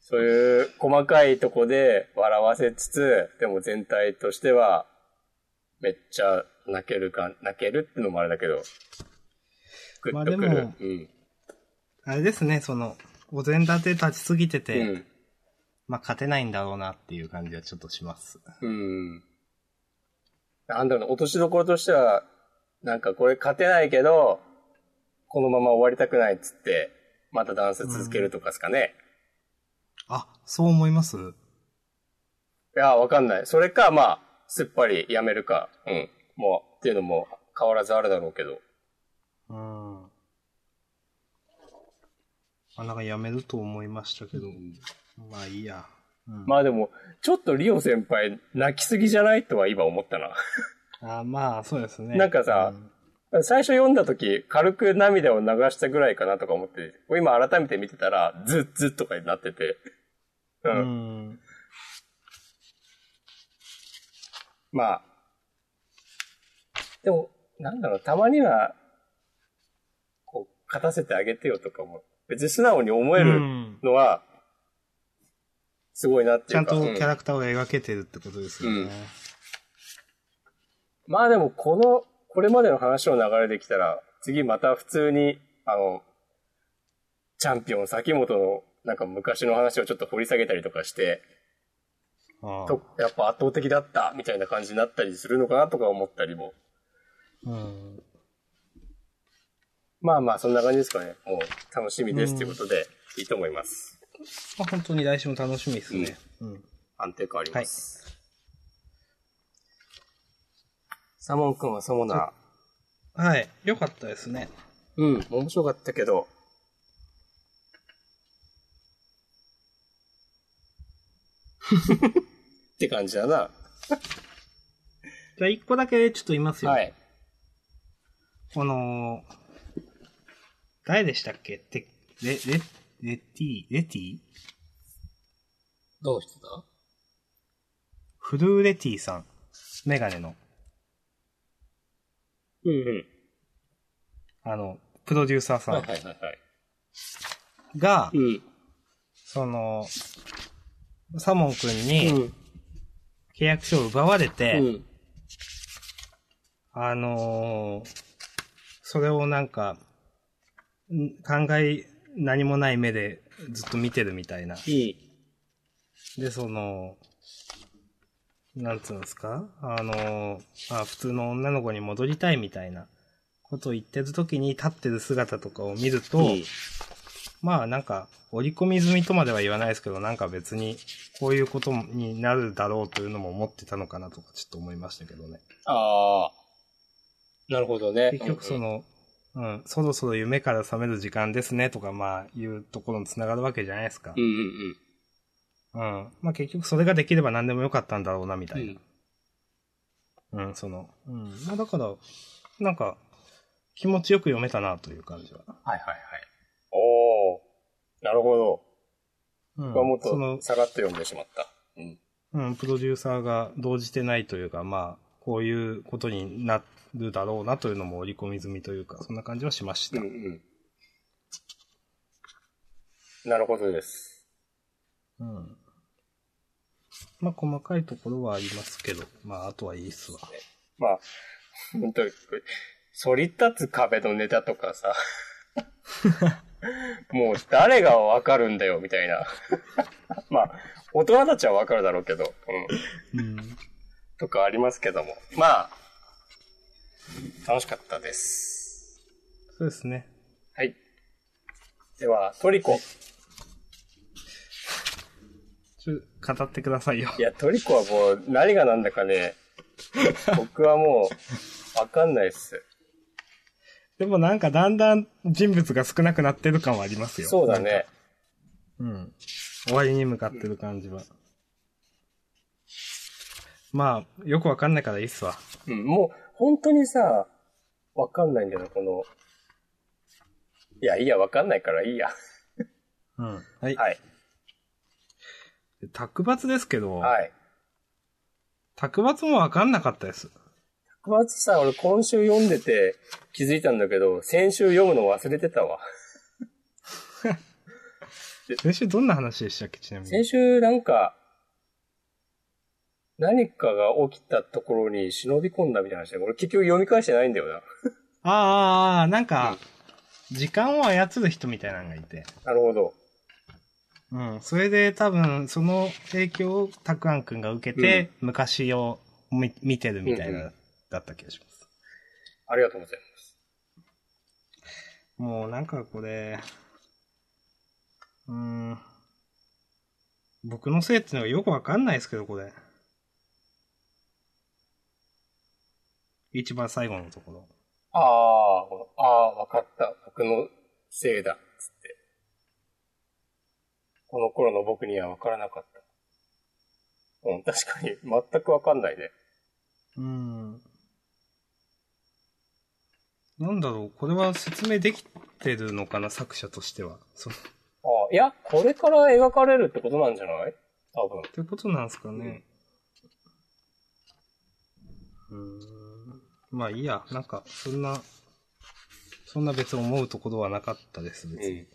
[SPEAKER 2] そういう細かいとこで笑わせつつ、でも全体としては、めっちゃ泣けるか、泣けるってのもあれだけど、グッとく
[SPEAKER 1] まあで
[SPEAKER 2] る
[SPEAKER 1] も。
[SPEAKER 2] うん。
[SPEAKER 1] あれですね、その、お膳立て立ちすぎてて、
[SPEAKER 2] うん。
[SPEAKER 1] まあ勝てないんだろうなっていう感じはちょっとします。
[SPEAKER 2] うん。なんだろうな、落としどころとしては、なんかこれ勝てないけど、このまま終わりたくないっつって、またダンス続けるとかですかね。
[SPEAKER 1] あ、そう思います
[SPEAKER 2] いや、わかんない。それか、まあ、すっぱりやめるか、うん。もう、っていうのも変わらずあるだろうけど。
[SPEAKER 1] うん。あ、なんかやめると思いましたけど、まあいいや。うん、
[SPEAKER 2] まあでも、ちょっとリオ先輩、泣きすぎじゃないとは今思ったな。
[SPEAKER 1] あ、まあそうですね。
[SPEAKER 2] なんかさ
[SPEAKER 1] うん
[SPEAKER 2] 最初読んだ時、軽く涙を流したぐらいかなとか思って、今改めて見てたら、ズッズッとかになってて。
[SPEAKER 1] う
[SPEAKER 2] うん
[SPEAKER 1] ん。
[SPEAKER 2] まあ。でも、なんだろう、たまには、こう、勝たせてあげてよとかも、別に素直に思え
[SPEAKER 1] う
[SPEAKER 2] る
[SPEAKER 1] ん
[SPEAKER 2] のは、すごいなって
[SPEAKER 1] ち
[SPEAKER 2] い
[SPEAKER 1] ゃ
[SPEAKER 2] うんか。
[SPEAKER 1] とキャ
[SPEAKER 2] うん
[SPEAKER 1] ラクターを描けてるってことですよね。
[SPEAKER 2] まあでも、この、これまでの話の流れできたら、次また普通に、あの、チャンピオン、先本の、なんか昔の話をちょっと掘り下げたりとかして、
[SPEAKER 1] ああ
[SPEAKER 2] とやっぱ圧倒的だった、みたいな感じになったりするのかなとか思ったりも。
[SPEAKER 1] うん。
[SPEAKER 2] まあまあ、そんな感じですかね。もう、楽しみですということで、いいと思います。
[SPEAKER 1] まあ本当に来週も楽しみですね。うん。
[SPEAKER 2] 安定感あります。サモン君はサモナー。
[SPEAKER 1] はい。良かったですね。
[SPEAKER 2] うん、面白かったけど。って感じだな。
[SPEAKER 1] じゃあ一個だけちょっと言いますよ。
[SPEAKER 2] はい。
[SPEAKER 1] この、誰でしたっけて、レ、レ、レティ、レティ
[SPEAKER 2] どの人だ
[SPEAKER 1] フルーレティさん。メガネの、
[SPEAKER 2] うんうん。
[SPEAKER 1] あの、プロデューサーさん。
[SPEAKER 2] はいはいはいはい。
[SPEAKER 1] が、
[SPEAKER 2] うん。
[SPEAKER 1] その、サモン君
[SPEAKER 2] う
[SPEAKER 1] に
[SPEAKER 2] ん。
[SPEAKER 1] 契約書を奪われて、
[SPEAKER 2] うん。
[SPEAKER 1] あのーそれをなんか、ん考え何もない目でずっと見てるみたいな。
[SPEAKER 2] うん。
[SPEAKER 1] で、その、なんつうんですかあの、あ普通の女の子に戻りたいみたいなことを言ってる時に立ってる姿とかを見ると、
[SPEAKER 2] うん
[SPEAKER 1] まあなんか、織り込み済みとまでは言わないですけど、なんか別にこういうことになるだろうというのも思ってたのかなとかちょっと思いましたけどね。
[SPEAKER 2] ああ。なるほどね。
[SPEAKER 1] 結局その、うん、そろそろ夢から覚める時間ですねとかまあいうところに繋がるわけじゃないですか
[SPEAKER 2] うん。うん
[SPEAKER 1] うん。まあ結局それができれば何でもよかったんだろうなみた
[SPEAKER 2] うん。う
[SPEAKER 1] いな。
[SPEAKER 2] ん。
[SPEAKER 1] うん、その、うん。まあだから、なんか、気持ちよく読めたなという感じは。
[SPEAKER 2] はいはいはい。おお。なるほど。
[SPEAKER 1] うん
[SPEAKER 2] 僕はもっ
[SPEAKER 1] その
[SPEAKER 2] と、下がって読んでしまった。うん。
[SPEAKER 1] うん、プロデューサーが動じてないというか、まあ、こういうことになるだろうなというのも織り込み済みというか、そんな感じはしまし
[SPEAKER 2] う
[SPEAKER 1] た。
[SPEAKER 2] んうん。なるほどです。
[SPEAKER 1] うん。まあ、細かいところはありますけど、まあ、あとはいいっすわ。
[SPEAKER 2] まあ、本当に、そり立つ壁のネタと かさ、もう誰がわかるんだよ、みたいな。まあ、大人たちはわかるだろうけど、うん。
[SPEAKER 1] うん。
[SPEAKER 2] とかありますけども。まあ、楽しかったです。
[SPEAKER 1] そうですね。
[SPEAKER 2] はい。では、トリコ。
[SPEAKER 1] ちょ、語ってくださいよ。
[SPEAKER 2] いや、トリコはもう、何がなんだかね、僕はもう、わかんないっす。
[SPEAKER 1] でもなんかだんだん人物が少なくなってる感はありますよ。
[SPEAKER 2] そうだね。
[SPEAKER 1] うん。終わりに向かってる感じは。まあ、よくわかんないからいいっすわ。
[SPEAKER 2] うん、もう、本当にさ、わかんないんだよな、この。いや、いいや、わかんないからいいや。
[SPEAKER 1] うん。はい。
[SPEAKER 2] はい。
[SPEAKER 1] 卓抜ですけど、
[SPEAKER 2] はい。
[SPEAKER 1] 卓抜もわかんなかったです。
[SPEAKER 2] 小松さん、俺今週読んでて気づいたんだけど、先週読むの忘れてたわ。
[SPEAKER 1] 先週どんな話でしたっけ、ちなみ
[SPEAKER 2] 先
[SPEAKER 1] に。
[SPEAKER 2] 週なんか、何かが起きたところに忍び込んだみたいな話で、俺結局読み返してないんだよな。
[SPEAKER 1] ああああ、ああ、なんか、時間を操る人みたいなのがいて。
[SPEAKER 2] なるほど。
[SPEAKER 1] うん。それで多分、その影響をたくあんくんが受けて、昔を見見てるみたいな、
[SPEAKER 2] うんうん
[SPEAKER 1] だった気がします。
[SPEAKER 2] ありがとうございます。
[SPEAKER 1] もうなんかこれ、うーん。僕のせいっていうのがよくわかんないですけど、これ。一番最後のところ。
[SPEAKER 2] ああ、このああ、わかった。僕のせいだ。つって。この頃の僕にはわからなかった。うん、確かに、全くわかんないね。
[SPEAKER 1] うん。なんだろう、これは説明できてるのかな、作者としては。そう。っ
[SPEAKER 2] ああ、いや、これから描かれるってことなんじゃない多分。
[SPEAKER 1] てことなんですかね。うーん。まあいいや、なんか、そんな、そんな別に思うところはなかったです、別に。
[SPEAKER 2] うん。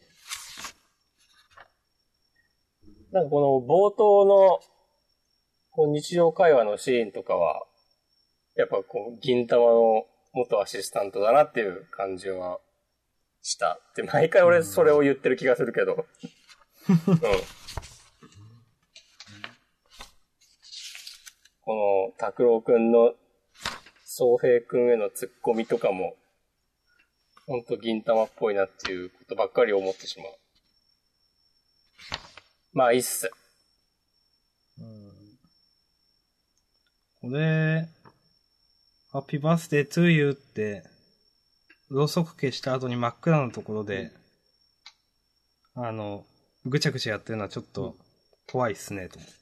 [SPEAKER 2] なんかこの冒頭のこう日常会話のシーンとかは、やっぱこう、銀玉の元アシスタントだなっていう感じはした。で、毎回俺それを言ってる気がするけど。うん。この、拓郎くんの、宗平くんへの突っ込みとかも、ほんと銀玉っぽいなっていうことばっかり思ってしまう。まあ、いいっす。
[SPEAKER 1] これ、ハッピーバースデートゥーユーって、ろうそく消した後に真っ暗なところで、あの、ぐちゃぐちゃやってるのはちょっと怖いっすね、と思って。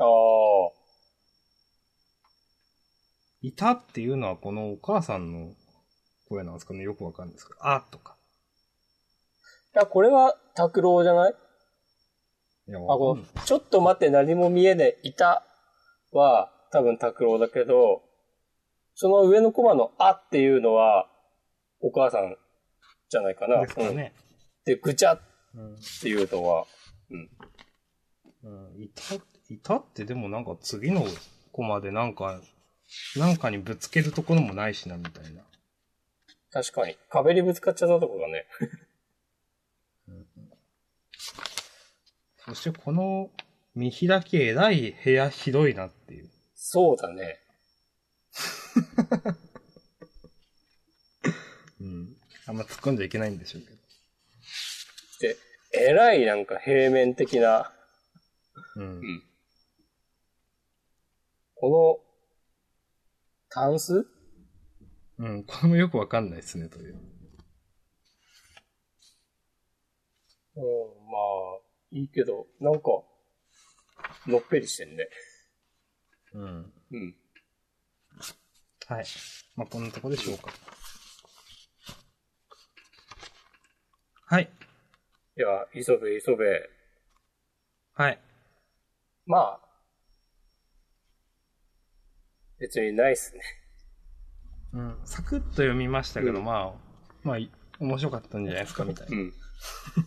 [SPEAKER 2] ああ。
[SPEAKER 1] いたっていうのはこのお母さんの声なんですかねよくわかんないですけど、あとか。
[SPEAKER 2] いや、これは拓郎じゃない
[SPEAKER 1] いや、
[SPEAKER 2] あ、
[SPEAKER 1] わ
[SPEAKER 2] こ
[SPEAKER 1] かんない。
[SPEAKER 2] の、ちょっと待って何も見えねえ、いたは、多分拓郎だけど、その上のコマのあっていうのは、お母さんじゃないかな。
[SPEAKER 1] ですかね。
[SPEAKER 2] で、ぐちゃっ
[SPEAKER 1] うん。
[SPEAKER 2] ていうのは、
[SPEAKER 1] うん。いた、いたってでもなんか次のコマでなんか、なんかにぶつけるところもないしな、みたいな。
[SPEAKER 2] 確かに、壁にぶつかっちゃったとこがね。
[SPEAKER 1] そしてこの見開き偉い部屋ひどいなっていう。
[SPEAKER 2] そうだね。
[SPEAKER 1] うん。あんま突っ込んじゃいけないんでしょうけど。
[SPEAKER 2] で、えらいなんか平面的な、
[SPEAKER 1] うん
[SPEAKER 2] う。んこの、タンス
[SPEAKER 1] うん。これもよくわかんないですね、という。
[SPEAKER 2] うん、まあ、いいけど、なんか、のっぺりしてんね。
[SPEAKER 1] うん。
[SPEAKER 2] うん。
[SPEAKER 1] はい。まあ、こんなとこでしょうか。はい。
[SPEAKER 2] いや、磯部、磯部。
[SPEAKER 1] はい。
[SPEAKER 2] まあ、別にないっすね。
[SPEAKER 1] うん。サクッと読みましたけど、
[SPEAKER 2] うん
[SPEAKER 1] まあ、まあ、い面白かったんじゃないですか、みたいな。
[SPEAKER 2] ん。 い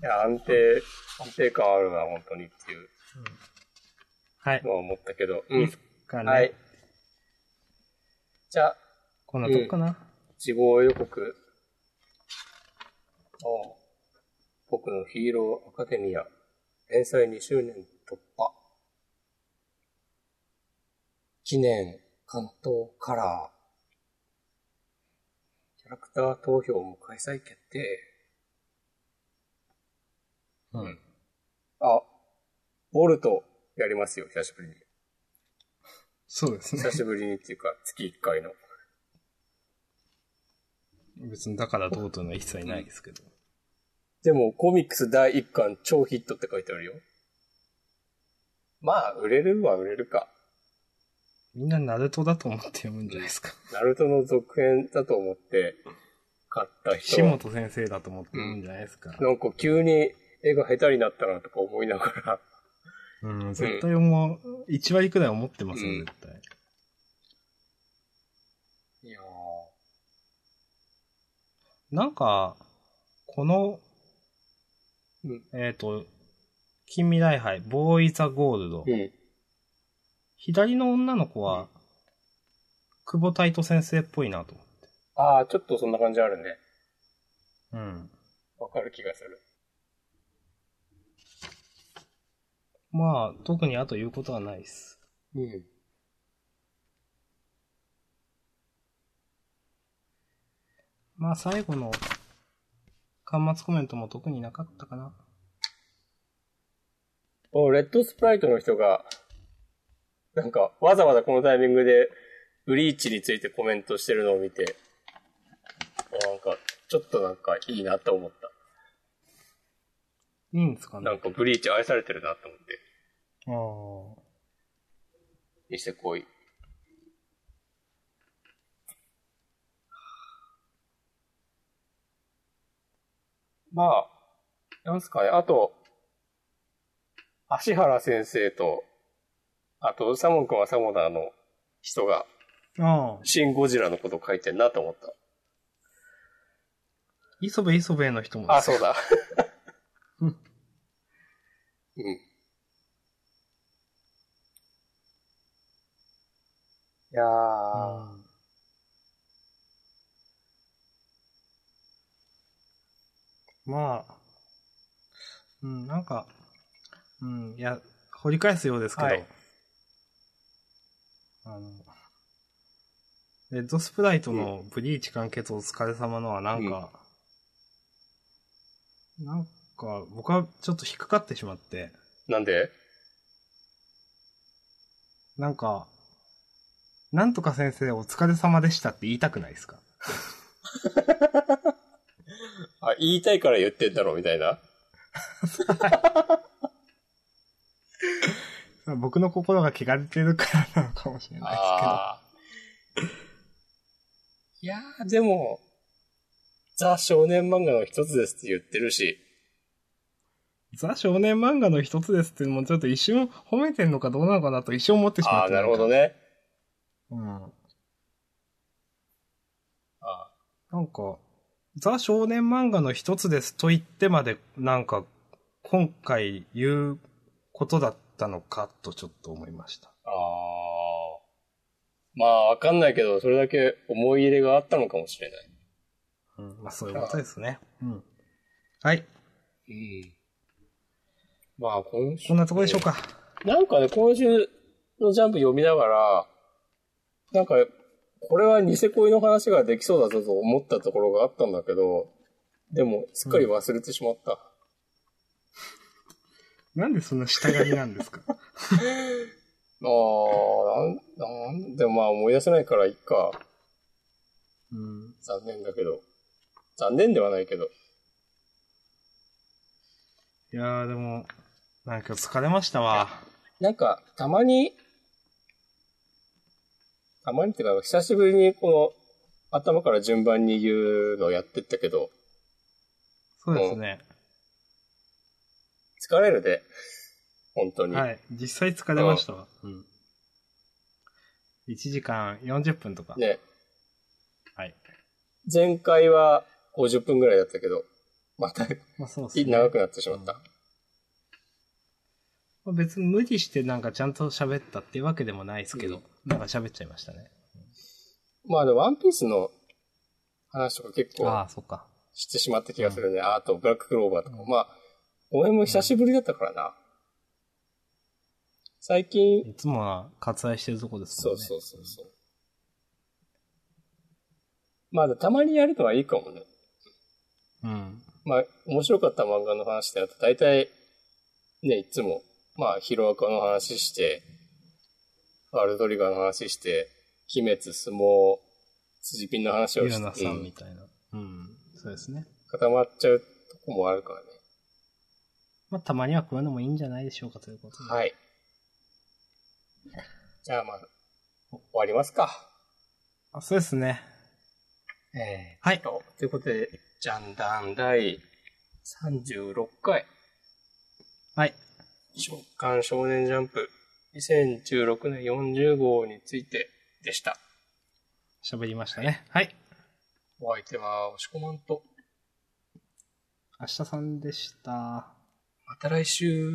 [SPEAKER 2] や、安定、安定感あるな、本当にっていう
[SPEAKER 1] はい。
[SPEAKER 2] のは思ったけど。うん。
[SPEAKER 1] かね、
[SPEAKER 2] はい。じゃあ、
[SPEAKER 1] こんなとこかな。
[SPEAKER 2] 地望予告。ああ僕のヒーローアカデミア、連載2周年突破。記念、関東カラー。キャラクター投票も開催決定。
[SPEAKER 1] うん。
[SPEAKER 2] あ、ボルトやりますよ、久しぶりに。
[SPEAKER 1] そうですね。
[SPEAKER 2] 久しぶりにっていうか、月1回の。
[SPEAKER 1] 別にだからどうというのは一切ないですけど。
[SPEAKER 2] でも、コミックス第1巻超ヒットって書いてあるよ。まあ、売れるは売れるか。
[SPEAKER 1] みんなナルトだと思って読むんじゃないですか。
[SPEAKER 2] ナルトの続編だと思って買った人
[SPEAKER 1] 岸
[SPEAKER 2] は、
[SPEAKER 1] 本先生だと思って読むんじゃないですか。
[SPEAKER 2] なんか急に絵が下手になったなとか思いながら、
[SPEAKER 1] うん、絶対もう、1割くらい思ってますよ、
[SPEAKER 2] うん
[SPEAKER 1] 絶対。
[SPEAKER 2] いや
[SPEAKER 1] なんか、この、
[SPEAKER 2] うん
[SPEAKER 1] えっ、と、近未来杯、ボーイ・ザ・ゴールド。
[SPEAKER 2] うん。
[SPEAKER 1] 左の女の子
[SPEAKER 2] う
[SPEAKER 1] は
[SPEAKER 2] ん、
[SPEAKER 1] 久保太斗先生っぽいなと思って。
[SPEAKER 2] ああ、ちょっとそんな感じあるね。
[SPEAKER 1] うん。
[SPEAKER 2] わかる気がする。
[SPEAKER 1] まあ、特にあと言うことはないです。
[SPEAKER 2] うん。
[SPEAKER 1] まあ、最後の、端末コメントも特になかったかな。
[SPEAKER 2] おレッドスプライトの人が、なんかわざわざこのタイミングでブリーチについてコメントしてるのを見て、あなんか、ちょっとなんかいいなと思っ
[SPEAKER 1] いいんですか
[SPEAKER 2] た。
[SPEAKER 1] ね。
[SPEAKER 2] な
[SPEAKER 1] あ
[SPEAKER 2] んかブリーチ愛されてるなと思って。
[SPEAKER 1] あー。
[SPEAKER 2] にしてこい。まあ、なんすかね、あと、芦原先生と、あと、サモン君はサモナーの人が、
[SPEAKER 1] ああ。
[SPEAKER 2] シン・ゴジラのこと書いてんなと思っ
[SPEAKER 1] 磯部磯部の人も
[SPEAKER 2] た。あ、そうだ。
[SPEAKER 1] う
[SPEAKER 2] うんん。いやー、
[SPEAKER 1] うんまあ、うん、なんか、うん、いや、掘り返すようですけど、
[SPEAKER 2] はい
[SPEAKER 1] あの、レッドスプライトのブリーチ完結お疲れ様のはなんか、なんか、僕はちょっと引っかかってしまって、
[SPEAKER 2] なんで
[SPEAKER 1] なんか、なんとか先生お疲れ様でしたって言いたくないですか
[SPEAKER 2] あ、言いたいから言ってんだろ、みたいな。
[SPEAKER 1] 僕の心が汚れてるからなのかもしれない
[SPEAKER 2] あーいやー、でも、ザ少年漫画の一つですって言ってる
[SPEAKER 1] です
[SPEAKER 2] し、
[SPEAKER 1] けど、ザ少年漫画の一つですっていうのもちょっと一瞬褒めてんのかどうなのかなと一瞬思ってしま
[SPEAKER 2] あ
[SPEAKER 1] っ
[SPEAKER 2] あー、
[SPEAKER 1] て。
[SPEAKER 2] なるほど。ね。
[SPEAKER 1] うん。
[SPEAKER 2] あ
[SPEAKER 1] なんか、ザ少年漫画の一つですと言ってまで、なんか、今回言うことだったのかとちょっと思いました。
[SPEAKER 2] ああ。まあ、わかんないけど、それだけ思い入れがあったのかもしれない。
[SPEAKER 1] うん、まあそういうことですね。うん。はい。
[SPEAKER 2] うん。まあ、今週。
[SPEAKER 1] こんなとこでしょうか。
[SPEAKER 2] なんかね、今週のジャンプ読みながら、なんか、これはニセ恋の話ができそうだぞと思ったところがあったんだけど、でも、すっかり忘れてしまった。
[SPEAKER 1] なんでそんな下がりなんですか
[SPEAKER 2] ああ、なん、なん、でもまあ思い出せないからいっか。
[SPEAKER 1] うん。
[SPEAKER 2] 残念だけど。残念ではないけど。
[SPEAKER 1] いやーでも、なんか疲れましたわ。
[SPEAKER 2] なんか、たまに、たまにっていうか、久しぶりにこの、頭から順番に言うのやってったけど、
[SPEAKER 1] そうですね。
[SPEAKER 2] 疲れるで。本当に。
[SPEAKER 1] はい。実際疲れましたわ。うん。1時間40分とか。
[SPEAKER 2] ね。
[SPEAKER 1] はい。
[SPEAKER 2] 前回は50分ぐらいだったけど、また
[SPEAKER 1] まあそうですね。
[SPEAKER 2] 長くなってしまった。
[SPEAKER 1] まあ別に無理してなんかちゃんと喋ったっていうわけでもないですけど、なんか喋っちゃいましたね。
[SPEAKER 2] まあでも、ワンピースの話とか結構
[SPEAKER 1] ああ、そっか。
[SPEAKER 2] してしまった気がするね。あと、ブラッククローバーとか。まあ、俺も久しぶりだったからな。最近、
[SPEAKER 1] いつもは割愛してるとこです
[SPEAKER 2] そ
[SPEAKER 1] もん
[SPEAKER 2] う
[SPEAKER 1] ね。
[SPEAKER 2] そうそうそう。まあ、たまにやるのはいいかもね。
[SPEAKER 1] うん。
[SPEAKER 2] まあ、面白かった漫画の話であと、大体、ね、いつも、まあ、ヒロアカの話して、ワールドトリガーの話して、鬼滅、相撲、辻ピンの話を
[SPEAKER 1] ゆうな
[SPEAKER 2] して、
[SPEAKER 1] さ
[SPEAKER 2] うん
[SPEAKER 1] み
[SPEAKER 2] ん
[SPEAKER 1] たいな。うん。そうですね。
[SPEAKER 2] 固まっちゃうとこもあるからね。
[SPEAKER 1] まあたまにはこういうのもいいんじゃないでしょうかということで。
[SPEAKER 2] はい。じゃあ、まあ、終わりますか。
[SPEAKER 1] あそうですね。
[SPEAKER 2] ええ
[SPEAKER 1] はい。
[SPEAKER 2] ということで、ジャンダン第36回、
[SPEAKER 1] はい。
[SPEAKER 2] 食感少年ジャンプ2016年40号についてでした。
[SPEAKER 1] 喋りましたね。はい。
[SPEAKER 2] お相手は、おしこまんと、
[SPEAKER 1] 明日さんでした。
[SPEAKER 2] また来週